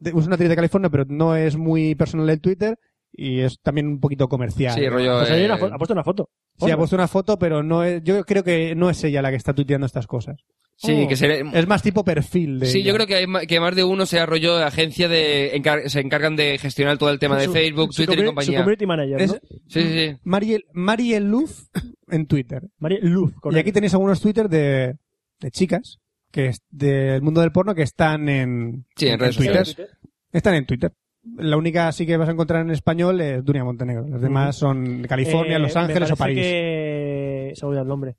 Speaker 7: de- Es una actriz de California, pero no es muy personal en Twitter y es también un poquito comercial.
Speaker 6: Sí, rollo.
Speaker 1: Pues ahí hay
Speaker 6: eh,
Speaker 1: una fo- ha puesto una foto.
Speaker 7: Sí, ha puesto una foto, pero no es, yo creo que no es ella la que está tuiteando estas cosas.
Speaker 6: sí,
Speaker 1: Oh.
Speaker 6: que se,
Speaker 7: Es más tipo perfil de
Speaker 6: Sí,
Speaker 7: ella.
Speaker 6: yo creo que, hay, ma- que más de uno sea rollo de agencia de encar- se encargan de gestionar todo el tema de
Speaker 1: Su-
Speaker 6: Facebook,
Speaker 1: su
Speaker 6: Twitter y
Speaker 1: commu- Su
Speaker 6: compañía.
Speaker 1: community manager,
Speaker 7: Es
Speaker 1: ¿no?
Speaker 6: Sí, sí, sí.
Speaker 7: Mariel, Mariel Luz en Twitter.
Speaker 1: María Luz. con
Speaker 7: y
Speaker 1: él.
Speaker 7: aquí tenéis algunos Twitter de, de chicas que es del mundo del porno que están en,
Speaker 6: Sí, en redes
Speaker 7: Twitter.
Speaker 6: sociales.
Speaker 7: Están en Twitter. La única sí que vas a encontrar en español es Dunia Montenegro. Las demás son de California,
Speaker 1: Eh,
Speaker 7: Los
Speaker 1: me
Speaker 7: Ángeles
Speaker 1: parece
Speaker 7: o París.
Speaker 1: Que... Se me olvida el nombre. ¿A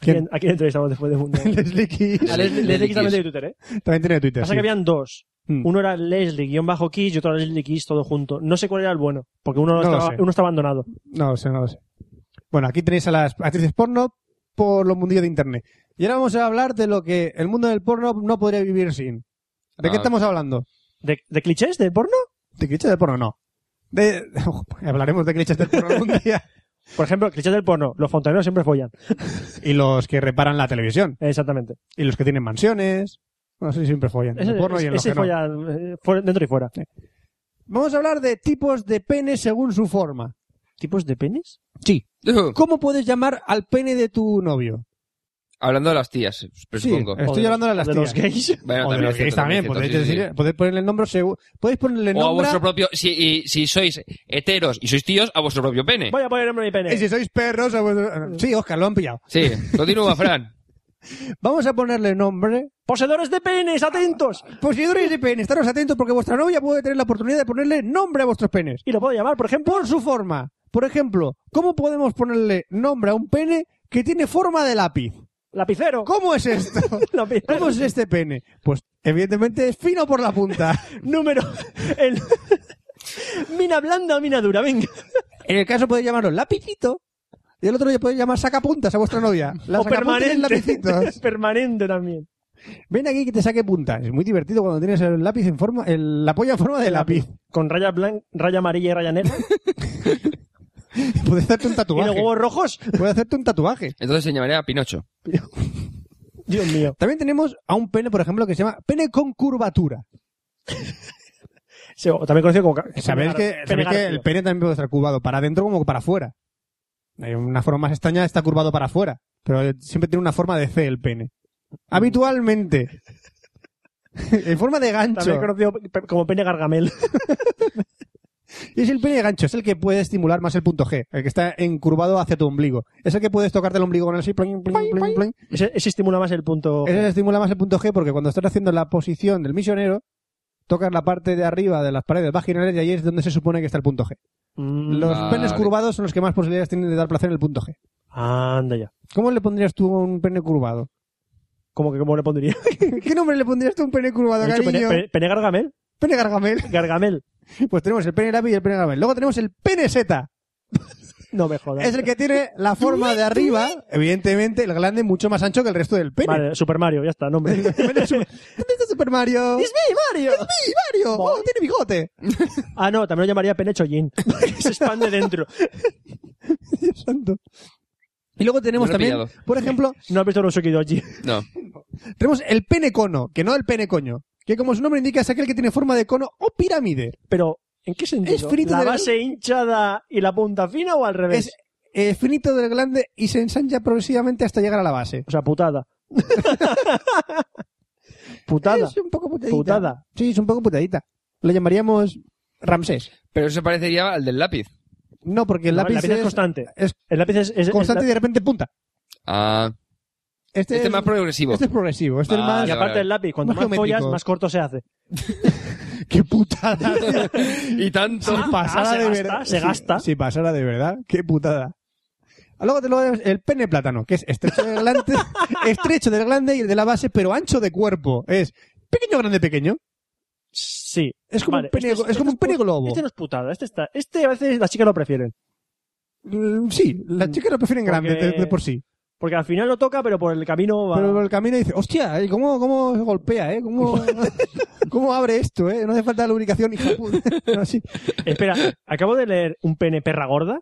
Speaker 7: ¿Quién?
Speaker 1: quién, a quién entrevistamos después de Mundo?
Speaker 7: Leslie Keys
Speaker 1: A Leslie
Speaker 6: Leslie
Speaker 1: Leslie Keys también
Speaker 6: Keys.
Speaker 1: tiene Twitter, ¿eh?
Speaker 7: también tiene Twitter.
Speaker 1: Pasa
Speaker 7: sí.
Speaker 1: que habían dos.
Speaker 7: Mm.
Speaker 1: Uno era Leslie-Keys y otro era Leslie Keys todo junto. No sé cuál era el bueno, porque uno,
Speaker 7: No lo
Speaker 1: estaba,
Speaker 7: sé.
Speaker 1: uno está abandonado.
Speaker 7: No lo sé, no lo sé. Bueno, aquí tenéis a las actrices porno por los mundillos de internet. Y ahora vamos a hablar de lo que el mundo del porno no podría vivir sin. ¿De
Speaker 6: Ah.
Speaker 7: qué estamos hablando?
Speaker 1: ¿De, de clichés de porno?
Speaker 7: ¿De clichés del porno? No. De... Hablaremos de clichés del porno algún día.
Speaker 1: Por ejemplo, clichés del porno. Los fontaneros siempre follan.
Speaker 7: Y los que reparan la televisión.
Speaker 1: Exactamente.
Speaker 7: Y los que tienen mansiones. Bueno, sí, siempre follan. En
Speaker 1: Ese,
Speaker 7: el porno y en los
Speaker 1: ese
Speaker 7: que no.
Speaker 1: folla eh, fuera- dentro y fuera.
Speaker 7: Vamos a hablar de tipos de pene según su forma.
Speaker 1: ¿Tipos de penes?
Speaker 6: Uh,
Speaker 7: ¿Cómo puedes llamar al pene de tu novio?
Speaker 6: Hablando de las tías, presupongo.
Speaker 7: Estoy hablando de las
Speaker 1: de los
Speaker 7: tías.
Speaker 1: gays.
Speaker 6: Pues Bueno,
Speaker 7: o de los
Speaker 6: es
Speaker 7: gays
Speaker 6: cierto,
Speaker 7: Eh, también.
Speaker 6: es cierto,
Speaker 7: Podéis,
Speaker 6: sí, sí,
Speaker 7: decir- podéis ponerle el nombre según... Podéis ponerle
Speaker 6: sí.
Speaker 7: nombre...
Speaker 6: O a vuestro propio. Si, y, si sois heteros y sois tíos, a vuestro propio Eh. pene.
Speaker 1: Voy a poner el nombre de mi pene.
Speaker 7: Y si sois perros... a vuestro- Sí, Oscar, lo han pillado.
Speaker 6: Sí, continúa, Fran.
Speaker 7: Vamos a ponerle nombre...
Speaker 1: Poseedores de penes, atentos.
Speaker 7: Poseedores de pene, estaros atentos porque vuestra novia puede tener la oportunidad de ponerle nombre a vuestros penes.
Speaker 1: Y lo puedo llamar, por ejemplo,
Speaker 7: Por su forma. Por ejemplo, ¿cómo podemos ponerle nombre a un pene que tiene forma de lápiz?
Speaker 1: lapicero.
Speaker 7: ¿Cómo es esto?
Speaker 1: Lapicero.
Speaker 7: ¿Cómo es este pene? Pues evidentemente es fino por la punta.
Speaker 1: Número. el- mina blanda o mina dura, venga.
Speaker 7: En el caso podéis llamarlo lapicito. Y el otro día podéis llamar sacapuntas a vuestra novia. Las
Speaker 1: o
Speaker 7: sacapuntas en
Speaker 1: permanente.
Speaker 7: lapicitos.
Speaker 1: permanente también.
Speaker 7: Ven aquí que te saque punta. Es muy divertido cuando tienes el lápiz en forma, el, la polla en forma de lápiz.
Speaker 1: Con raya blanca, raya amarilla y raya negra.
Speaker 7: Puedes hacerte un
Speaker 1: y los
Speaker 7: tatuaje.
Speaker 1: huevos rojos.
Speaker 7: Puedes hacerte un tatuaje.
Speaker 6: Entonces se llamaría Pinocho.
Speaker 1: Dios mío.
Speaker 7: También tenemos a un pene, por ejemplo, que se llama pene con curvatura.
Speaker 1: Sí, o también conocido como. ca-
Speaker 7: Eh, Sabéis que,
Speaker 1: pene
Speaker 7: sabéis que
Speaker 1: garfio.
Speaker 7: el pene también puede estar curvado para adentro como para afuera. Hay una forma más extraña, está curvado para afuera. Pero siempre tiene una forma de C el pene. Habitualmente. en forma de gancho.
Speaker 1: También conocido pe- como pene gargamel.
Speaker 7: Y es el pene de gancho, es el que puede estimular más el punto G, el que está encurvado hacia tu ombligo. Es el que puedes tocarte el ombligo con el así, plin, plin, plin, plin.
Speaker 1: Ese, ese estimula más el punto.
Speaker 7: Ese le estimula más el punto G porque cuando estás haciendo la posición del misionero, tocas la parte de arriba de las paredes vaginales y ahí es donde se supone que está el punto G.
Speaker 1: Mm,
Speaker 7: Los
Speaker 6: Vale.
Speaker 7: penes curvados son los que más posibilidades tienen de dar placer en el punto G.
Speaker 1: Anda ya.
Speaker 7: ¿Cómo le pondrías tú a un pene curvado?
Speaker 1: ¿Cómo que cómo le pondría?
Speaker 7: ¿Qué nombre le pondrías tú a un pene curvado,
Speaker 1: He dicho pene,
Speaker 7: cariño?
Speaker 1: pene- pene gargamel.
Speaker 7: Pene gargamel.
Speaker 1: Gargamel.
Speaker 7: Pues tenemos el pene lápiz y el pene grabel. Luego tenemos el pene Z.
Speaker 1: No me jodas.
Speaker 7: Es el que tiene la forma de arriba, evidentemente, el glande mucho más ancho que el resto del pene.
Speaker 1: Vale, Super Mario, ya está, nombre.
Speaker 7: ¿Dónde está Super Mario? ¡Es mi Mario! ¡Es mi Mario! ¡Oh, tiene bigote!
Speaker 1: Ah, no, también lo llamaría pene chollín. Se expande dentro.
Speaker 7: Dios santo. Y luego tenemos
Speaker 6: No lo he
Speaker 7: también,
Speaker 6: pillado.
Speaker 7: por ejemplo,
Speaker 1: No has visto Rosuki Doji.
Speaker 6: No.
Speaker 7: tenemos el pene cono, que no el pene coño. Que como su nombre indica, es aquel que tiene forma de cono o pirámide.
Speaker 1: Pero, ¿en qué sentido?
Speaker 7: Es frito
Speaker 1: ¿La
Speaker 7: de-
Speaker 1: base hinchada y la punta fina o al revés?
Speaker 7: Es eh, finito del glande y se ensancha progresivamente hasta llegar a la base.
Speaker 1: O sea, putada. putada.
Speaker 7: Es un poco putadita.
Speaker 1: Putada.
Speaker 7: Sí, es un poco putadita. Lo llamaríamos Ramsés.
Speaker 6: Pero eso parecería al del lápiz.
Speaker 7: No, porque el
Speaker 1: No,
Speaker 7: lápiz,
Speaker 1: es constante.
Speaker 7: es
Speaker 1: El lápiz es, es-
Speaker 7: constante y
Speaker 1: es
Speaker 7: de repente punta.
Speaker 6: Ah.
Speaker 7: Este,
Speaker 6: Este
Speaker 7: es
Speaker 6: es más progresivo.
Speaker 7: Este es progresivo. Este
Speaker 6: Vale,
Speaker 1: la- y
Speaker 7: es más...
Speaker 6: vale.
Speaker 1: aparte el lápiz, cuanto
Speaker 7: Más
Speaker 1: más follas,
Speaker 7: geométrico.
Speaker 1: más corto se hace.
Speaker 7: ¡Qué putada!
Speaker 6: y tanto.
Speaker 7: si pasara
Speaker 1: se
Speaker 7: de
Speaker 1: gasta,
Speaker 7: verdad...
Speaker 1: se
Speaker 7: si-
Speaker 1: gasta.
Speaker 7: Si, pasara de verdad, qué putada. Ah, Luego te lo tenemos el pene plátano, que es estrecho del glande, estrecho del glande y el de la base, pero ancho de cuerpo. Es pequeño, grande, pequeño.
Speaker 1: Sí.
Speaker 7: Es como
Speaker 1: Vale,
Speaker 7: un pene,
Speaker 1: este
Speaker 7: es como un
Speaker 1: este
Speaker 7: pene
Speaker 1: pu-
Speaker 7: globo.
Speaker 1: Este no es putada, este está. Este a veces las chicas lo prefieren.
Speaker 7: Mm, Sí, las chicas lo prefieren
Speaker 1: Porque-
Speaker 7: grande de, de por sí.
Speaker 1: Porque al final lo toca, pero por el camino va.
Speaker 7: Pero por el camino dice, hostia, ¿eh? ¿cómo, cómo se golpea, eh? ¿Cómo, ¿Cómo abre esto, eh? No hace falta lubricación, hija puta. No, sí.
Speaker 1: Espera, acabo de leer un pene perra gorda.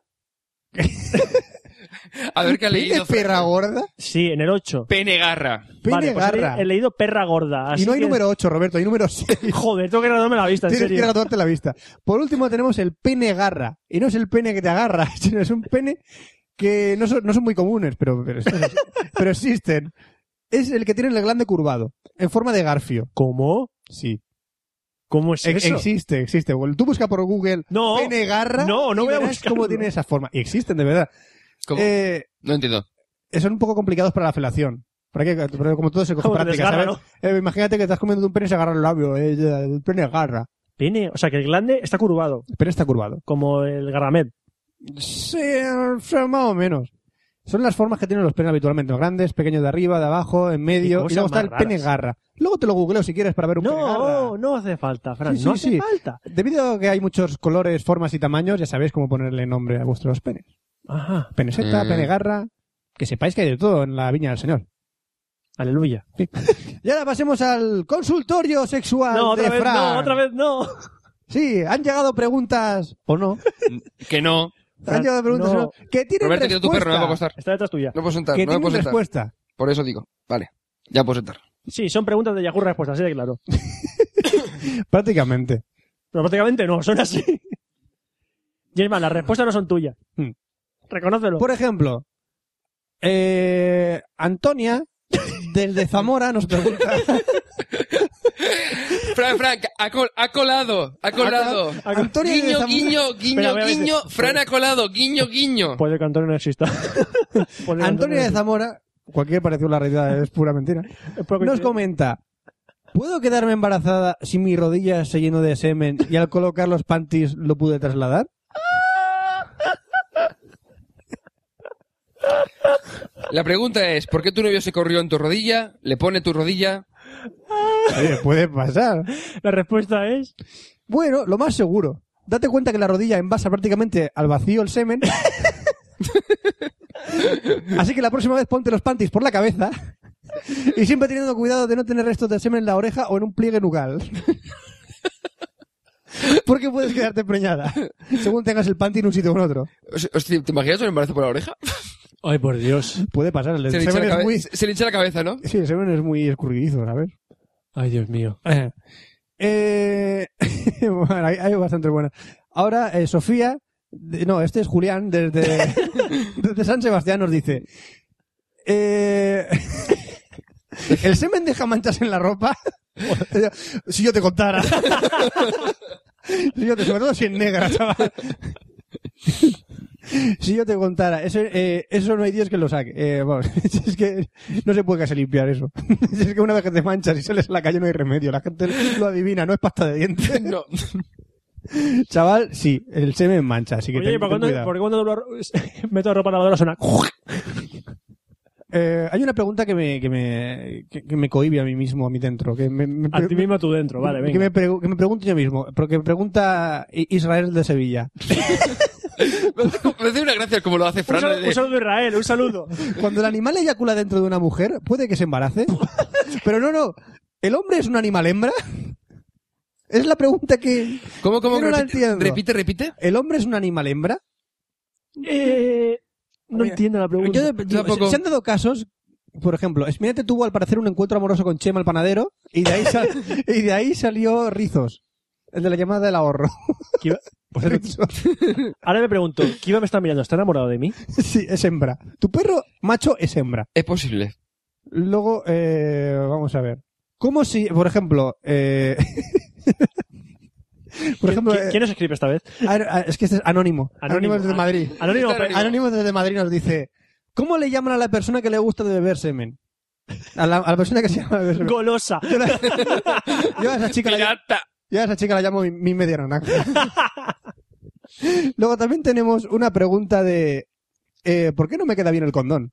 Speaker 6: A ver qué ha
Speaker 7: ¿Pene
Speaker 6: leído.
Speaker 7: perra gorda?
Speaker 1: Sí, en el 8.
Speaker 6: Pene garra.
Speaker 7: ¿Pene
Speaker 1: vale, pues he-
Speaker 7: garra?
Speaker 1: he, leído perra gorda.
Speaker 7: y
Speaker 1: así
Speaker 7: no hay
Speaker 1: que-
Speaker 7: número 8, Roberto, hay número 6.
Speaker 1: Joder, tengo que graduarme la vista, en
Speaker 7: Tienes que ir
Speaker 1: serio.
Speaker 7: a tatuarte la vista. Por último tenemos el pene garra. Y no es el pene que te agarra, sino es un pene que no son, no son muy comunes, pero, pero, pero existen. Es el que tiene el glande curvado, en forma de garfio.
Speaker 1: ¿Cómo?
Speaker 7: Sí.
Speaker 1: ¿Cómo es
Speaker 7: E-
Speaker 1: eso?
Speaker 7: Existe, existe. Tú busca por Google
Speaker 1: No.
Speaker 7: pene garra
Speaker 1: No, no
Speaker 7: y
Speaker 1: voy a
Speaker 7: verás
Speaker 1: buscarlo.
Speaker 7: cómo tiene esa forma. Y existen, de verdad.
Speaker 6: ¿Cómo?
Speaker 7: Eh,
Speaker 6: No entiendo.
Speaker 7: son un poco complicados para la felación. Para que, pero como todo se coge
Speaker 1: Como que
Speaker 7: práctica,
Speaker 1: desgarra,
Speaker 7: ¿sabes? Eh, imagínate que estás comiendo un pene y se agarra el labio. eh, ya, el pene garra.
Speaker 1: Pene, o sea, que el glande está curvado,
Speaker 7: El pene está curvado.
Speaker 1: como el garramet.
Speaker 7: Sí, o sea, más o menos. Son las formas que tienen los penes habitualmente. Los grandes, pequeños de arriba, de abajo, en medio.
Speaker 1: cosas
Speaker 7: Y, luego está
Speaker 1: más
Speaker 7: el pene
Speaker 1: raras.
Speaker 7: garra. Luego te lo googleo si quieres para ver un pene garra.
Speaker 1: No, no hace falta, Fran,
Speaker 7: Sí,
Speaker 1: no
Speaker 7: sí,
Speaker 1: hace
Speaker 7: sí.
Speaker 1: falta.
Speaker 7: Debido a que hay muchos colores, formas y tamaños, ya sabéis cómo ponerle nombre a vuestros penes.
Speaker 1: Ajá,
Speaker 7: Peneseta,
Speaker 6: Mm.
Speaker 7: pene garra. Que sepáis que hay de todo en la viña del señor.
Speaker 1: aleluya.
Speaker 7: Y ahora pasemos al consultorio sexual
Speaker 1: No,
Speaker 7: de
Speaker 1: otra vez
Speaker 7: Fran.
Speaker 1: no, otra vez no.
Speaker 7: Sí, han llegado preguntas, o no,
Speaker 6: Que no.
Speaker 7: han
Speaker 1: Fran,
Speaker 7: llegado preguntas,
Speaker 1: no.
Speaker 7: o no, que tienen
Speaker 6: Roberto, quiero
Speaker 7: respuesta.
Speaker 6: tu perro, no me va a costar.
Speaker 1: Está detrás tuya.
Speaker 6: No puedo sentar,
Speaker 7: Que
Speaker 6: no me
Speaker 7: tienen
Speaker 6: puedo sentar.
Speaker 7: respuesta.
Speaker 6: Por eso digo. Vale. Ya puedo sentar.
Speaker 1: Sí, son preguntas de Yahoo respuestas, así de claro.
Speaker 7: Prácticamente.
Speaker 1: Pero prácticamente no, son así. Y es más, las respuestas no son tuyas.
Speaker 7: Hmm.
Speaker 1: Reconócelo.
Speaker 7: Por ejemplo, eh, Antonia, desde Zamora, nos pregunta...
Speaker 6: Fran, Fran, ha, col- ha colado. Ha
Speaker 7: Ah,
Speaker 6: colado.
Speaker 7: Antonia desde
Speaker 6: guiño,
Speaker 7: Zamora-
Speaker 6: guiño, guiño,
Speaker 1: Espera, espera,
Speaker 6: guiño.
Speaker 1: espera.
Speaker 6: Fran ha colado. Guiño, guiño.
Speaker 7: Pues-
Speaker 1: Puede que Antonio no exista. Puede que
Speaker 7: Antonia de
Speaker 1: no
Speaker 7: Zamora, cualquier parecido a la realidad es pura mentira,
Speaker 1: exista. Espero que-
Speaker 7: nos comenta... ¿Puedo quedarme embarazada si mi rodilla se llenó de semen y al colocar los panties lo pude trasladar?
Speaker 6: La pregunta es, ¿por qué tu novio se corrió en tu rodilla? ¿Le pone tu rodilla?
Speaker 7: Oye, puede pasar.
Speaker 1: La respuesta ¿eh? es...
Speaker 7: Bueno, lo más seguro. Date cuenta que la rodilla envasa prácticamente al vacío el semen. Así que la próxima vez ponte los panties por la cabeza. Y siempre teniendo cuidado de no tener restos de semen en la oreja o en un pliegue nucal. Porque puedes quedarte preñada. Según tengas el panty en un sitio o en otro.
Speaker 6: Hostia, ¿te imaginas un embarazo por la oreja?
Speaker 1: Ay, por Dios.
Speaker 7: Puede pasar. El
Speaker 6: Se le, hincha
Speaker 7: semen
Speaker 6: la
Speaker 7: es
Speaker 6: cabe-
Speaker 7: muy...
Speaker 6: se le hincha la cabeza, ¿no?
Speaker 7: Sí, el semen es muy escurridizo, ¿sabes?
Speaker 1: Ay, Dios mío.
Speaker 7: Eh, bueno, hay, hay bastante buenas. Ahora, eh, Sofía, de- no, este es Julián, desde, desde San Sebastián nos dice, eh, ¿el semen deja manchas en la ropa? si yo te contara. si yo te, sobre todo si es negra, chaval. Si yo te contara, eso, eh, eso no hay Dios que lo saque. Eh, vamos, es que no se puede casi limpiar eso. es que una vez que te manchas y sales a la calle no hay remedio. La gente lo adivina, no es pasta de dientes.
Speaker 6: No.
Speaker 7: Chaval, sí, el semen mancha, así que
Speaker 1: Oye,
Speaker 7: ten-
Speaker 1: ¿por
Speaker 7: ten
Speaker 1: cuándo-
Speaker 7: cuidado.
Speaker 1: por qué cuando doblo- meto ropa en la lavadora suena?
Speaker 7: Eh, hay una pregunta que me, que me, que, que me cohibe a mí mismo, a mí dentro. Que me, me-
Speaker 1: A ti mismo a tu dentro, vale, venga.
Speaker 7: Que me, pregu- que me pregunto yo mismo, pero que me pregunta I- Israel de Sevilla. Pues
Speaker 6: Me hace una gracia como lo hace
Speaker 1: Un
Speaker 6: Fran.
Speaker 1: saludo,
Speaker 6: de-
Speaker 1: un saludo, Israel, un saludo.
Speaker 7: Cuando el animal eyacula dentro de una mujer, puede que se embarace. Pero no, no. ¿El hombre es un animal hembra? Es la pregunta que.
Speaker 6: ¿Cómo, cómo?
Speaker 7: Yo no la
Speaker 6: repite,
Speaker 7: entiendo.
Speaker 6: repite, repite.
Speaker 7: ¿El hombre es un animal hembra?
Speaker 1: Eh, no
Speaker 7: Mira,
Speaker 1: entiendo la pregunta.
Speaker 7: Yo, yo-
Speaker 6: tampoco.
Speaker 7: se han dado casos, por ejemplo, Esminete tuvo al parecer un encuentro amoroso con Chema el panadero y de ahí, sal- y de ahí salió Rizos, el de la llamada del ahorro.
Speaker 1: Que iba- Ahora me pregunto, ¿qué iba me está mirando? ¿Está enamorado de mí?
Speaker 7: sí, es hembra. Tu perro macho es hembra.
Speaker 6: Es posible.
Speaker 7: Luego, eh, vamos a ver. ¿Cómo si, por ejemplo, eh, por ejemplo,
Speaker 1: ¿Qui- ¿Quién nos escribe esta vez?
Speaker 7: eh, a ver, a- es que este es anónimo,
Speaker 1: Anónimo.
Speaker 7: anónimo, desde Madrid.
Speaker 1: Anónimo,
Speaker 6: Está
Speaker 1: pero- ah,
Speaker 6: anónimo.
Speaker 7: Anónimo desde Madrid nos dice, ¿cómo le llaman a la persona que le gusta de beber semen? A la, a la persona que se llama de beber semen.
Speaker 1: golosa.
Speaker 7: Yo, la- yo a esa chica la,
Speaker 6: Pirata.
Speaker 7: yo a esa chica la llamo mi, mi media naranja. Luego también tenemos una pregunta de eh, ¿por qué no me queda bien el condón?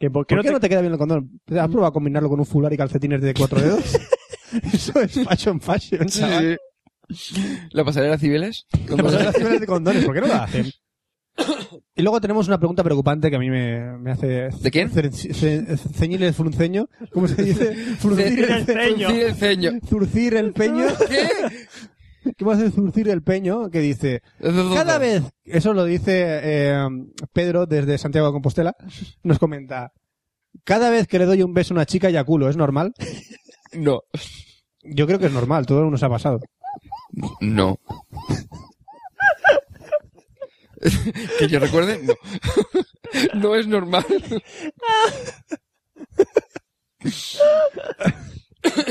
Speaker 1: ¿Que por qué no
Speaker 7: ¿Por qué
Speaker 1: te- Mm.
Speaker 7: no te queda bien el condón? ¿Has probado a combinarlo con un fular y calcetines de cuatro dedos? Eso es fashion fashion,
Speaker 6: Sí,
Speaker 7: chaval.
Speaker 6: sí. ¿La pasarela civiles?
Speaker 7: Las personas civiles de condones, ¿por qué no lo hacen? Y luego tenemos una pregunta preocupante que a mí me, me hace...
Speaker 6: ¿De quién?
Speaker 7: ce- ce- Ceñir el frunceño. ¿Cómo se dice? Fruncir
Speaker 1: Ceñir el ceño.
Speaker 6: Sí, el ceño.
Speaker 7: Zurcir el peño.
Speaker 6: ¿Qué?
Speaker 7: ¿Qué va a hacer zurcir el peño? Que dice, cada vez, eso lo dice eh, Pedro desde Santiago de Compostela, nos comenta, cada vez que le doy un beso a una chica ya culo, ¿es normal?
Speaker 6: No.
Speaker 7: Yo creo que es normal, todo nos ha pasado.
Speaker 6: No. que yo recuerde, no. no es normal.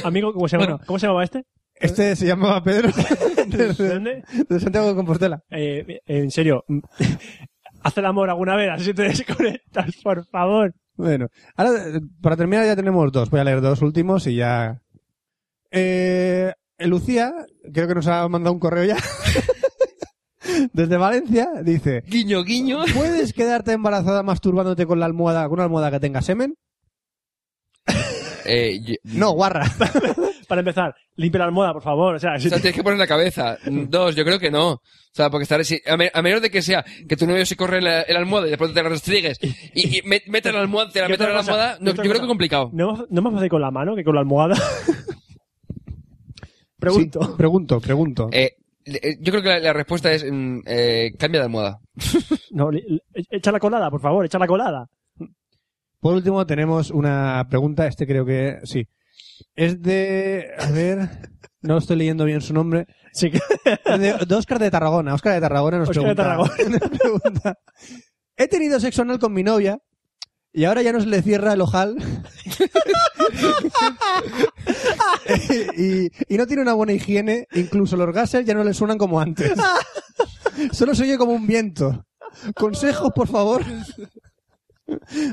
Speaker 1: Amigo, ¿cómo se, llama?
Speaker 7: Bueno.
Speaker 1: ¿cómo se llamaba este?
Speaker 7: Este se llamaba Pedro
Speaker 1: ¿De
Speaker 7: desde,
Speaker 1: dónde?
Speaker 7: desde Santiago de Compostela.
Speaker 1: Eh, en serio, haz el amor alguna vez, así te desconectas, por favor.
Speaker 7: Bueno, ahora eh, para terminar ya tenemos dos, voy a leer dos últimos y ya... Eh, Lucía, creo que nos ha mandado un correo ya. Desde Valencia dice,
Speaker 6: Guiño, guiño.
Speaker 7: ¿Puedes quedarte embarazada masturbándote con la almohada, con una almohada que tenga semen?
Speaker 6: Eh, yo-
Speaker 7: No, guarra.
Speaker 1: Para empezar, limpia la almohada, por favor. O sea,
Speaker 6: O
Speaker 1: si
Speaker 6: sea,
Speaker 1: te-
Speaker 6: tienes que poner la cabeza. Dos, yo creo que no. O sea, porque estar así- a, me- a menos de que sea que tu novio se corre en la, en la almohada y de pronto te la restriegues y, y me- meta la almohada, te la
Speaker 1: ¿Qué
Speaker 6: meta en la
Speaker 1: otra cosa?
Speaker 6: almohada, no,
Speaker 1: ¿Qué
Speaker 6: yo
Speaker 1: otra
Speaker 6: creo
Speaker 1: cosa?
Speaker 6: que es complicado.
Speaker 1: ¿no, es más- ¿no es más fácil con la mano que con la almohada? Pregunto.
Speaker 7: Sí, pregunto, pregunto.
Speaker 6: Eh, eh, yo creo que la, la respuesta es mm, eh, cambia de almohada.
Speaker 1: No, li- li- echa la colada, por favor, echa la colada.
Speaker 7: Por último, tenemos una pregunta, este creo que sí. Es de... A ver, no lo estoy leyendo bien su nombre.
Speaker 1: Sí que-
Speaker 7: Es Eh, de, de Óscar de Tarragona. Óscar de Tarragona nos
Speaker 1: Óscar de
Speaker 7: pregunta... nos pregunta, He tenido sexo anal con mi novia y ahora ya nos le cierra el ojal. y, y no tiene una buena higiene, incluso los gases ya no le suenan como antes. Solo se oye como un viento. Consejos, por favor.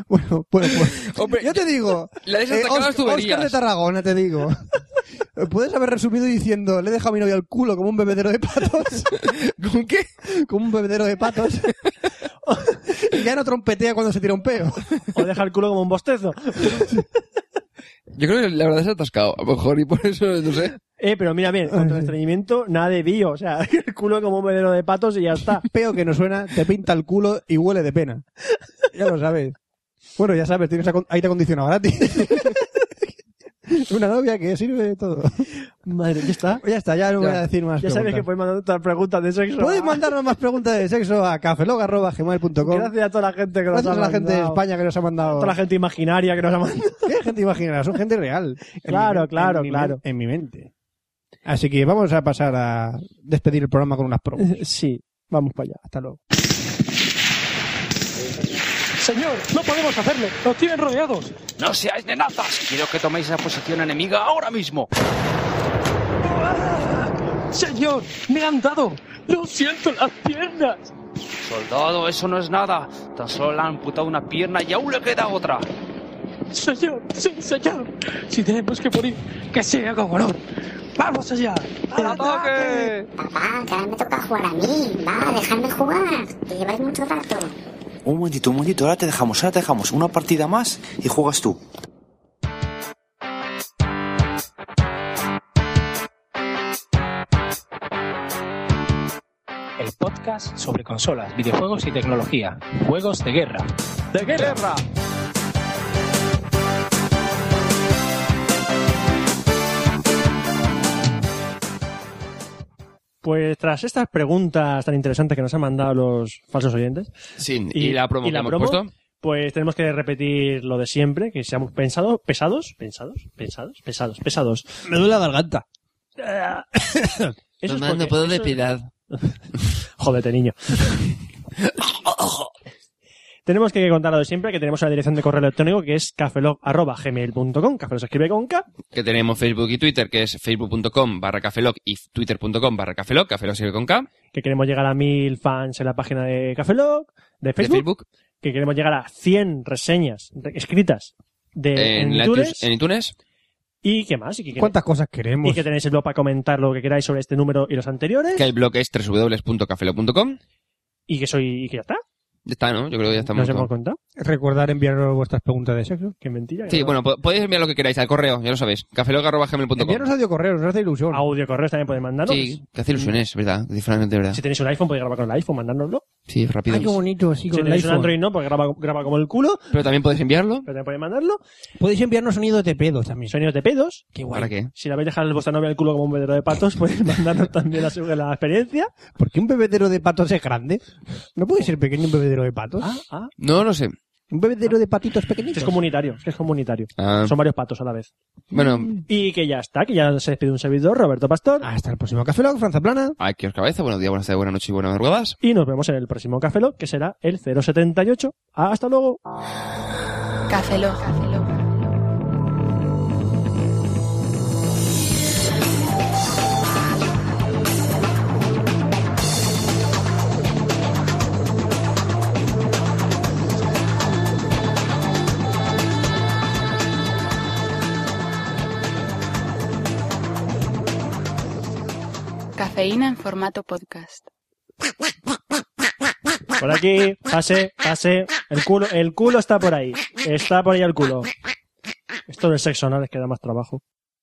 Speaker 7: Bueno, pues, pues,
Speaker 6: Hombre,
Speaker 7: yo te digo,
Speaker 6: le has atacado las tuberías.
Speaker 7: Oscar Eh, de Tarragona, te digo. Puedes haber resumido diciendo, le he dejado a mi novia el culo como un bebedero de patos,
Speaker 6: ¿Con qué?
Speaker 7: como un bebedero de patos, y ya no trompetea cuando se tira un peo.
Speaker 1: O deja el culo como un bostezo.
Speaker 6: Yo creo que la verdad se ha atascado, a lo mejor, y por eso, no sé.
Speaker 1: Eh, pero mira
Speaker 7: Ah,
Speaker 1: bien, contra el estreñimiento, nada de bio. O sea, el culo como un vedero de patos y ya está.
Speaker 7: Peo que no suena, te pinta el culo y huele de pena. Ya lo sabes. Bueno, ya sabes, tienes acon- aire acondicionado gratis. Una novia que sirve de todo.
Speaker 1: Madre, ya está.
Speaker 7: Ya está, ya no
Speaker 6: Ya.
Speaker 7: voy a decir más.
Speaker 1: Ya sabes que
Speaker 7: preguntas.
Speaker 1: puedes mandar otras preguntas de sexo.
Speaker 7: Podéis mandarnos más preguntas de sexo a cafelog.gmail.com.
Speaker 1: Gracias a toda la gente que nos
Speaker 7: Gracias
Speaker 1: ha
Speaker 7: a la gente de
Speaker 1: mandado.
Speaker 7: España que nos ha mandado.
Speaker 1: A toda la gente imaginaria que nos ha mandado.
Speaker 7: ¿Qué gente imaginaria? Son gente real. En
Speaker 1: Claro,
Speaker 7: mi-
Speaker 1: claro,
Speaker 7: en mi
Speaker 1: claro.
Speaker 7: men- En mi mente. Así que vamos a pasar a despedir el programa con unas promos.
Speaker 1: Sí, vamos para allá.
Speaker 7: Hasta luego.
Speaker 2: Señor, no podemos hacerlo. Nos tienen rodeados.
Speaker 8: No seáis nenazas. Quiero que toméis la posición enemiga ahora mismo.
Speaker 2: Señor, me han dado. No siento las piernas.
Speaker 8: Soldado, eso no es nada. Tan solo le han amputado una pierna y aún le queda otra.
Speaker 2: Señor, sí, señor. Si tenemos que morir, que sea con honor. ¡Vamos allá! ¡Al ataque!
Speaker 9: Ah, Papá, que ahora me toca jugar a mí. Va, dejadme jugar. Que lleváis mucho rato. Un momentito, un momentito, ahora te dejamos, ahora te dejamos. Una partida más y juegas tú.
Speaker 10: El podcast sobre consolas, videojuegos y tecnología. Juegos de guerra.
Speaker 11: ¡De guerra!
Speaker 1: Pues tras estas preguntas tan interesantes que nos han mandado los falsos oyentes.
Speaker 6: Sí, y, la promo
Speaker 1: y
Speaker 6: que
Speaker 1: la
Speaker 6: hemos
Speaker 1: promo,
Speaker 6: puesto.
Speaker 1: Pues tenemos que repetir lo de siempre, que seamos pensados, pesados, pensados, pensados, pesados, pesados.
Speaker 7: Me duele la garganta.
Speaker 1: Eso es
Speaker 6: Mamá, no
Speaker 1: porque-
Speaker 6: puedo
Speaker 1: eso-
Speaker 6: depilar.
Speaker 1: Jódete, niño. tenemos que contar lo de siempre, que tenemos una dirección de correo electrónico que es cafelog.gmail.com. Cafelog se escribe con K.
Speaker 6: Que tenemos Facebook y Twitter, que es facebook.com barra cafeloc y twitter.com barra cafeloc. Cafeloc sirve con K.
Speaker 1: Que queremos llegar a mil fans en la página de Cafelog, de
Speaker 6: De
Speaker 1: Facebook.
Speaker 6: Facebook.
Speaker 1: Que queremos llegar a 100 reseñas re- escritas de
Speaker 6: en,
Speaker 1: en
Speaker 6: la-
Speaker 1: iTunes.
Speaker 6: en iTunes.
Speaker 1: ¿Y qué más? ¿Y qué
Speaker 7: ¿Cuántas cosas
Speaker 1: y
Speaker 7: queremos?
Speaker 1: que tenéis el blog para comentar lo que queráis sobre este número y los anteriores.
Speaker 6: Que el blog es www.cafeloc.com.
Speaker 1: Y que soy, y que ya está.
Speaker 6: Ya está, ¿no? Yo creo que ya estamos.
Speaker 1: Nos hemos
Speaker 6: todos.
Speaker 1: contado.
Speaker 7: Recordar enviar vuestras preguntas de sexo.
Speaker 1: Qué mentira. que
Speaker 6: Sí,
Speaker 1: no.
Speaker 6: bueno, po- podéis enviar lo que queráis al correo, ya lo sabéis. Cafeloc.gmail.com
Speaker 7: Enviarnos audio correos, nos hace ilusión.
Speaker 1: Audio correos también podéis mandarnos.
Speaker 6: Sí, que hace ilusión es, ¿verdad? Disfrazmente, ¿verdad?
Speaker 1: Si tenéis un iPhone, podéis grabar con el iPhone, mandárnoslo.
Speaker 6: Sí, rápido.
Speaker 7: bonito,
Speaker 1: si
Speaker 7: así
Speaker 1: tenéis un Android, no, porque graba, graba como el culo,
Speaker 6: Pero también podéis enviarlo.
Speaker 1: pero también podéis mandarlo.
Speaker 7: Podéis enviarnos sonidos de pedos también.
Speaker 1: Sonidos de pedos.
Speaker 7: Qué
Speaker 6: ¿Para qué?
Speaker 1: Si la habéis dejado vuestra novia el culo como un vedero de patos, podéis mandarnos también la, la experiencia.
Speaker 7: ¿Por qué un bebedero de patos es grande? ¿No puede ser pequeño un bebedero de patos?
Speaker 1: Ah, ah.
Speaker 6: No lo sé.
Speaker 7: Un bebedero de patitos pequeñitos.
Speaker 1: Que es comunitario, que es comunitario.
Speaker 6: Ah,
Speaker 1: Son varios patos a la vez.
Speaker 6: bueno,
Speaker 1: Y que ya está, que ya se despide un servidor, Roberto Pastor.
Speaker 7: Hasta el próximo Café Lock, Franza Plana.
Speaker 6: aquí os cabeza. Buenos días, buenas tardes, buenas noches y buenas madrugadas.
Speaker 1: Y nos vemos en el próximo Café Lock, que será el 078. Ah, Hasta luego.
Speaker 4: Café Lock. Cafeína en formato podcast.
Speaker 1: Por aquí, pase, pase. El culo, el culo está por ahí. Está por ahí el culo. Esto del sexo anal es que da más trabajo.